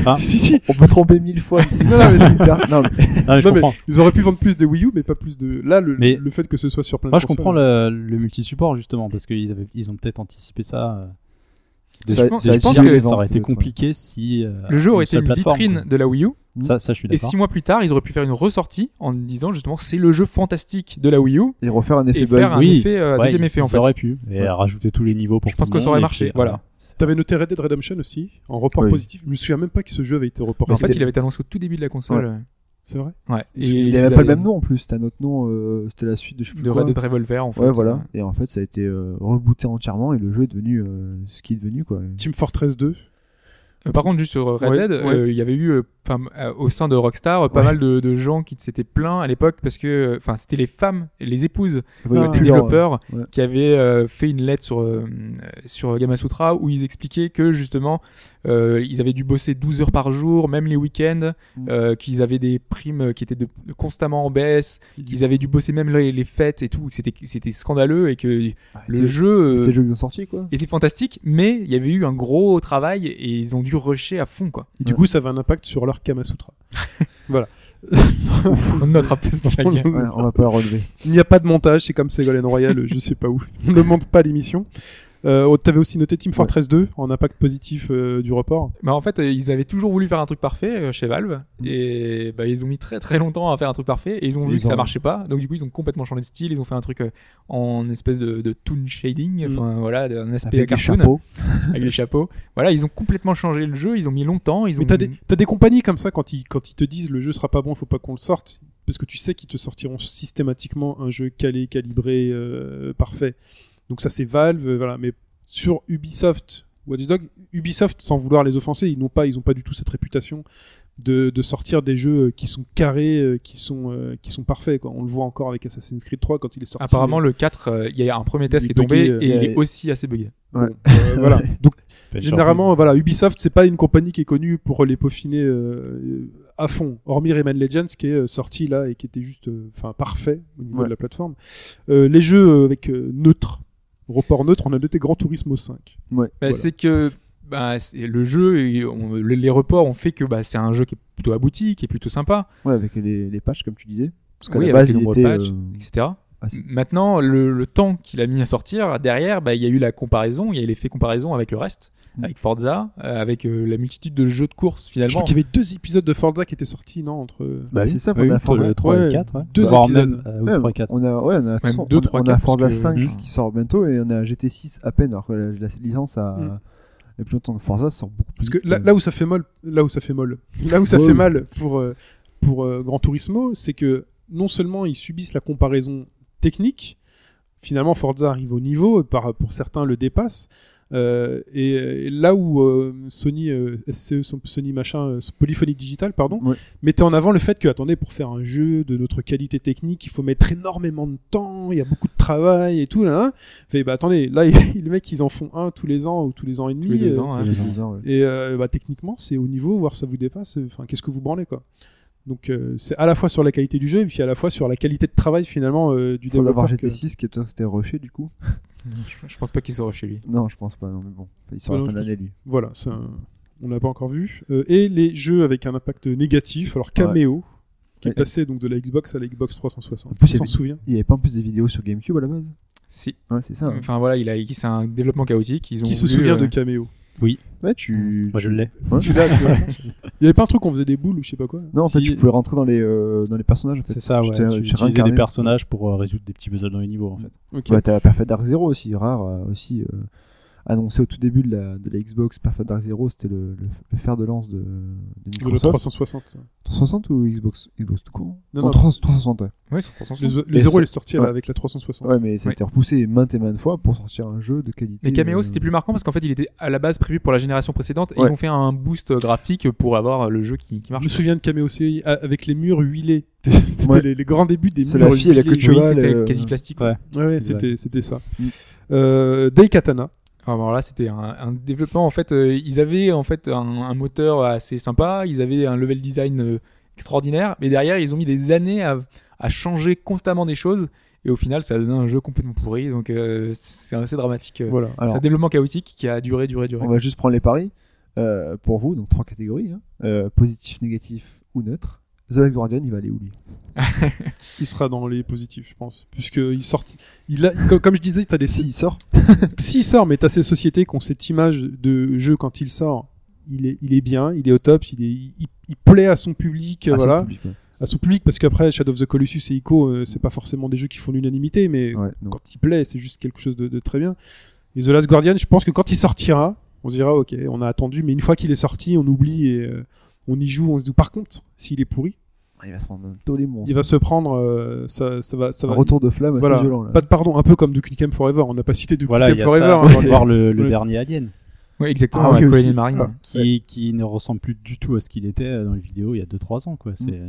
Ah.
Si, si, on peut tromper mille fois. non, non, mais c'est hyper- non, mais-
Ah, je
Non, mais
comprends.
ils auraient pu vendre plus de Wii U, mais pas plus de. Là, le,
Mais-
le fait que ce soit sur plein de
Moi, je
consoles-
comprends
euh,
le, le multi-support justement parce qu'ils avaient, ils ont peut-être anticipé ça. euh, de-
Ça-
de
ça
se dire
attire
que
les
ça
ventes,
aurait été
peut-être, ouais.
compliqué si euh,
Le jeu aurait
une
été
seule
une
plateforme,
vitrine
quoi.
de la Wii U.
Ça, ça, je suis
Et
d'accord.
six mois plus tard, ils auraient pu faire une ressortie en disant justement c'est le jeu fantastique de la Wii U
Et refaire un effet
et
buzz.
faire un
oui.
effet, euh,
Ouais,
deuxième
ils-
effet en
ça
fait.
aurait pu et
Ouais.
rajouter tous les niveaux pour.
Je pense
tout
que
le
ça aurait
monde, et
marché,
puis, euh,
voilà.
T'avais noté Red Dead Redemption aussi, en report
Oui.
positif. Je me souviens même pas que ce jeu avait été reporté.
Mais en fait, il avait été annoncé au tout début de la console.
C'est vrai.
Ouais. Et
Il
ils
avait pas le
avaient-
même nom en plus, c'était un autre nom, euh, c'était la suite de je sais plus
De
quoi.
Red Dead Revolver en fait.
Ouais, voilà. Et en fait, ça a été euh, rebooté entièrement et le jeu est devenu euh, ce qu'il est devenu, quoi.
Team Fortress 2.
Euh, par contre, juste sur Red
Ouais,
Dead,
ouais.
euh, il y avait eu euh, enfin, euh, au sein de Rockstar euh, pas
Ouais.
mal de, de gens qui s'étaient plaints à l'époque parce que euh, enfin c'était les femmes, les épouses
Il voyait
Ah,
des
plus leur-
développeurs
ouais.
qui avaient euh, fait une lettre sur, euh, euh, sur Gamasutra où ils expliquaient que justement euh, ils avaient dû bosser 12 heures par jour, même les week-ends,
Mm.
euh, qu'ils avaient des primes qui étaient de- constamment en baisse, qu'ils avaient dû bosser même les, les fêtes et tout, que c'était- c'était scandaleux et que
Ah,
le
c'était-
jeu
c'était
euh,
les jeux qu'ils ont sortis, quoi.
était fantastique, mais il y avait eu un gros travail et ils ont dû rusher à fond quoi.
Et du
Ouais.
coup, ça avait un impact sur leur Kamasutra.
On notre apaise dans la gueule.
Ouais, on va pas la relever.
Il n'y a pas de montage, c'est comme Ségolène Royal, je sais pas où. On ne monte pas l'émission. Euh, oh, T'avais aussi noté Team Fortress 2 en impact positif euh, du report.
Bah en fait, euh, ils avaient toujours voulu faire un truc parfait euh, chez Valve
Mm.
et bah, ils ont mis très très longtemps à faire un truc parfait et ils ont vu
Ils
que ça
ont-
marchait pas. Donc du coup, ils ont complètement changé de style. Ils ont fait un truc euh, en espèce de, de toon shading,
Mm.
enfin voilà, un aspect
Avec des
cartoon
chapeaux.
avec des chapeaux. Voilà, ils ont complètement changé le jeu. Ils ont mis longtemps. Ils ont.
Mais t'as des, t'as des compagnies comme ça quand ils, quand ils te disent le jeu sera pas bon, faut pas qu'on le sorte, parce que tu sais qu'ils te sortiront systématiquement un jeu calé, calibré, euh, parfait. Donc ça c'est Valve, euh, voilà. Mais sur Ubisoft, Watch Dogs, Ubisoft sans vouloir les offenser, ils n'ont pas, ils ont pas du tout cette réputation de, de sortir des jeux euh, qui sont carrés, euh, qui sont euh, qui sont parfaits. Quoi. On le voit encore avec Assassin's Creed 3 quand il est sorti.
Apparemment, le 4, euh, il y a un premier test
Il
qui est
est bugué, euh,
tombé et il
ouais.
est aussi assez bugué. Bah,
Ouais.
Euh, voilà. Donc
Pas une
Généralement, voilà, Ubisoft, c'est pas une compagnie qui est connue pour les peaufiner euh, à fond, hormis Rayman Legends qui est euh, sorti là et qui était juste, euh, enfin, parfait au niveau
Ouais.
de la plateforme. Euh, les jeux avec euh, neutre, report neutre, on a noté Grand Turismo 5.
Bah,
Voilà.
C'est que bah, c'est- le jeu, et on- les les reports ont fait que bah, c'est un jeu qui est plutôt abouti, qui est plutôt sympa,
Ouais, avec les, les patchs, comme tu disais. Parce qu'à
Oui,
la
avec
base,
les
il
nombreux
était.
patchs,
euh,
etc.
Ah, c'est-
Maintenant, le, le temps qu'il a mis à sortir, derrière, bah, il y a eu la comparaison, il y a eu l'effet comparaison avec le reste,
Mm.
avec Forza, euh, avec euh, la multitude de jeux de course
Je crois
finalement.
qu'il y avait deux épisodes de Forza qui étaient sortis, non entre... euh,
Bah,
Oui.
c'est ça,
Oui,
on a
oui,
Forza.
le 3
ouais.
et 4, ouais.
Deux
Voire
épisodes.
même, euh, oui,
Ouais,
3 et 4.
On a, ouais, on a,
Même
on
deux,
a-
trois,
on a
quatre,
Forza
parce que-
5
Mhm.
qui sort bientôt et on a GT6 à peine. Alors que la, la licence a.
Mhm.
Et plus longtemps que Forza sort beaucoup
Parce
plus.
que
vite,
là,
euh,
là où ça fait mal, là où ça fait mal, là où ça
Ouais.
fait mal pour euh, pour euh, Gran Turismo, c'est que non seulement ils subissent la comparaison technique, finalement Forza arrive au niveau, et par pour certains le dépasse. euh, et, et là où euh, Sony euh, SCE, son- Sony machin, euh, Polyphony Digital, pardon,
Ouais.
mettait en avant le fait que attendez pour faire un jeu de notre qualité technique, il faut mettre énormément de temps, il y a beaucoup de travail et tout là. là. Fait bah attendez, là les mecs ils en font un tous les ans ou tous les ans et demi.
Tous les deux
euh,
ans, hein.
il y a deux ans, ouais.
et euh, bah, techniquement, c'est au niveau, voire ça vous dépasse. Enfin, qu'est-ce que vous branlez, quoi. Donc, euh, c'est à la fois sur la qualité du jeu et puis à la fois sur la qualité de travail finalement euh, du
Il faut d'avoir
développeur. que-
GT6 qui est- c'était rushé du coup.
Je, je pense pas qu'il sera chez lui.
Non, je pense pas, non, mais bon. Il sort
Ouais,
à
non,
la fin
je
d'année lui.
Voilà, c'est un- on l'a pas encore vu. Euh, et les jeux avec un impact négatif. Alors Cameo, qui est
Ouais.
passé donc de la Xbox à la Xbox 360.
plus,
On
il y
s'en
avait-
souvient.
Il y avait pas en plus des vidéos sur Gamecube à la base
Si.
Ouais, c'est ça. hein.
Ah. Enfin voilà, il a, il- c'est un développement chaotique. Ils ont
Qui se
voulu,
souvient
euh,
de Cameo
Ouais, tu.
Moi, je l'ai.
Ouais.
Tu l'as, tu vois. Il y avait pas un truc qu'on faisait des boules ou je sais pas quoi. hein.
Non, en fait,
Si-
tu pouvais rentrer dans les, euh, dans les personnages. En fait.
C'est ça,
Tu
ouais.
t'es-
Tu,
tu
utilisais
réincarnais.
des personnages pour euh, résoudre des petits puzzles dans les niveaux, en fait.
Ok.
Bah, t'as Perfect Dark Zero aussi, rare euh, aussi. euh, annoncé au tout début de la, de la Xbox par Fat Dark Zero, c'était le, le- le fer de lance de, de
Ou le
Microsoft.
360. ça.
360 ou Xbox Xbox tout court hein
Non,
Non,
non.
300 360, ouais.
Ouais, c'est pour ça.
Le, le
Et
zéro,
ça-
il est sorti
ouais.
avec la 360.
Ouais, mais ça a
Oui.
été repoussé maintes et maintes fois pour sortir un jeu de qualité.
Mais Cameo,
euh,
c'était plus marquant parce qu'en fait, il était à la base prévu pour la génération précédente. et
Ouais.
Ils ont fait un boost graphique pour avoir le jeu qui, qui
Je
marche.
me souviens de Cameo aussi a- avec les murs huilés. C'était
Ouais.
les, les grands débuts des
C'est
murs
la fille et la
huilés.
queue de cheval.
Oui, c'était
euh,
quasi plastique.
ouais.
Ouais, ouais,
C'est
c'était c'était ça.
Mm.
Euh, Daikatana.
Ah, bah, Alors là, c'était un, un développement. En fait, euh, ils avaient en fait un, un moteur assez sympa. Ils avaient un level design euh, extraordinaire. Mais derrière, ils ont mis des années à, à changer constamment des choses. Et au final, ça a donné un jeu complètement pourri. Donc, euh, c'est assez dramatique. euh.
Voilà.
Alors,
C'est un développement chaotique qui a duré, duré, duré.
on va juste prendre les paris euh, pour vous, donc trois catégories hein. Euh, positif, négatif ou neutre. The Last Guardian, il va aller où lui Ah,
Il sera dans les positifs, je pense. Puisque il sort. Il a, co- comme je disais, t'as des
S'il sort,
S'il sort, mais t'as ces sociétés qui ont cette image de jeu quand il sort, il est, il est bien, il est au top, il, est, il, il plaît à son public, euh,
à son
voilà,
public, ouais.
à son public, parce qu'après Shadow of the Colossus et Ico, euh, c'est pas forcément des jeux qui font l'unanimité, mais
Ouais, non.
quand il plaît, c'est juste quelque chose de, de très bien. Et The Last Guardian, je pense que quand il sortira, on se dira ok, on a attendu, mais une fois qu'il est sorti, on oublie et euh, on y joue, on se dit par contre, s'il est pourri,
Ah, il va se prendre un tollé monstre.
il va se prendre, euh, ça, ça va, ça
Un
va.
retour de flamme assez
Voilà.
violent là.
Pas de pardon, un peu comme Duke Nukem Forever. On n'a pas cité Duke
Voilà, il y
Nukem
a
Forever.
ça.
hein,
On
dans
va
les-
voir le, le
les-
dernier Alien,
Ouais, exactement.
Ah oui,
la
aussi.
colonie marine.
Ah.
qui, qui ne ressemble plus du tout à ce qu'il était euh, dans les vidéos il y a 2-3 ans. quoi. C'est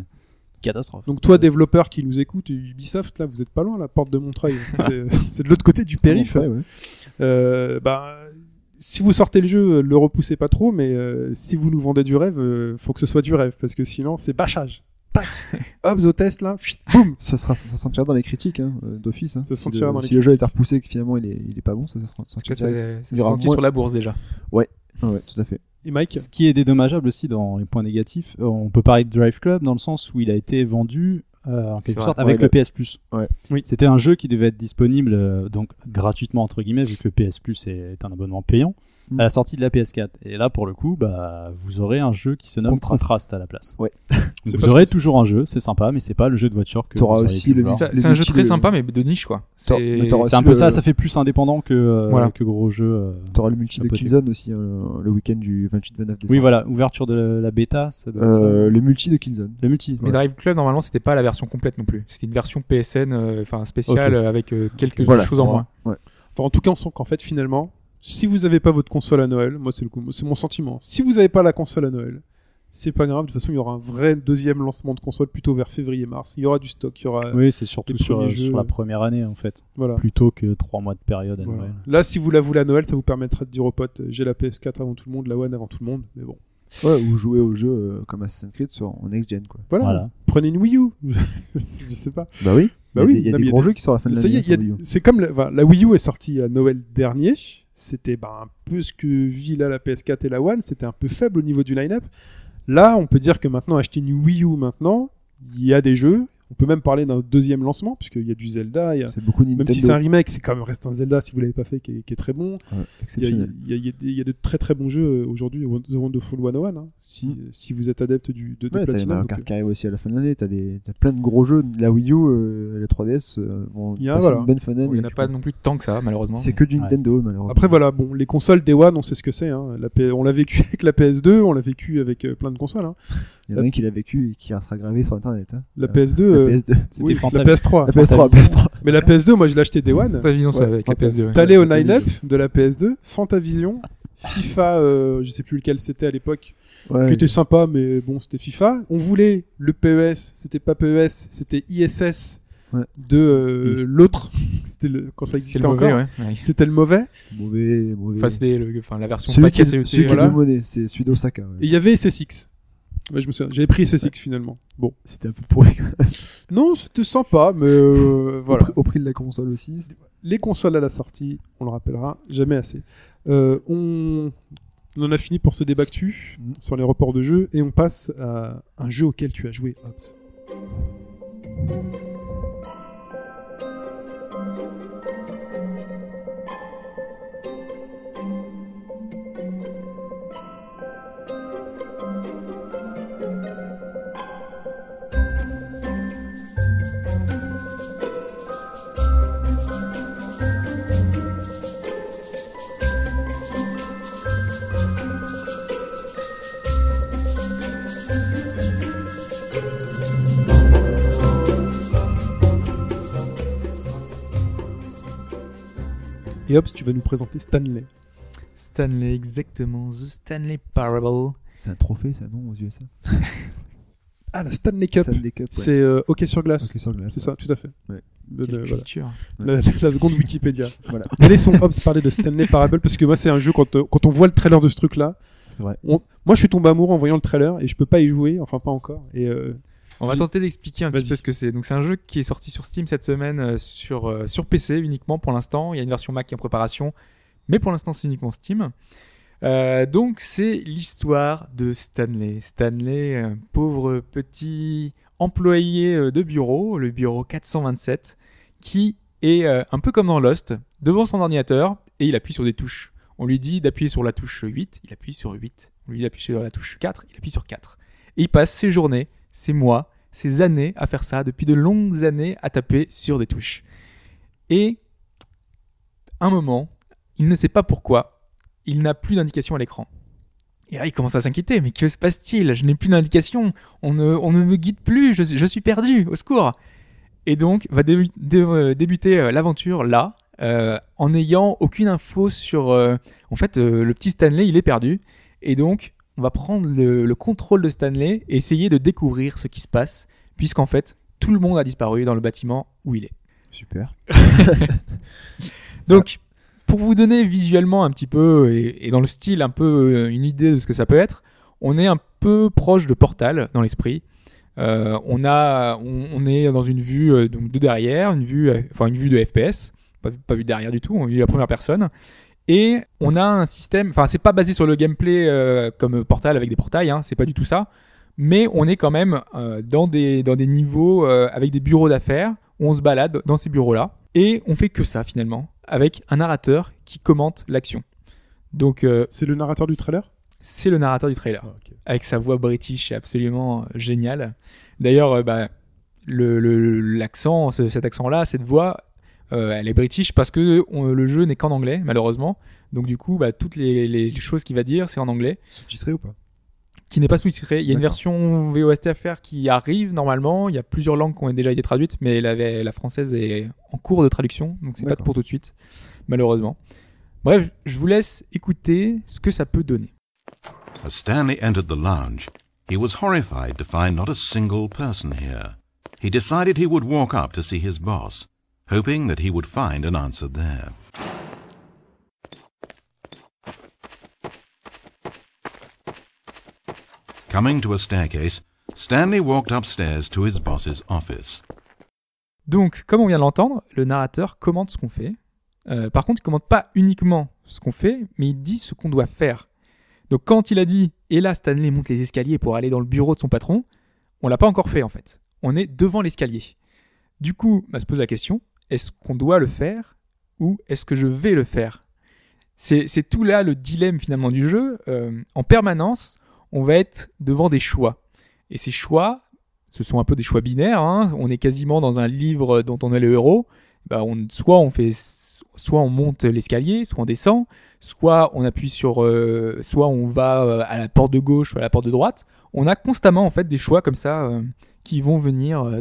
catastrophe.
Donc toi, développeur qui nous écoute, Ubisoft, là, vous êtes pas loin, la porte de Montreuil. C'est c'est de l'autre côté du périph. hein.
Ouais, ouais.
Euh, bah, si vous sortez le jeu, euh, le repoussez pas trop, mais euh, si vous nous vendez du rêve, euh, faut que ce soit du rêve, parce que sinon, c'est bâchage. Tac Hobbs au test, là, pfft, boum
Ça, sera, ça se sentira dans les critiques hein, euh, d'office. Hein.
Ça se
Si
sentira
le-
dans les
Si le jeu
critiques.
est repoussé et que finalement il est, il est pas bon, ça, ça se sentira.
Ça,
direct.
ça- ça
Il y
s'est
aura
senti
moins-
sur la bourse déjà.
Ah ouais, tout à fait.
Et Mike
Ce qui est dédommageable aussi dans les points négatifs, euh, on peut parler de Drive Club dans le sens où il a été vendu euh, en
C'est
quelque
vrai.
sorte avec
Ouais,
le PS Plus.
Ouais.
Oui.
C'était un jeu qui devait être disponible euh, donc gratuitement entre guillemets vu que le PS Plus est un abonnement payant
Mm.
à la sortie de la PS4. Et là pour le coup, bah vous aurez un jeu qui se nomme
Contraste.
Contraste, à la place.
Ouais.
Donc,
C'est pas
vous aurez toujours un jeu, c'est sympa, mais c'est pas le jeu de voiture que.
T'auras
vous auriez
aussi
pu
le
voir.
Alors,
Ça-
les
C'est un jeu
outils
très
de-
sympa, mais de niche, quoi. C'est-
T'auras- mais t'auras-
C'est un
aussi
peu
le-
ça, ça fait plus indépendant que, euh,
Voilà.
que gros jeu. euh.
T'auras le multi
Un
de
peu
Killzone aussi hein, le week-end du 28-29 décembre.
Oui voilà, ouverture de la, la bêta, ça doit être ça.
Euh, le multi de Killzone.
Le multi.
Mais Drive Club, normalement, c'était pas la version complète non plus. C'était une version PSN, euh, enfin spéciale,
Ok.
euh, avec euh, quelques
Voilà,
choses en
c'est
moins.
Enfin, en tout cas, on sent qu'en fait, finalement, si vous n'avez pas votre console à Noël, moi, c'est le coup, c'est mon sentiment. Si vous n'avez pas la console à Noël, c'est pas grave. De toute façon, il y aura un vrai deuxième lancement de console plutôt vers février-mars. Il y aura du stock. Il y aura.
Oui, c'est surtout
les
sur,
premiers
euh,
jeux.
sur la première année en fait,
Voilà.
plutôt que trois mois de période à
Voilà.
Noël.
Là, si vous la voulez à Noël, ça vous permettra de dire aux potes euh, j'ai la PS4 avant tout le monde, la One avant tout le monde. Mais bon.
Ouais, ou jouer au jeu euh, comme Assassin's Creed sur, en next-gen quoi.
Voilà.
Voilà.
Prenez une Wii U. je sais pas.
Bah oui.
Bah
il
oui,
y a des- il y a
non,
des
mais
gros jeux qui sortent à la fin de
Ça y
l'année.
est, il y a
sur
des-
Wii U.
c'est comme la, enfin, la Wii U est sortie à Noël dernier. C'était bah, un peu ce que vit là la PS4 et la One. C'était un peu faible au niveau du line-up. Là, on peut dire que maintenant, acheter une Wii U maintenant, il y a des jeux. On peut même parler d'un deuxième lancement, puisqu'il y a du Zelda. il y a-
C'est beaucoup Nintendo.
Même si c'est un remake, c'est quand même reste un Zelda si vous l'avez pas fait, qui est- qui est très bon.
Ouais,
Il y, a,
exceptionnel.
il y a- il y a des- il y a de très très bons jeux euh, aujourd'hui, The Wonderful 101, hein, si, si vous êtes adepte du, de, de
Mm. Ouais, t'as les
Platinum.
Mario
donc, euh.
Kart qui arrivent aussi à la fin de l'année. T'as des... t'as plein de gros jeux. La Wii U, euh, la 3DS euh, vont
Il y a-
passer
voilà.
une bonne fin d'année.
Il n'y en a
je
pas
crois.
non plus tant que ça, malheureusement.
C'est que du
Ouais.
Nintendo
euh,
malheureusement.
Après voilà, bon, les consoles Day One, on sait ce que c'est. hein. La P- On l'a vécu avec la PS2, on l'a vécu avec euh, plein de consoles. hein.
Il y en a un qui l'a vécu et qui restera gravé sur internet. hein.
La
Euh,
PS2,
la
euh,
CS2.
C'était
oui, la
fantastique.
PS3.
La PS3,
Fantasy.
PS3.
Mais la PS2, moi je l'ai acheté Day One.
Ta vision, ça,
Ouais,
avec la PS2. ouais.
T'allais au
Fantavision.
9 de la PS2, Fantavision, FIFA, euh, je sais plus lequel c'était à l'époque,
Ouais.
qui était sympa, mais bon, c'était FIFA. On voulait le PES, c'était pas PES, c'était ISS
Ouais.
de euh,
Oui.
l'autre, c'était le quand ça
C'est
existait
le
encore.
mauvais, ouais. Ouais.
C'était le mauvais.
Mauvais, mauvais.
Enfin, c'était le- enfin, la version E
celui
pas
qui,
cassée.
celui qui
voilà.
est monnaie, c'est celui d'Osaka. ouais.
Et il y avait SSX. Ouais, je me souviens, j'avais pris SSX finalement. Bon.
C'était un peu pourri.
Non, c'était sympa, mais euh,
Au,
voilà.
prix- au prix de la console aussi. c'est-
Les consoles à la sortie, on le rappellera jamais assez. Euh, on... on en a fini pour ce débat que tu
Mm.
sur les reports de jeux et on passe à un jeu auquel tu as joué, Hobbs. Et Hobbs, tu vas nous présenter Stanley.
Stanley, exactement. The Stanley Parable.
C'est un trophée, ça, non, aux USA
Ah, la Stanley Cup.
Sunday Cup, ouais.
C'est euh, hockey sur glace.
Hockey sur glace,
C'est ça,
ouais.
tout à fait.
Ouais.
Le-
Quelle
le- voilà.
culture.
la, la- la seconde Wikipédia.
Voilà.
Laissons Hobbs parler de Stanley Parable parce que moi, c'est un jeu quand, euh, quand on voit le trailer de ce truc-là.
C'est vrai.
on- Moi, je suis tombé amoureux en voyant le trailer et je peux pas y jouer, enfin pas encore. Et euh,
On va
Vas-y.
tenter d'expliquer un petit
Vas-y.
peu ce que c'est. Donc c'est un jeu qui est sorti sur Steam cette semaine euh, sur euh, sur PC uniquement pour l'instant. Il y a une version Mac qui est en préparation, mais pour l'instant c'est uniquement Steam. Euh, donc c'est l'histoire de Stanley. Stanley, euh, pauvre petit employé euh, de bureau, le bureau 427, qui est euh, un peu comme dans Lost, devant son ordinateur et il appuie sur des touches. On lui dit d'appuyer sur la touche 8, il appuie sur 8. On lui dit d'appuyer sur la touche 4, il appuie sur 4. Et il passe ses journées, ses mois, ses années à faire ça, depuis de longues années à taper sur des touches. Et un moment, il ne sait pas pourquoi, il n'a plus d'indication à l'écran. Et là, il commence à s'inquiéter. Mais que se passe-t-il Je n'ai plus d'indication. On ne, on ne me guide plus. Je, suis- je suis perdu. Au secours. Et donc, va dé- dé- euh, débuter euh, l'aventure là, euh, en n'ayant aucune info sur. euh, en fait, euh, le petit Stanley, il est perdu. Et donc, on va prendre le, le contrôle de Stanley et essayer de découvrir ce qui se passe, puisqu'en fait, tout le monde a disparu dans le bâtiment où il est.
Super.
Donc, pour vous donner visuellement un petit peu et, et dans le style un peu euh, une idée de ce que ça peut être, on est un peu proche de Portal dans l'esprit. Euh, on a, on, on est dans une vue euh, donc de derrière, une vue, euh, enfin une vue de FPS, pas, vu- pas vue de derrière du tout, on vue la première personne. Et on a un système, enfin c'est pas basé sur le gameplay euh, comme Portal avec des portails, hein, c'est pas du tout ça. Mais on est quand même euh, dans des dans des niveaux euh, avec des bureaux d'affaires où on se balade dans ces bureaux-là. Et on fait que ça finalement, avec un narrateur qui commente l'action. Donc euh,
c'est le narrateur du trailer
c'est le narrateur du trailer,
Ah,
avec sa voix british absolument euh, géniale. D'ailleurs, euh, bah, le- le- l'accent, ce- cet accent-là, cette voix, euh, elle est british parce que on- le jeu n'est qu'en anglais, malheureusement. Donc du coup, bah, toutes les, les choses qu'il va dire, c'est en anglais,
Sous-titré ou pas
qui n'est pas sous-titré. Il y a une
D'accord.
version VOST à faire qui arrive normalement. Il y a plusieurs langues qui ont déjà été traduites, mais la, la française est en cours de traduction, donc c'est pas
D'accord.
pour tout de suite, malheureusement. Bref, je vous laisse écouter ce que ça peut donner.
As Stanley entered the lounge, he was horrified to find not a single person here. He decided he would walk up to see his boss, hoping that he would find an answer there. Coming to a staircase, Stanley walked upstairs to his boss's office.
Donc, comme on vient de l'entendre, le narrateur commente ce qu'on fait. Euh, par contre, il commente pas uniquement ce qu'on fait, mais il dit ce qu'on doit faire. Donc, quand il a dit "Et là, Stanley monte les escaliers pour aller dans le bureau de son patron", on l'a pas encore fait en fait. On est devant l'escalier. Du coup, bah, se pose la question est-ce qu'on doit le faire ou est-ce que je vais le faire C'est c'est tout là le dilemme finalement du jeu. Euh, en permanence, on va être devant des choix. Et ces choix, ce sont un peu des choix binaires. hein. On est quasiment dans un livre dont on est le héros. Bah, on, soit on fait, soit on monte l'escalier, soit on descend, soit on appuie sur, euh, soit on va euh, à la porte de gauche ou à la porte de droite. On a constamment en fait des choix comme ça euh, qui vont venir euh,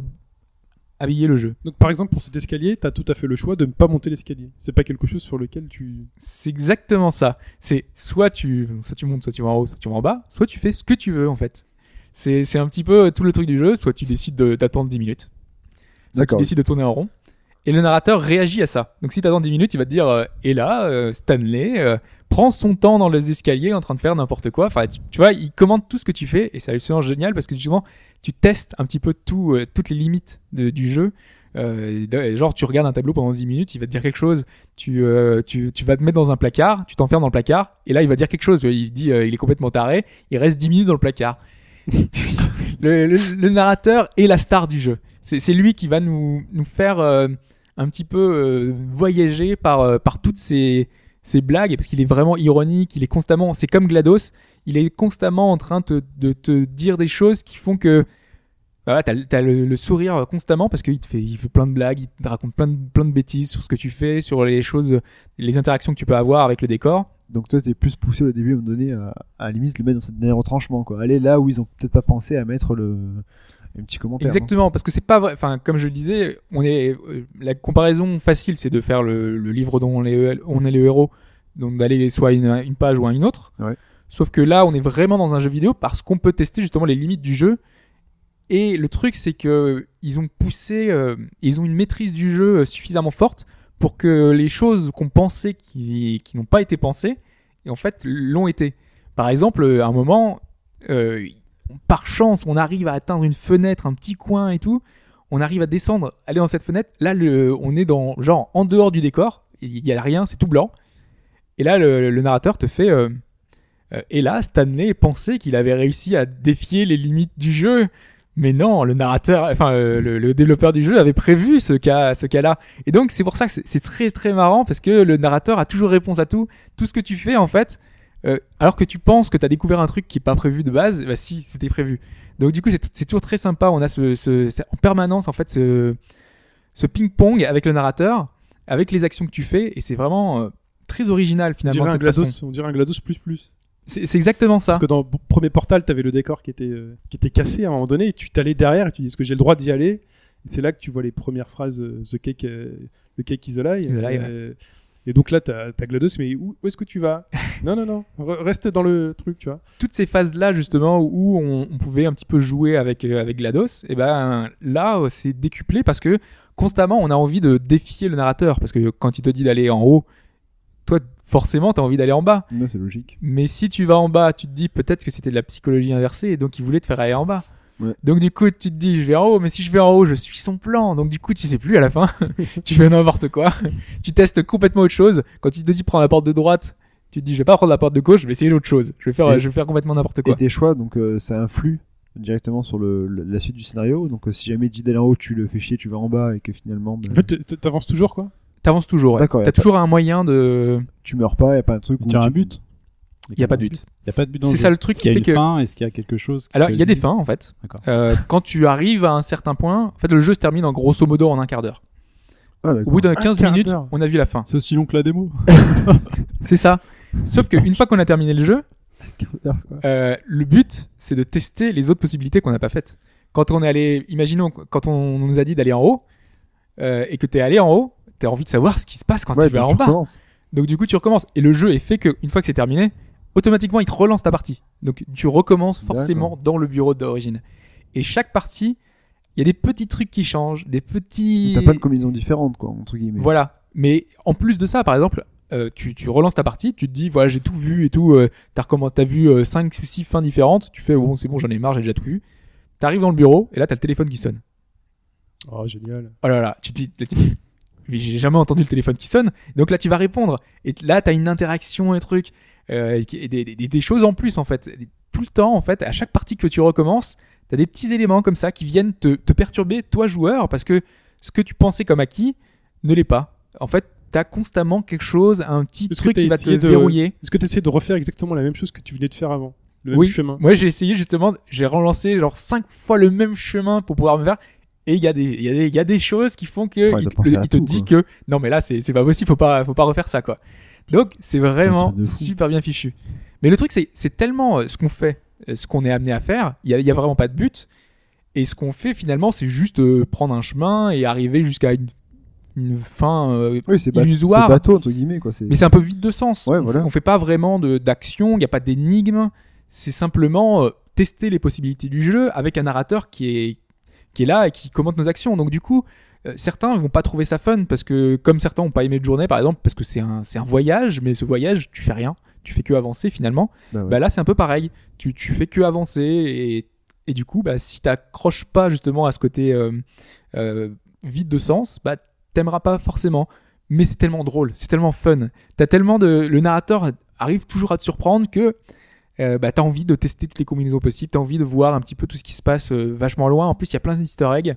habiller le jeu.
Donc par exemple pour cet escalier, t'as tout à fait le choix de ne pas monter l'escalier. C'est pas quelque chose sur lequel tu.
C'est exactement ça. C'est soit tu, soit tu montes, soit tu vas en haut, soit tu vas en bas, soit tu fais ce que tu veux en fait. C'est c'est un petit peu euh, tout le truc du jeu. Soit tu décides de- d'attendre 10 minutes, soit tu
D'accord.
décides de tourner en rond. Et le narrateur réagit à ça. Donc si tu attends 10 minutes, il va te dire euh, Et là, euh, Stanley euh, prend son temps dans les escaliers en train de faire n'importe quoi. Enfin, tu, tu vois, il commente tout ce que tu fais et c'est absolument génial parce que justement, tu testes un petit peu tout, euh, toutes les limites de- du jeu. Euh, de- genre, tu regardes un tableau pendant 10 minutes, il va te dire quelque chose tu, euh, tu, tu vas te mettre dans un placard, tu t'enfermes dans le placard, et là il va dire quelque chose. Il dit euh, il est complètement taré, il reste 10 minutes dans le placard. le, le- le narrateur est la star du jeu. C'est c'est lui qui va nous, nous faire euh, un petit peu euh, voyager par, euh, par toutes ces, ces blagues, parce qu'il est vraiment ironique, il est constamment, c'est comme GLaDOS, il est constamment en train te- de te dire des choses qui font que voilà, Bah t'as, t'as le, le sourire constamment parce qu'il te fait, il fait plein de blagues, il te raconte plein de, plein de bêtises sur ce que tu fais, sur les choses, les interactions que tu peux avoir avec le décor.
Donc toi, t'es plus poussé au début à me donner à, à la limite le mettre dans cette dernier retranchement, quoi. Aller là où ils ont peut-être pas pensé à mettre le un petit commentaire. hein.
Exactement, parce que c'est pas vrai. Enfin, comme je le disais, on est euh, la comparaison facile, c'est de faire le, le livre dont on est, on est le héros, donc d'aller soit à une, à une page ou à une autre.
Ouais.
Sauf que là, on est vraiment dans un jeu vidéo parce qu'on peut tester justement les limites du jeu. Et le truc, c'est que ils ont poussé, euh, ils ont une maîtrise du jeu euh, suffisamment forte pour que les choses qu'on pensait qui, qui n'ont pas été pensées, et en fait, l'ont été. Par exemple, euh, à un moment, euh, par chance, on arrive à atteindre une fenêtre, un petit coin et tout. On arrive à descendre, aller dans cette fenêtre. Là, le, on est dans, genre, en dehors du décor. Il n'y a rien, c'est tout blanc. Et là, le, le narrateur te fait. euh, euh, et là, Stanley pensait qu'il avait réussi à défier les limites du jeu. Mais non, le narrateur, enfin, euh, le, le développeur du jeu avait prévu ce cas, ce cas-là. Et donc, c'est pour ça que c'est- c'est très, très marrant parce que le narrateur a toujours réponse à tout. Tout ce que tu fais, en fait, euh, alors que tu penses que tu as découvert un truc qui est pas prévu de base, bah si, c'était prévu. Donc du coup, c'est c'est toujours très sympa. On a ce, ce- ce- en permanence en fait ce, ce ping-pong avec le narrateur, avec les actions que tu fais, et c'est vraiment euh, très original
On
finalement.
dirait,
de
un
cette façon.
GLaDOS, on dirait un GLaDOS plus plus.
C'est c'est exactement ça.
Parce que dans le premier Portal, t'avais le décor qui était, euh, qui était cassé à un moment donné, et tu t'allais derrière et tu dis est-ce que j'ai le droit d'y aller Et c'est là que tu vois les premières phrases euh, The cake, euh, the cake is a lie.
Is a lie,
Euh, Et donc là, t'as as GLaDOS, mais où, où est-ce que tu vas Non, non, non, re- reste dans le truc, tu vois.
toutes ces phases là justement où on, on pouvait un petit peu jouer avec euh, avec Glados et ben là euh, c'est décuplé parce que constamment on a envie de défier le narrateur parce que quand il te dit d'aller en haut toi forcément t'as envie d'aller en bas
Ouais, c'est logique.
mais si tu vas en bas tu te dis peut-être que c'était de la psychologie inversée et donc il voulait te faire aller en bas
Ouais.
donc du coup tu te dis je vais en haut mais si je vais en haut je suis son plan donc du coup tu sais plus à la fin tu fais n'importe quoi tu testes complètement autre chose quand il te dit prends la porte de droite tu te dis je vais pas prendre la porte de gauche je vais essayer autre chose je vais faire
Et-
je vais faire complètement n'importe quoi
Et tes choix, donc euh, ça influe directement sur le, le- la suite du scénario. Donc euh, si jamais il dit d'aller en haut, tu le fais chier, tu vas en bas et que finalement ben,
En fait, t- t- t'avances toujours, quoi.
T'avances toujours. Ouais.
D'accord, y
T'as
a pas-
toujours un moyen de.
tu meurs pas, y a pas un truc. où
Tu as
tu-
un but
Il y a pas de but.
Il n'y a pas de but dans
C'est
le
ça
jeu.
le truc
Est-ce qu'il
qui
y a
fait
une
que.
fin Est-ce qu'il y a quelque chose qui
Alors
te
il y a des
dit-
fins en fait.
D'accord.
Euh, quand tu arrives à un certain point, en fait le jeu se termine en grosso modo en un quart d'heure.
Ah,
Au
d'accord.
bout d'un 15
quart
minutes,
d'heure.
on a vu la fin.
C'est aussi long que la démo.
C'est ça. Sauf qu'une fois qu'on a terminé le jeu, euh, le but c'est de tester les autres possibilités qu'on n'a pas faites. Quand on est allé, imaginons quand on nous a dit d'aller en haut euh, et que t'es allé en haut, t'as envie de savoir ce qui se passe quand
Ouais,
tu vas
donc
en
tu
bas.
recommences.
Donc du coup, tu recommences. Et le jeu est fait qu'une fois que c'est terminé, automatiquement, il te relance ta partie. Donc tu recommences forcément dans le bureau d'origine. Et chaque partie, il y a des petits trucs qui changent, des petits...
T'as pas de combinaison différente, quoi, entre guillemets.
Voilà. Mais en plus de ça, par exemple, euh, tu, tu relances ta partie, tu te dis, voilà, j'ai tout vu et tout. euh, t'as, recommen- t'as vu 5 ou 6 fins différentes. Tu fais, bon, c'est bon, j'en ai marre, j'ai déjà tout vu. T'arrives dans le bureau, et là, t'as le téléphone qui sonne.
Oh, génial.
Oh là là, tu te dis, là, tu te dis, mais j'ai jamais entendu le téléphone qui sonne. Donc là, tu vas répondre. Et t- là, tu as une interaction, un truc, euh, qui- et des, des- des- des choses en plus, en fait. Et Tout le temps, en fait, à chaque partie que tu recommences, tu as des petits éléments comme ça qui viennent te, te perturber, toi, joueur, parce que ce que tu pensais comme acquis ne l'est pas. En fait, tu as constamment quelque chose, un petit
Est-ce que
truc
t'as
qui va te
essayé de-
verrouiller.
Est-ce que tu essaies de refaire exactement la même chose que tu venais de faire avant Le même
Oui.
chemin
Moi, j'ai essayé justement, j'ai relancé genre 5 fois le même chemin pour pouvoir me faire. Et il y, a des- il y, a des- il y a des choses qui font que
Ouais,
il
t'as
te,
pensé à
il te
tout,
dit que non, mais là, c'est c'est pas possible, faut pas, faut pas refaire ça, quoi. Donc, c'est
un
vraiment
truc de fou.
super bien fichu. Mais le truc, c'est- c'est tellement euh, ce qu'on fait, euh, ce qu'on est amené à faire, il y a, il y a vraiment pas de but. Et ce qu'on fait finalement, c'est juste euh, prendre un chemin et arriver jusqu'à une, une fin euh,
Oui, c'est ba- c'est
Illusoire.
bateau, entre guillemets, quoi. c'est-
mais c'est un peu vide de sens.
Ouais,
on,
voilà.
fait, on fait pas vraiment de- d'action, il n'y a pas d'énigme. C'est simplement euh, tester les possibilités du jeu avec un narrateur qui est, qui est là et qui commente nos actions. Donc du coup, euh, certains vont pas trouver ça fun parce que, comme certains n'ont pas aimé de journée, par exemple, parce que c'est un, c'est un voyage, mais ce voyage, tu fais rien. Tu fais que avancer finalement.
Bah ouais.
Bah là, c'est un peu pareil. Tu, tu fais que avancer et, et du coup, bah, si t'accroches pas justement à ce côté euh, euh, vide de sens, bah t'aimeras pas forcément. Mais c'est tellement drôle, c'est tellement fun. T'as tellement de, le narrateur arrive toujours à te surprendre que euh, bah, t'as envie de tester toutes les combinaisons possibles, t'as envie de voir un petit peu tout ce qui se passe euh, vachement loin. En plus, il y a plein d'easter eggs.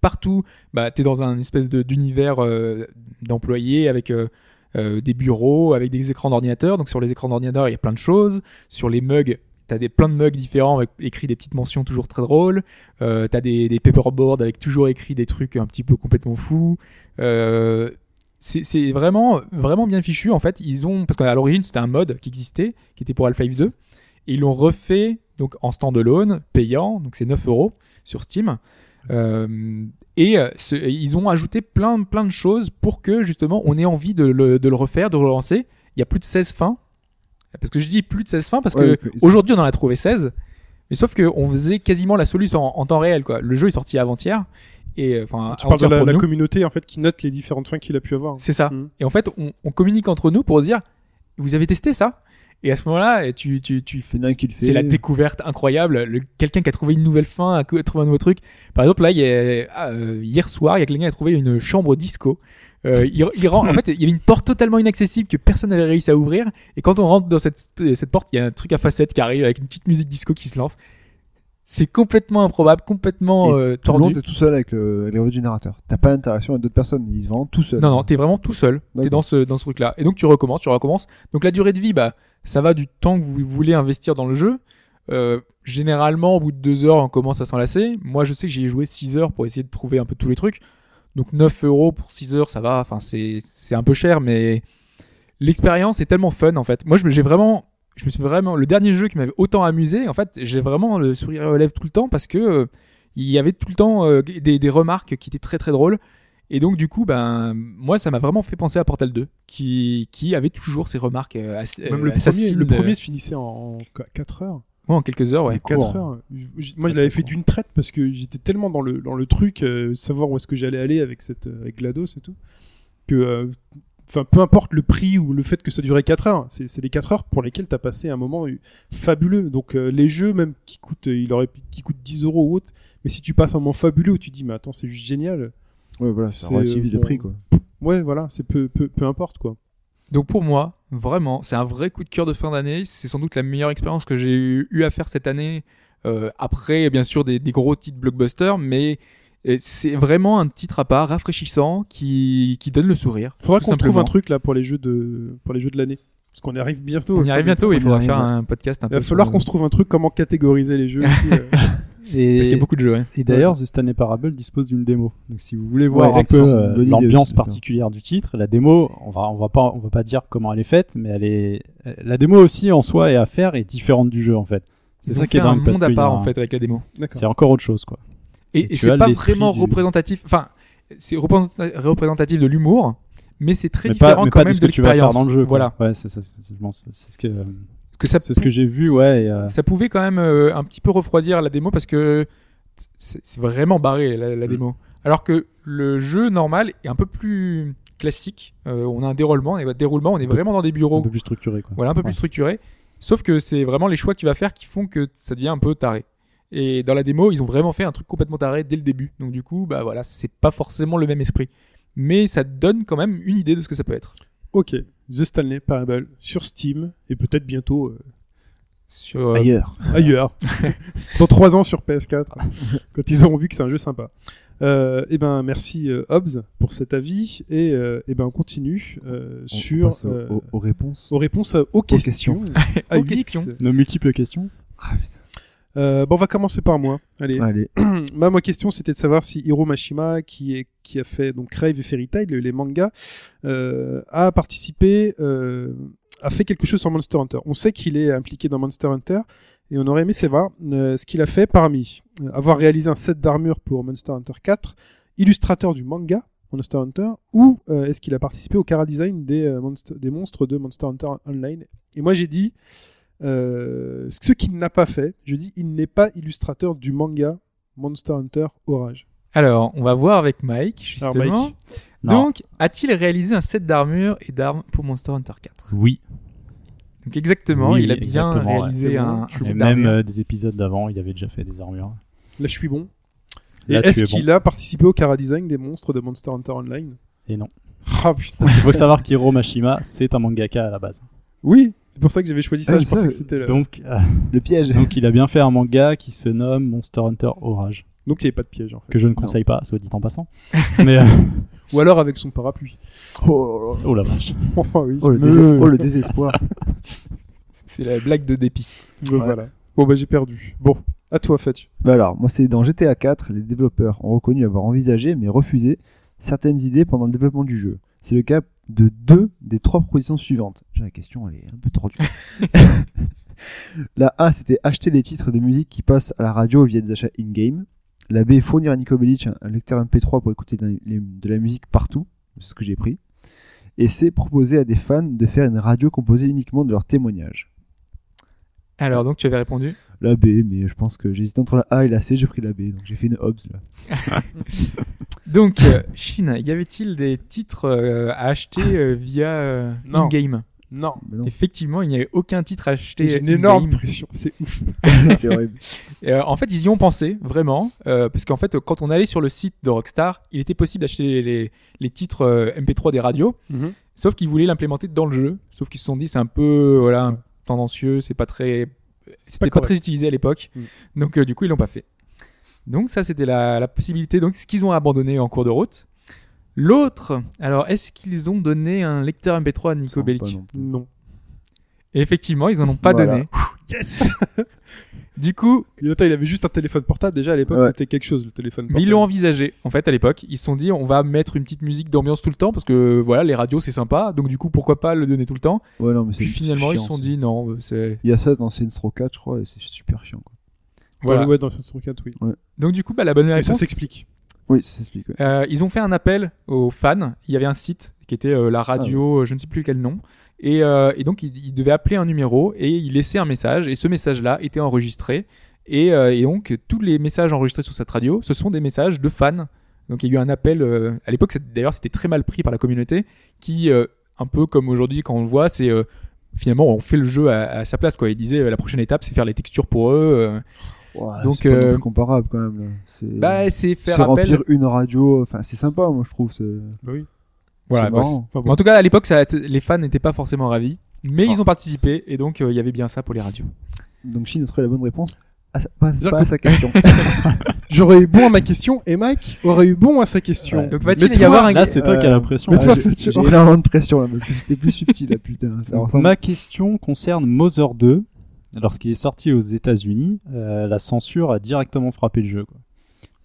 Partout, bah, t'es dans un espèce de- d'univers euh, d'employés avec euh, euh, des bureaux, avec des écrans d'ordinateur. Donc sur les écrans d'ordinateur, il y a plein de choses. Sur les mugs, t'as des, plein de mugs différents avec écrit des petites mentions toujours très drôles. Euh, t'as des, des paperboards avec toujours écrit des trucs un petit peu complètement fous. Euh, c'est c'est vraiment, vraiment bien fichu en fait. Ils ont, parce qu'à l'origine c'était un mode qui existait, qui était pour Half-Life 2, et ils l'ont refait donc en standalone, payant, donc c'est 9 euros sur Steam. Euh, et euh, ce- et ils ont ajouté plein, plein de choses pour que justement on ait envie de le, de le refaire, de le relancer. Il y a plus de 16 fins. Parce que je dis plus de 16 fins parce
Ouais,
que
ils sont-
aujourd'hui on en a trouvé 16. Mais sauf qu'on faisait quasiment la solution en, en temps réel. Quoi. Le jeu est sorti avant-hier. Et, euh, enfin,
Tu parles de
avant-hier
la,
pour
la
nous.
communauté en fait qui note les différentes fins qu'il a pu avoir.
C'est ça.
Mhm.
Et en fait, on, on communique entre nous pour dire Vous avez testé ça Et à ce moment-là, tu, tu, tu fais.
Il y en a qui le fait.
C'est la découverte incroyable. Le- Quelqu'un qui a trouvé une nouvelle fin, a cou- trouvé un nouveau truc. Par exemple, là, il y a, euh, hier soir, il y a quelqu'un qui a trouvé une chambre disco. Euh, il, il rend, en fait, il y avait une porte totalement inaccessible que personne n'avait réussi à ouvrir. Et quand on rentre dans cette, cette porte, il y a un truc à facettes qui arrive avec une petite musique disco qui se lance. C'est complètement improbable, complètement
Et
euh,
Tout le
tordu.
monde t'es tout seul avec le, avec les revue du narrateur. T'as pas d'interaction avec d'autres personnes. Ils se vendent tout seul.
Non, non, t'es vraiment tout seul. T'es
D'accord.
dans ce, dans ce truc-là. Et donc, tu recommences, tu recommences. Donc, la durée de vie, bah, ça va du temps que vous voulez investir dans le jeu. Euh, généralement, au bout de deux heures, on commence à s'enlacer. Moi, je sais que j'ai joué 6 heures pour essayer de trouver un peu tous les trucs. Donc, 9 euros pour 6 heures, ça va. Enfin, c'est, c'est un peu cher, mais l'expérience est tellement fun, en fait. Moi, je me- j'ai vraiment, je me suis vraiment, le dernier jeu qui m'avait autant amusé, en fait, j'ai vraiment le sourire aux lèvres tout le temps parce que euh, il y avait tout le temps euh, des, des remarques qui étaient très, très drôles. Et donc, du coup, ben, moi, ça m'a vraiment fait penser à Portal 2, qui, qui avait toujours ces remarques euh, ass-
Même
euh,
le premier,
assassines,
le premier
euh,
se finissait en 4 heures.
ouais, en quelques heures, ouais. hein.
Quatre
court.
heures. Je- moi, je l'avais fait d'une traite parce que j'étais tellement dans le, dans le truc, euh, savoir où est-ce que j'allais aller avec, cette, euh, avec GLaDOS et tout, que euh, enfin peu importe le prix ou le fait que ça durait 4 heures, c'est c'est les 4 heures pour lesquelles tu as passé un moment euh, fabuleux. Donc euh, les jeux, même qui coûtent, euh, il aurait, pu- qui coûtent 10 euros ou autre, mais si tu passes un moment fabuleux où tu dis, mais attends, c'est juste génial,
Ouais, voilà, ça
C'est,
relativise
euh,
le prix, quoi.
ouais, voilà, c'est peu, peu, peu importe quoi.
Donc pour moi, vraiment, c'est un vrai coup de cœur de fin d'année. C'est sans doute la meilleure expérience que j'ai eu, eu à faire cette année. Euh, après, bien sûr, des, des gros titres blockbusters, mais euh, c'est vraiment un titre à part, rafraîchissant, qui, qui donne le sourire.
Faudra
tout
qu'on trouve
simplement.
un truc là pour les jeux de, pour les jeux de l'année. Parce qu'on y arrive bientôt.
Oh,
On y arrive bientôt, il
on y
faudra
arrive,
faire
ouais.
un podcast un
Il
peu.
va falloir
sur-
qu'on se trouve un truc, comment catégoriser les jeux. aussi, euh.
Et,
Parce qu'il y a beaucoup de jeux, hein.
et d'ailleurs, The Stanley Parable dispose d'une démo. Donc si vous voulez
Ouais,
voir un peu
exactement.
euh,
C'est une bonne idée
l'ambiance
aussi, ça.
particulière du titre, la démo, on va, on va pas, on va pas dire comment elle est faite, mais elle est, euh, la démo aussi en soi et à faire est différente du jeu en fait. C'est
Ils
ça
ont
qui est
fait un
dingue parce
monde à
qu'il y a
part,
un-
en fait, avec la démo.
D'accord.
C'est encore autre chose quoi. Et
Et, et
tu as
c'est pas
l'esprit
vraiment
du-
représentatif. Enfin, c'est représenta- représentatif de l'humour, mais c'est très
mais pas,
différent
mais
quand
pas
même
de ce
de
que tu vas faire
l'expérience.
dans le jeu. quoi.
Voilà.
Ouais, c'est ça. c'est- je pense- C'est ce que, euh,
Parce que ça,
c'est ce que j'ai vu, ouais. et, euh,
ça pouvait quand même euh, un petit peu refroidir la démo parce que c'est c'est vraiment barré la, la démo. Alors que le jeu normal est un peu plus classique. Euh, on a un déroulement, et déroulement, on est vraiment dans des
un
bureaux,
peu plus structuré quoi.
voilà, un peu plus
Ouais.
structuré. Sauf que c'est vraiment les choix que tu vas faire qui font que ça devient un peu taré. Et dans la démo, ils ont vraiment fait un truc complètement taré dès le début. Donc du coup, bah voilà, c'est pas forcément le même esprit, mais ça donne quand même une idée de ce que ça peut être.
Ok, The Stanley Parable sur Steam et peut-être bientôt euh,
Sur, euh,
Ailleurs.
ailleurs. Dans trois ans sur PS4, quand ils auront vu que c'est un jeu sympa. Euh, eh ben merci euh, Hobbs pour cet avis et euh, eh ben on continue euh,
On- on
sur
passe au-
euh,
aux, aux réponses.
aux réponses à- aux questions. à
Aux
UX.
questions.
Nos multiples questions.
Ah, putain.
Euh, bon, on va commencer par moi. Allez,
Allez.
Euh, Ma, ma question, c'était de savoir si Hiro Mashima, qui, est, qui a fait donc Crave et Fairy Tail, les mangas, euh, a participé, euh, a fait quelque chose sur Monster Hunter. On sait qu'il est impliqué dans Monster Hunter et on aurait aimé savoir euh, ce qu'il a fait parmi euh, avoir réalisé un set d'armure pour Monster Hunter 4, illustrateur du manga Monster Hunter, ou euh, est-ce qu'il a participé au chara design des, euh, monst- des monstres de Monster Hunter Online Et moi j'ai dit. euh, ce qu'il n'a pas fait, je dis, il n'est pas illustrateur du manga Monster Hunter Orage.
Alors, on va voir avec Mike
Alors,
justement.
Mike.
Non.
Donc, a-t-il réalisé un set d'armure et d'armes pour Monster Hunter 4
Oui.
Donc exactement,
Oui,
il a bien
exactement, ouais.
réalisé
C'est bon,
un, un
Et
set
même
d'armure.
euh, des épisodes d'avant, il avait déjà fait des armures.
Là, je suis bon. Et
Là, tu
est-ce
es bon.
qu'il a participé au chara design des monstres de Monster Hunter Online
Et non.
Ah putain.
Il faut savoir qu'Hiro Mashima, c'est un mangaka à la base.
Oui, c'est pour ça que j'avais choisi ça.
Ah, mais
je pensais
ça,
que c'était. le- Donc,
Donc, euh,
Le piège.
donc il a bien fait un manga qui se nomme Monster Hunter Orage,
il n'y avait pas de piège en fait.
que je ne conseille pas, soit dit en passant. Mais euh,
Ou alors avec son parapluie.
Oh, là là.
oh la vache.
oh oui.
Oh, le,
Mais-
désespoir. oh, le désespoir.
C'est la blague de dépit.
Mais Voilà. Bon bah j'ai perdu. Bon, à toi Fetch.
Bah alors, moi c'est dans GTA 4, les développeurs ont reconnu avoir envisagé mais refusé certaines idées pendant le développement du jeu. C'est le cas de deux des trois propositions suivantes. J'ai la question, elle est un peu tordue. La A, c'était acheter les titres de musique qui passent à la radio via des achats in-game. La B, fournir à Nico Bellic un lecteur MP3 pour écouter de la, de la musique partout. C'est ce que j'ai pris. Et C, proposer à des fans de faire une radio composée uniquement de leurs témoignages.
Alors, donc, tu avais répondu
La B, mais je pense que j'hésitais entre la A et la C, j'ai pris la B, donc j'ai fait une Hobbs là.
Donc, euh, Chine, y avait-il des titres euh, à acheter euh, via euh,
Non.
in-game
Non.
Mais non,
Effectivement, il n'y avait aucun titre acheté.
J'ai une énorme
in-game.
pression, c'est ouf.
c'est horrible.
Euh, en fait, ils y ont pensé, vraiment. euh, parce qu'en fait, euh, quand on allait sur le site de Rockstar, il était possible d'acheter les, les titres euh, MP3 des radios.
Mhm.
Sauf qu'ils voulaient l'implémenter dans le jeu. Sauf qu'ils se sont dit, c'est un peu voilà, un- tendancieux, c'est pas très. C'était pas,
correct.
très utilisé à l'époque.
Mm.
Mhm.
Donc, euh, du coup, ils l'ont pas fait. Donc, ça, c'était la, la possibilité. Donc, ce qu'ils ont abandonné en cours de route. L'autre, alors, est-ce qu'ils ont donné un lecteur MP3 à Nico
Pas
Bellic
non plus.
Non.
Et Effectivement, ils en ont pas
Voilà.
donné.
Yes
Du coup,
Et attends, il avait juste un téléphone portable. Déjà, à l'époque,
Ouais.
c'était quelque chose, le téléphone
Mais
portable.
ils l'ont envisagé, en fait, à l'époque. Ils se sont dit, on va mettre une petite musique d'ambiance tout le temps, parce que voilà, les radios, c'est sympa. Donc, du coup, pourquoi pas le donner tout le temps
Ouais, non, mais c'est
Puis finalement, ils
chiant,
se sont
ça.
dit, non, euh, c'est.
Il y a ça dans Saints Row 4, je crois, et c'est super chiant. Quoi.
Dans le-
Voilà.
ouais, dans le 64, oui.
Donc, du coup, bah, la bonne
Et
réponse.
ça s'explique.
Oui, ça s'explique. ouais.
Euh, ils ont fait un appel aux fans. Il y avait un site qui était euh, la
Ah.
radio, euh, je ne sais plus quel nom. Et, euh, et donc, ils, ils devaient appeler un numéro et ils laissaient un message. Et ce message-là était enregistré. Et, euh, et donc, tous les messages enregistrés sur cette radio, ce sont des messages de fans. Donc, il y a eu un appel. euh, à l'époque, c'était- d'ailleurs, c'était très mal pris par la communauté qui, euh, un peu comme aujourd'hui, quand on le voit, c'est. euh, Finalement, on fait le jeu à, à sa place. Quoi. Ils disaient euh, la prochaine étape, c'est faire les textures pour eux. euh.
Mmh. Ouah,
Donc,
c'est pas non
euh,
plus comparable quand même. Là. C'est
Bah, c'est faire
se
appel.
remplir une radio, enfin, c'est sympa, moi je trouve. c'est-
Bah oui.
Voilà,
C'est
bah,
marrant.
c'est- enfin, bon. En tout cas, à l'époque, ça a été- les fans n'étaient pas forcément ravis, mais
Ah.
ils ont participé et donc euh, il y avait bien ça pour les radios.
Donc Chine a trouvé la bonne réponse. à sa- pas,
C'est-à-dire
pas
que-
à sa question.
J'aurais eu bon à ma question et Mike aurait eu bon à sa question.
Donc va-t-il
Mais
y
toi,
avoir un
Là, c'est
Euh,
toi qui as la pression.
Mais
Ah,
toi,
j'ai-
fais- tu-
j'ai énormément de pression là parce que c'était plus subtil là, putain. Ça
Donc,
ressemble.
ma question concerne Mother 2. Lorsqu'il est sorti aux États-Unis, euh, la censure a directement frappé le jeu. quoi.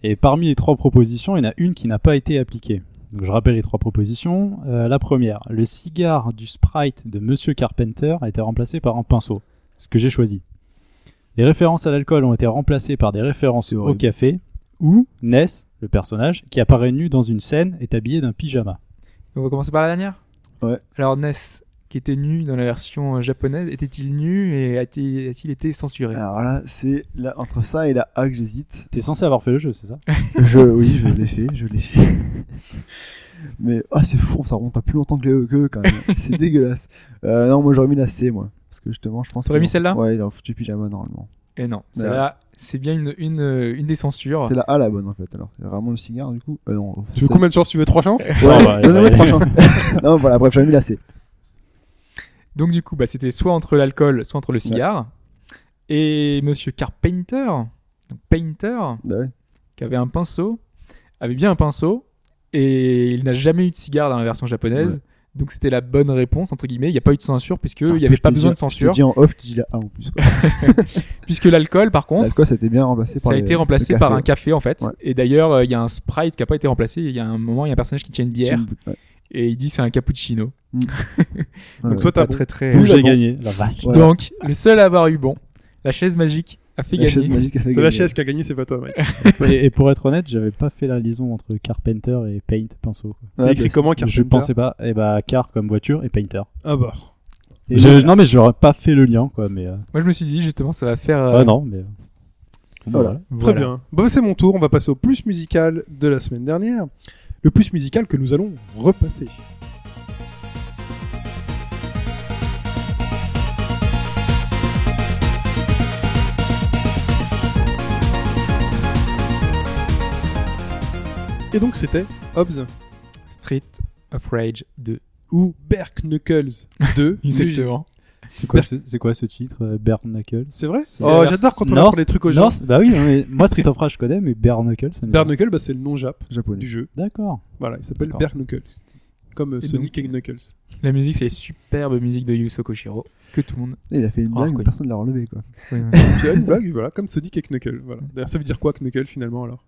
Et parmi les trois propositions, il y en a une qui n'a pas été appliquée. Donc, je rappelle les trois propositions. Euh, la première, le cigare du sprite de Monsieur Carpenter a été remplacé par un pinceau, ce que j'ai choisi. Les références à l'alcool ont été remplacées par des références
C'est
au
horrible.
café, ou Ness, le personnage, qui apparaît nu dans une scène, est habillé d'un pyjama.
On va commencer par la dernière
Ouais.
Alors Ness, qui était nu dans la version euh, japonaise, était-il nu et a-t-il a-t-il été censuré
Alors là, c'est là, entre ça et la A que j'hésite.
T'es censé avoir fait le jeu, c'est ça
Je, oui, je l'ai fait, je l'ai fait. Mais ah, c'est fou, ça remonte à plus longtemps que les que eux, quand même. c'est dégueulasse. Euh, non, moi j'aurais mis la C, moi. Parce que justement, je pense.
T'aurais
qu'ils
mis
ont-
celle-là
Ouais, ils ont foutu pyjama normalement.
Et Eh non,
Ouais.
celle-là, c'est bien une, une, euh, une des censures.
Bah. C'est la A la bonne en fait. Alors, c'est vraiment le cigare du coup. Euh, non,
Tu veux
ça-
combien de chances Tu veux trois chances
Ouais,
Ouais,
bah,
donnez-moi
ouais.
trois chances. non, voilà, bref, j'aurais mis la C.
Donc du coup, bah, c'était soit entre l'alcool, soit entre le cigare. Et Monsieur Carpenter, donc Painter,
Bah ouais.
qui avait un pinceau, avait bien un pinceau, et il n'a jamais eu de cigare dans la version japonaise. Donc c'était la bonne réponse, entre guillemets. Il n'y a pas eu de censure, puisqu'il
Putain,
n'y avait
Ah, je
pas
te
besoin
dis-
de censure.
Je te dis en off, tu dis la A en plus. Quoi.
Puisque l'alcool, par contre,
L'alcool, ça a été bien remplacé par
ça a
les-
été
le
remplacé
café.
par un café, en fait.
Ouais.
Et d'ailleurs, euh, il y a un sprite qui n'a pas été remplacé. Il y a un moment, il y a un personnage qui tient une bière,
Ouais.
et il dit c'est un cappuccino.
Mm. Ah Ouais.
toi, t'as
Pas
bon.
très, très...
Donc
la
j'ai
bombe.
gagné. La vache.
Voilà.
Donc, le seul à avoir eu bon, la chaise magique a fait
La chaise
gagner.
magique a fait
C'est la
gagner.
chaise qui a gagné, c'est pas toi, Mike.
et, et pour être honnête, j'avais pas fait la liaison entre Carpenter et Paint pinceau.
Ouais,
T'as écrit
parce-
comment,
Je
Carpenter
pensais pas. Et bah car comme voiture et Painter.
Ah bah.
Et
Je-
voilà.
non mais j'aurais pas fait le lien quoi. Mais euh,
Moi, je me suis dit, justement, ça va faire...
ah
euh,
non mais. euh, bon,
Voilà.
voilà.
Très
voilà.
bien. Bon, bah, c'est mon tour. On va passer au plus musical de la semaine dernière. Le plus musical que nous allons repasser. Et donc c'était Hobbs
euh, Street of Rage 2.
ou Berk Knuckles 2.
Exactement.
C'est quoi, ce- c'est quoi ce titre euh, Bare Knuckles
C'est vrai
C'est
Oh,
la-
j'adore quand on
Non,
apprend des trucs aux gens.
non, c'est- bah oui. non, mais moi Street of Rage je connais mais Bare Knuckles ça me dit
Berk
rien.
Knuckles, bah, c'est le nom jap
Japonais.
du jeu.
D'accord.
Voilà, il s'appelle
D'accord.
Berk Knuckles. Comme euh,
Et
Sonic
donc,
et Knuckles.
La musique, c'est les superbes musiques de Yuzo Koshiro, que tout le monde...
Et Il a fait une
Ah,
blague,
reconnu.
mais personne ne l'a relevé quoi.
Tu as une blague, voilà, comme Sonic et Knuckles. Voilà. D'ailleurs, ça veut dire quoi Knuckles finalement alors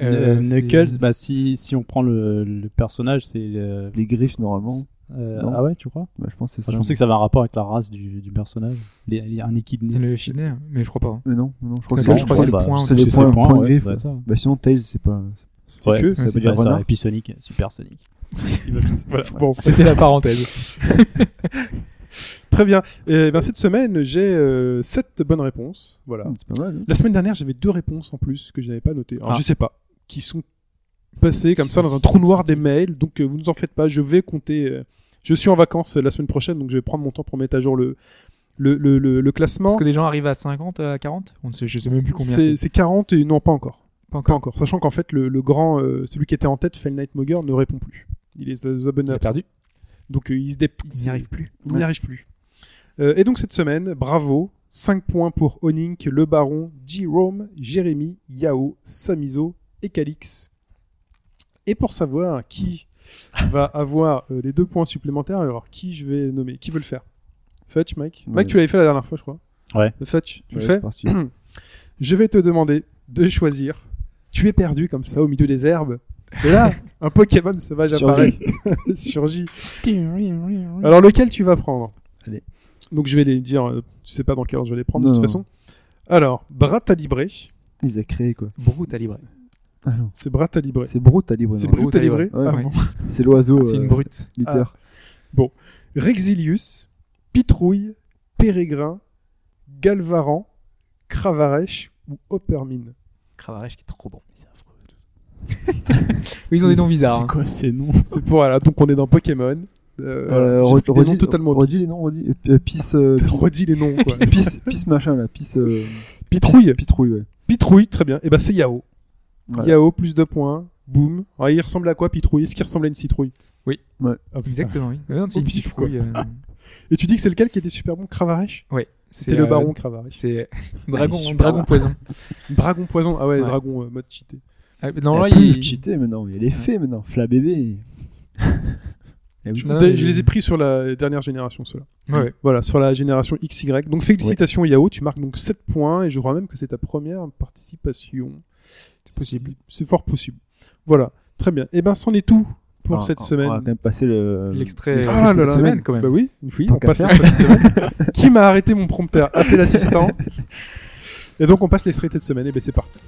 Euh,
Euh, bah,
c'est-
Knuckles bah si si on prend le, le personnage c'est euh,
Les griffes normalement.
Euh,
Non.
ah ouais, tu crois
Bah, je pense que c'est
Ah,
Enfin,
ça.
Je pensais que ça avait un rapport avec la race du, du personnage. Les- les- un équidné.
Le Chidney, mais je crois pas. hein.
Mais Euh, non, non, je crois
Non, non,
que c'est
Ah je crois que c'est le point,
C'est les
C'est
points,
le
point
point,
de
ouais,
griffe.
ça doit être ça.
Bah, sinon, Tails, c'est pas.
C'est
Ouais,
que,
ça
ça
peut
veut
dire
dire ça.
renard.
Et puis Sonic, Super Sonic.
Voilà. Bon, c'était la parenthèse.
Très bien. Eh ben, cette semaine, j'ai euh, sept bonnes réponses. Voilà.
C'est pas mal. hein.
La semaine dernière, j'avais deux réponses en plus que je n'avais pas notées. Alors,
Ah.
je sais pas. Qui sont passées comme
Qui
ça
sont-
dans un
qui
trou
sont
noir des mails. Donc, euh, vous nous en faites pas. Je vais compter. euh, je suis en vacances euh, la semaine prochaine, donc je vais prendre mon temps pour mettre à jour le, le, le, le- le classement.
Parce que des gens arrivent à 50, à 40 On ne sait, je sais même plus combien
C'est
c'est.
c'est 40 et non, pas encore.
Pas
Pas
encore.
encore. Sachant qu'en fait, le, le grand, euh, celui qui était en tête, Fell Night Mogger, ne répond plus. Il est aux abonnés
Il a
absents.
perdu.
Donc, euh, il se dé-
Il n'y arrive plus.
Il n'y arrive plus. Euh, et donc cette semaine, bravo, 5 points pour Onink, Le Baron, Jerome, Jérémy, Yao, Samizo et Calix. Et pour savoir qui va avoir euh, les deux points supplémentaires, alors qui je vais nommer Qui veut le faire Fetch, Mike
Ouais.
Mike, tu l'avais fait la dernière fois, je crois. Euh,
Ouais.
Fetch, tu le
Ouais, c'est
fais
parti.
Je vais te demander de choisir. Tu es perdu comme ça au milieu des herbes. Et là, un Pokémon sauvage
Surgit.
apparaît. Surgit. Alors lequel tu vas prendre
Allez.
Donc je vais les dire, euh, tu sais pas dans quel ordre je vais les prendre de
Non,
toute
non.
façon. Alors, Bratalibré,
Ils a créé quoi.
Brut à livrer.
Ah non.
c'est Bratalibré.
C'est Brut à libre.
C'est Ah,
non.
Brutalibré
Ouais.
avant.
C'est l'oiseau.
c'est
euh,
une brute.
Ah.
Luther.
Rexilius, Pitrouille, Pérégrin, Galvaran, Cravarèche ou Hoppermine.
Cravarèche qui est trop bon. Ils ont des noms bizarres.
C'est
hein.
quoi ces noms
C'est pour voilà, donc on est dans Pokémon. Euh,
Euh,
voilà. J'ai
re-
pris des noms
redis-
totalement.
Redis les noms, redis. Et puis, euh, Pisse. euh,
Redis les noms. quoi.
Pisse pisse machin là. Pisse. euh,
Pitrouille,
Pitrouille, ouais.
Pitrouille, très bien. Et ben c'est Yao.
Ouais.
Yao plus de points. Boum. Ah, il ressemble à quoi Pitrouille Est-ce qu'il ressemblait à une citrouille
Oui.
Ouais.
Ah, putain.
Exactement, oui. Mais non, c'est
Au
une
pif,
petite
quoi.
fouille. euh,
Et tu dis que c'est lequel qui était super bon Cravarèche
Ouais.
C'était le
euh,
baron Cravarèche.
C'est dragon,
super
dragon
bon.
poison.
Dragon poison. Ah ouais,
Ouais.
dragon euh, mode cheaté.
Ah, Non,
Il
là,
y a plus
il.
de cheaté maintenant. Il y a les fées maintenant. Flabébé. Eh oui.
Je,
Non,
dé-
mais-
je les ai pris sur la dernière génération, ceux-là.
Ouais.
Voilà, sur la génération XY. Donc félicitations Yao, tu marques donc 7 points et je crois même que c'est ta première participation. C'est possible. C'est fort possible. Voilà, très bien. Et ben, c'en est tout pour
Ah,
cette
on-
semaine.
On va quand même passer le.
L'extrait
l'extrait
Ah
cette
là là.
semaine.
semaine, quand
Bah
même.
oui, une fille,
Tant
on
qu'à
passe
faire.
l'extrait de cette semaine. Qui m'a arrêté mon prompteur Appelle l'assistant. Et donc on passe l'extrait de cette semaine, et ben c'est parti.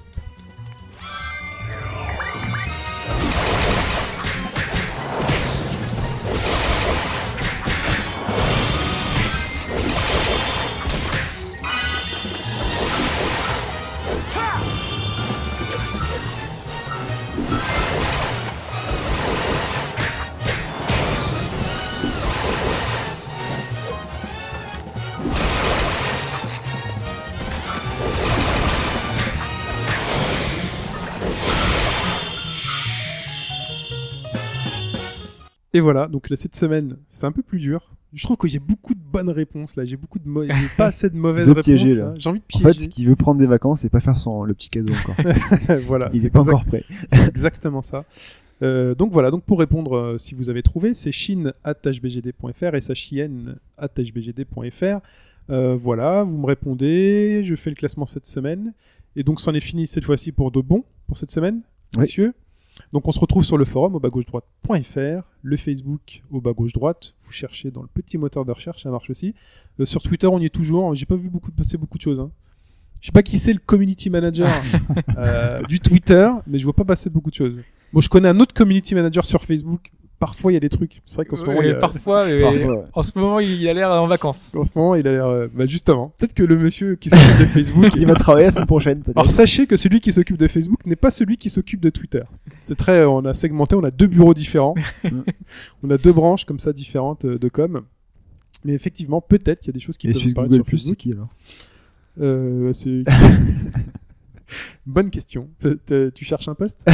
Et voilà, donc là, cette semaine, c'est un peu plus dur. Je trouve qu'il y a beaucoup de bonnes réponses là, j'ai beaucoup de mau- j'ai pas assez de mauvaises
De
réponses.
piéger, là.
hein. J'ai envie de
En
piéger.
fait, ce qu'il veut prendre des vacances et pas faire son, le petit cadeau encore.
voilà,
Il
c'est
est pas
exact-
encore prêt.
c'est exactement ça. Euh, donc voilà, donc pour répondre, euh, si vous avez trouvé, c'est chine.hbgd.fr et sachien.hbgd.fr. Euh, voilà, vous me répondez, je fais le classement cette semaine. Et donc c'en est fini cette fois-ci pour de bon, pour cette semaine,
Oui.
messieurs. Donc on se retrouve sur le forum au bas gauche droite.fr, le Facebook au bas gauche droite, vous cherchez dans le petit moteur de recherche, ça marche aussi. Euh, sur Twitter, on y est toujours, hein. j'ai pas vu beaucoup passer beaucoup de choses. hein. Je sais pas qui c'est le community manager euh, du Twitter, mais je vois pas passer beaucoup de choses. Bon, je connais un autre community manager sur Facebook. Parfois, il y a des trucs. C'est vrai qu'en ce moment, il
Ouais,
y a-
Parfois, euh,
Parfois, ouais.
en ce moment, il a l'air en vacances.
en ce moment, il a l'air. euh, Bah, justement, peut-être que le monsieur qui s'occupe de Facebook.
Il va travailler la semaine prochaine,
Alors
peut-être.
sachez que celui qui s'occupe de Facebook n'est pas celui qui s'occupe de Twitter. C'est très, euh, on a segmenté, on a deux bureaux différents, on a deux branches comme ça différentes euh, de com. Mais effectivement, peut-être qu'il y a des choses qui
Et
peuvent
celui de
apparaître
Google
sur Facebook.
Plus, c'est qui alors
Euh, c'est- Bonne question. T'as- t'as- Tu cherches un poste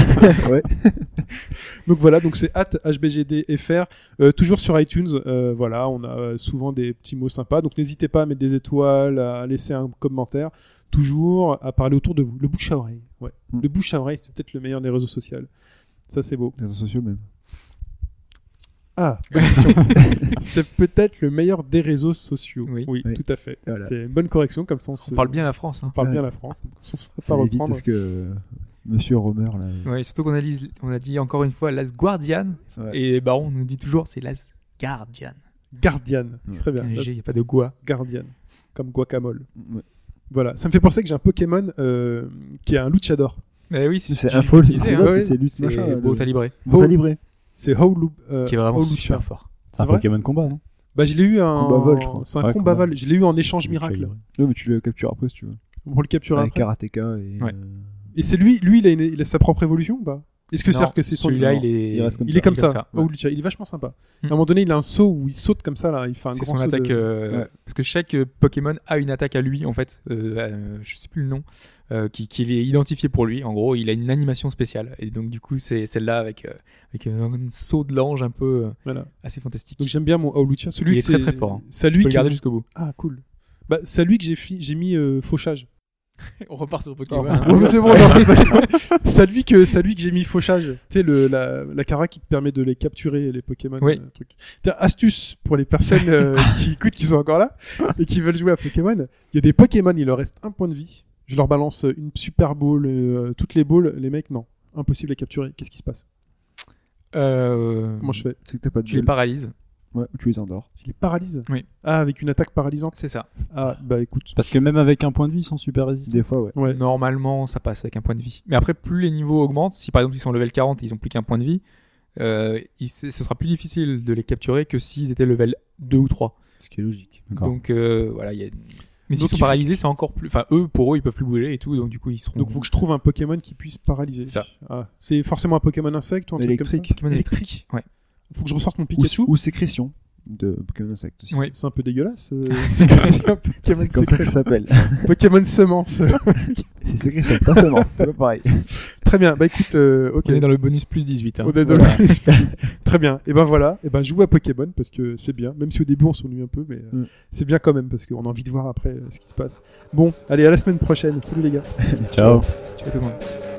Ouais.
Donc voilà, donc c'est at hbgdfr, euh, toujours sur iTunes. euh, voilà, on a euh, souvent des petits mots sympas. Donc n'hésitez pas à mettre des étoiles, à laisser un commentaire, toujours à parler autour de vous. Le bouche à oreille, ouais.
Mm.
Le bouche à oreille, c'est peut-être le meilleur des réseaux sociaux. Ça c'est beau.
Les réseaux sociaux même.
Ah, bonne question. c'est peut-être le meilleur des réseaux sociaux.
Oui.
Oui.
tout à fait.
Voilà.
C'est une bonne correction, comme ça on, se...
On parle bien la France. Hein.
on parle
Ouais.
bien la France, comme ça on se fera
Ça
pas
évite
reprendre.
parce que euh, Monsieur Romer là.
Ouais, surtout qu'on a, on a dit encore une fois Las Guardian.
Ouais.
Et Baron nous dit toujours c'est Las Guardian.
Guardian. C'est Très bien.
Il
Là,
n'y a pas de quoi.
Guardian. Comme guacamole.
Ouais.
Voilà. Ça me fait penser que j'ai un Pokémon euh, qui a un luchador.
Eh oui, c'est
C'est
j'ai
un faux,
utilisé,
c'est
hein,
là,
ouais.
c'est- c'est lui,
C'est
machin, là,
beau
le- Euh,
calibré,
Bon,
Ho-
ça livré.
C'est Howlu. euh,
qui est vraiment
Howlucha.
super fort.
C'est un
vrai
Pokémon combat, non
Bah, je l'ai eu un.
Combat Vol, je crois.
C'est un
Ouais,
combat
combat.
Vol. Je l'ai eu en échange miracle.
Chalibré.
Non, mais tu le captures après si tu veux.
On le capture
Avec
après.
Karateka et.
Ouais.
euh,
Et c'est lui, lui, il a, une- il a sa propre évolution ou pas Est-ce que
Non,
c'est que c'est son
Celui-là,
non.
il est.
Il reste comme
Il est comme ça.
ouais.
Howlucha. Il est vachement sympa.
Hmm.
À un moment donné, il a un saut où il saute comme ça là. Il fait un
C'est
grand
son
saut de-
attaque. euh,
Ouais.
Parce que chaque euh, Pokémon a une attaque à lui, en fait. Euh, euh, je sais plus le nom. euh, qui, qui est identifié pour lui. En gros, il a une animation spéciale. Et donc, du coup, c'est celle-là avec, euh, avec un saut de l'ange un peu euh,
Voilà.
assez fantastique.
Donc j'aime bien mon Howlucha. Celui
Il est
que
très,
c'est-
très fort, hein.
C'est à
tu
lui
peux le
que
garder jusqu'au bout.
Ah cool. Bah, c'est à lui que j'ai fi- j'ai mis euh, fauchage.
On repart sur Pokémon.
Ouais, mais c'est bon, non, c'est pas- c'est à lui que c'est à lui que j'ai mis fauchage. Tu sais le la, la cara qui te permet de les capturer les Pokémon.
Oui.
euh, truc. Tiens, astuce pour les personnes euh, qui écoutent, qui sont encore là et qui veulent jouer à Pokémon. Il y a des Pokémon, il leur reste un point de vie. Je leur balance une super ball, euh, toutes les balles, les mecs non, impossible à capturer. Qu'est-ce qui se passe
Euh,
Comment je fais
C'est que t'as pas de.
tu les
bol.
paralyses.
Ouais, ou tu les endors.
Je les paralyse.
Oui.
Ah avec une attaque paralysante.
C'est ça.
Ah bah écoute.
Parce que même avec un point de vie, ils sont super résistants.
Des fois, ouais.
Ouais.
Normalement, ça passe avec un point de vie. Mais après, plus les niveaux augmentent, si par exemple ils sont level 40 et ils ont plus qu'un point de vie, euh, il- ce sera plus difficile de les capturer que s'ils étaient level 2 ou 3.
Ce qui est logique.
D'accord.
Donc euh, voilà, il y a... Mais s'ils
Donc,
sont
il faut-
paralysés, c'est encore plus. Enfin, eux, pour eux, ils peuvent plus bouger et tout, donc du coup, ils seront.
Donc faut que je trouve un Pokémon qui puisse paralyser.
C'est ça.
Ah, c'est forcément un Pokémon insecte ou un truc comme ça
Électrique.
Pokémon électrique. Ouais.
Faut que je ressorte mon
Ou,
Pikachu.
ou sécrétion de Pokémon Insect. aussi.
Ouais.
C'est un peu dégueulasse. euh,
C'est
Pokémon,
C'est comme ça que ça
sécrétion.
s'appelle.
Pokémon semence.
C'est sécrétion, pas semence, c'est pas pareil.
Très bien. Bah écoute, euh, ok.
On est dans le bonus plus 18. hein.
On est dans
Voilà.
le- Très bien. Et ben voilà. Et ben jouez à Pokémon parce que c'est bien. Même si au début on s'ennuie un peu, mais euh,
Mm.
c'est bien quand même parce qu'on a envie de voir après euh, ce qui se passe. Bon, allez à la semaine prochaine. Salut les gars.
Ciao.
Tu vois tout le monde.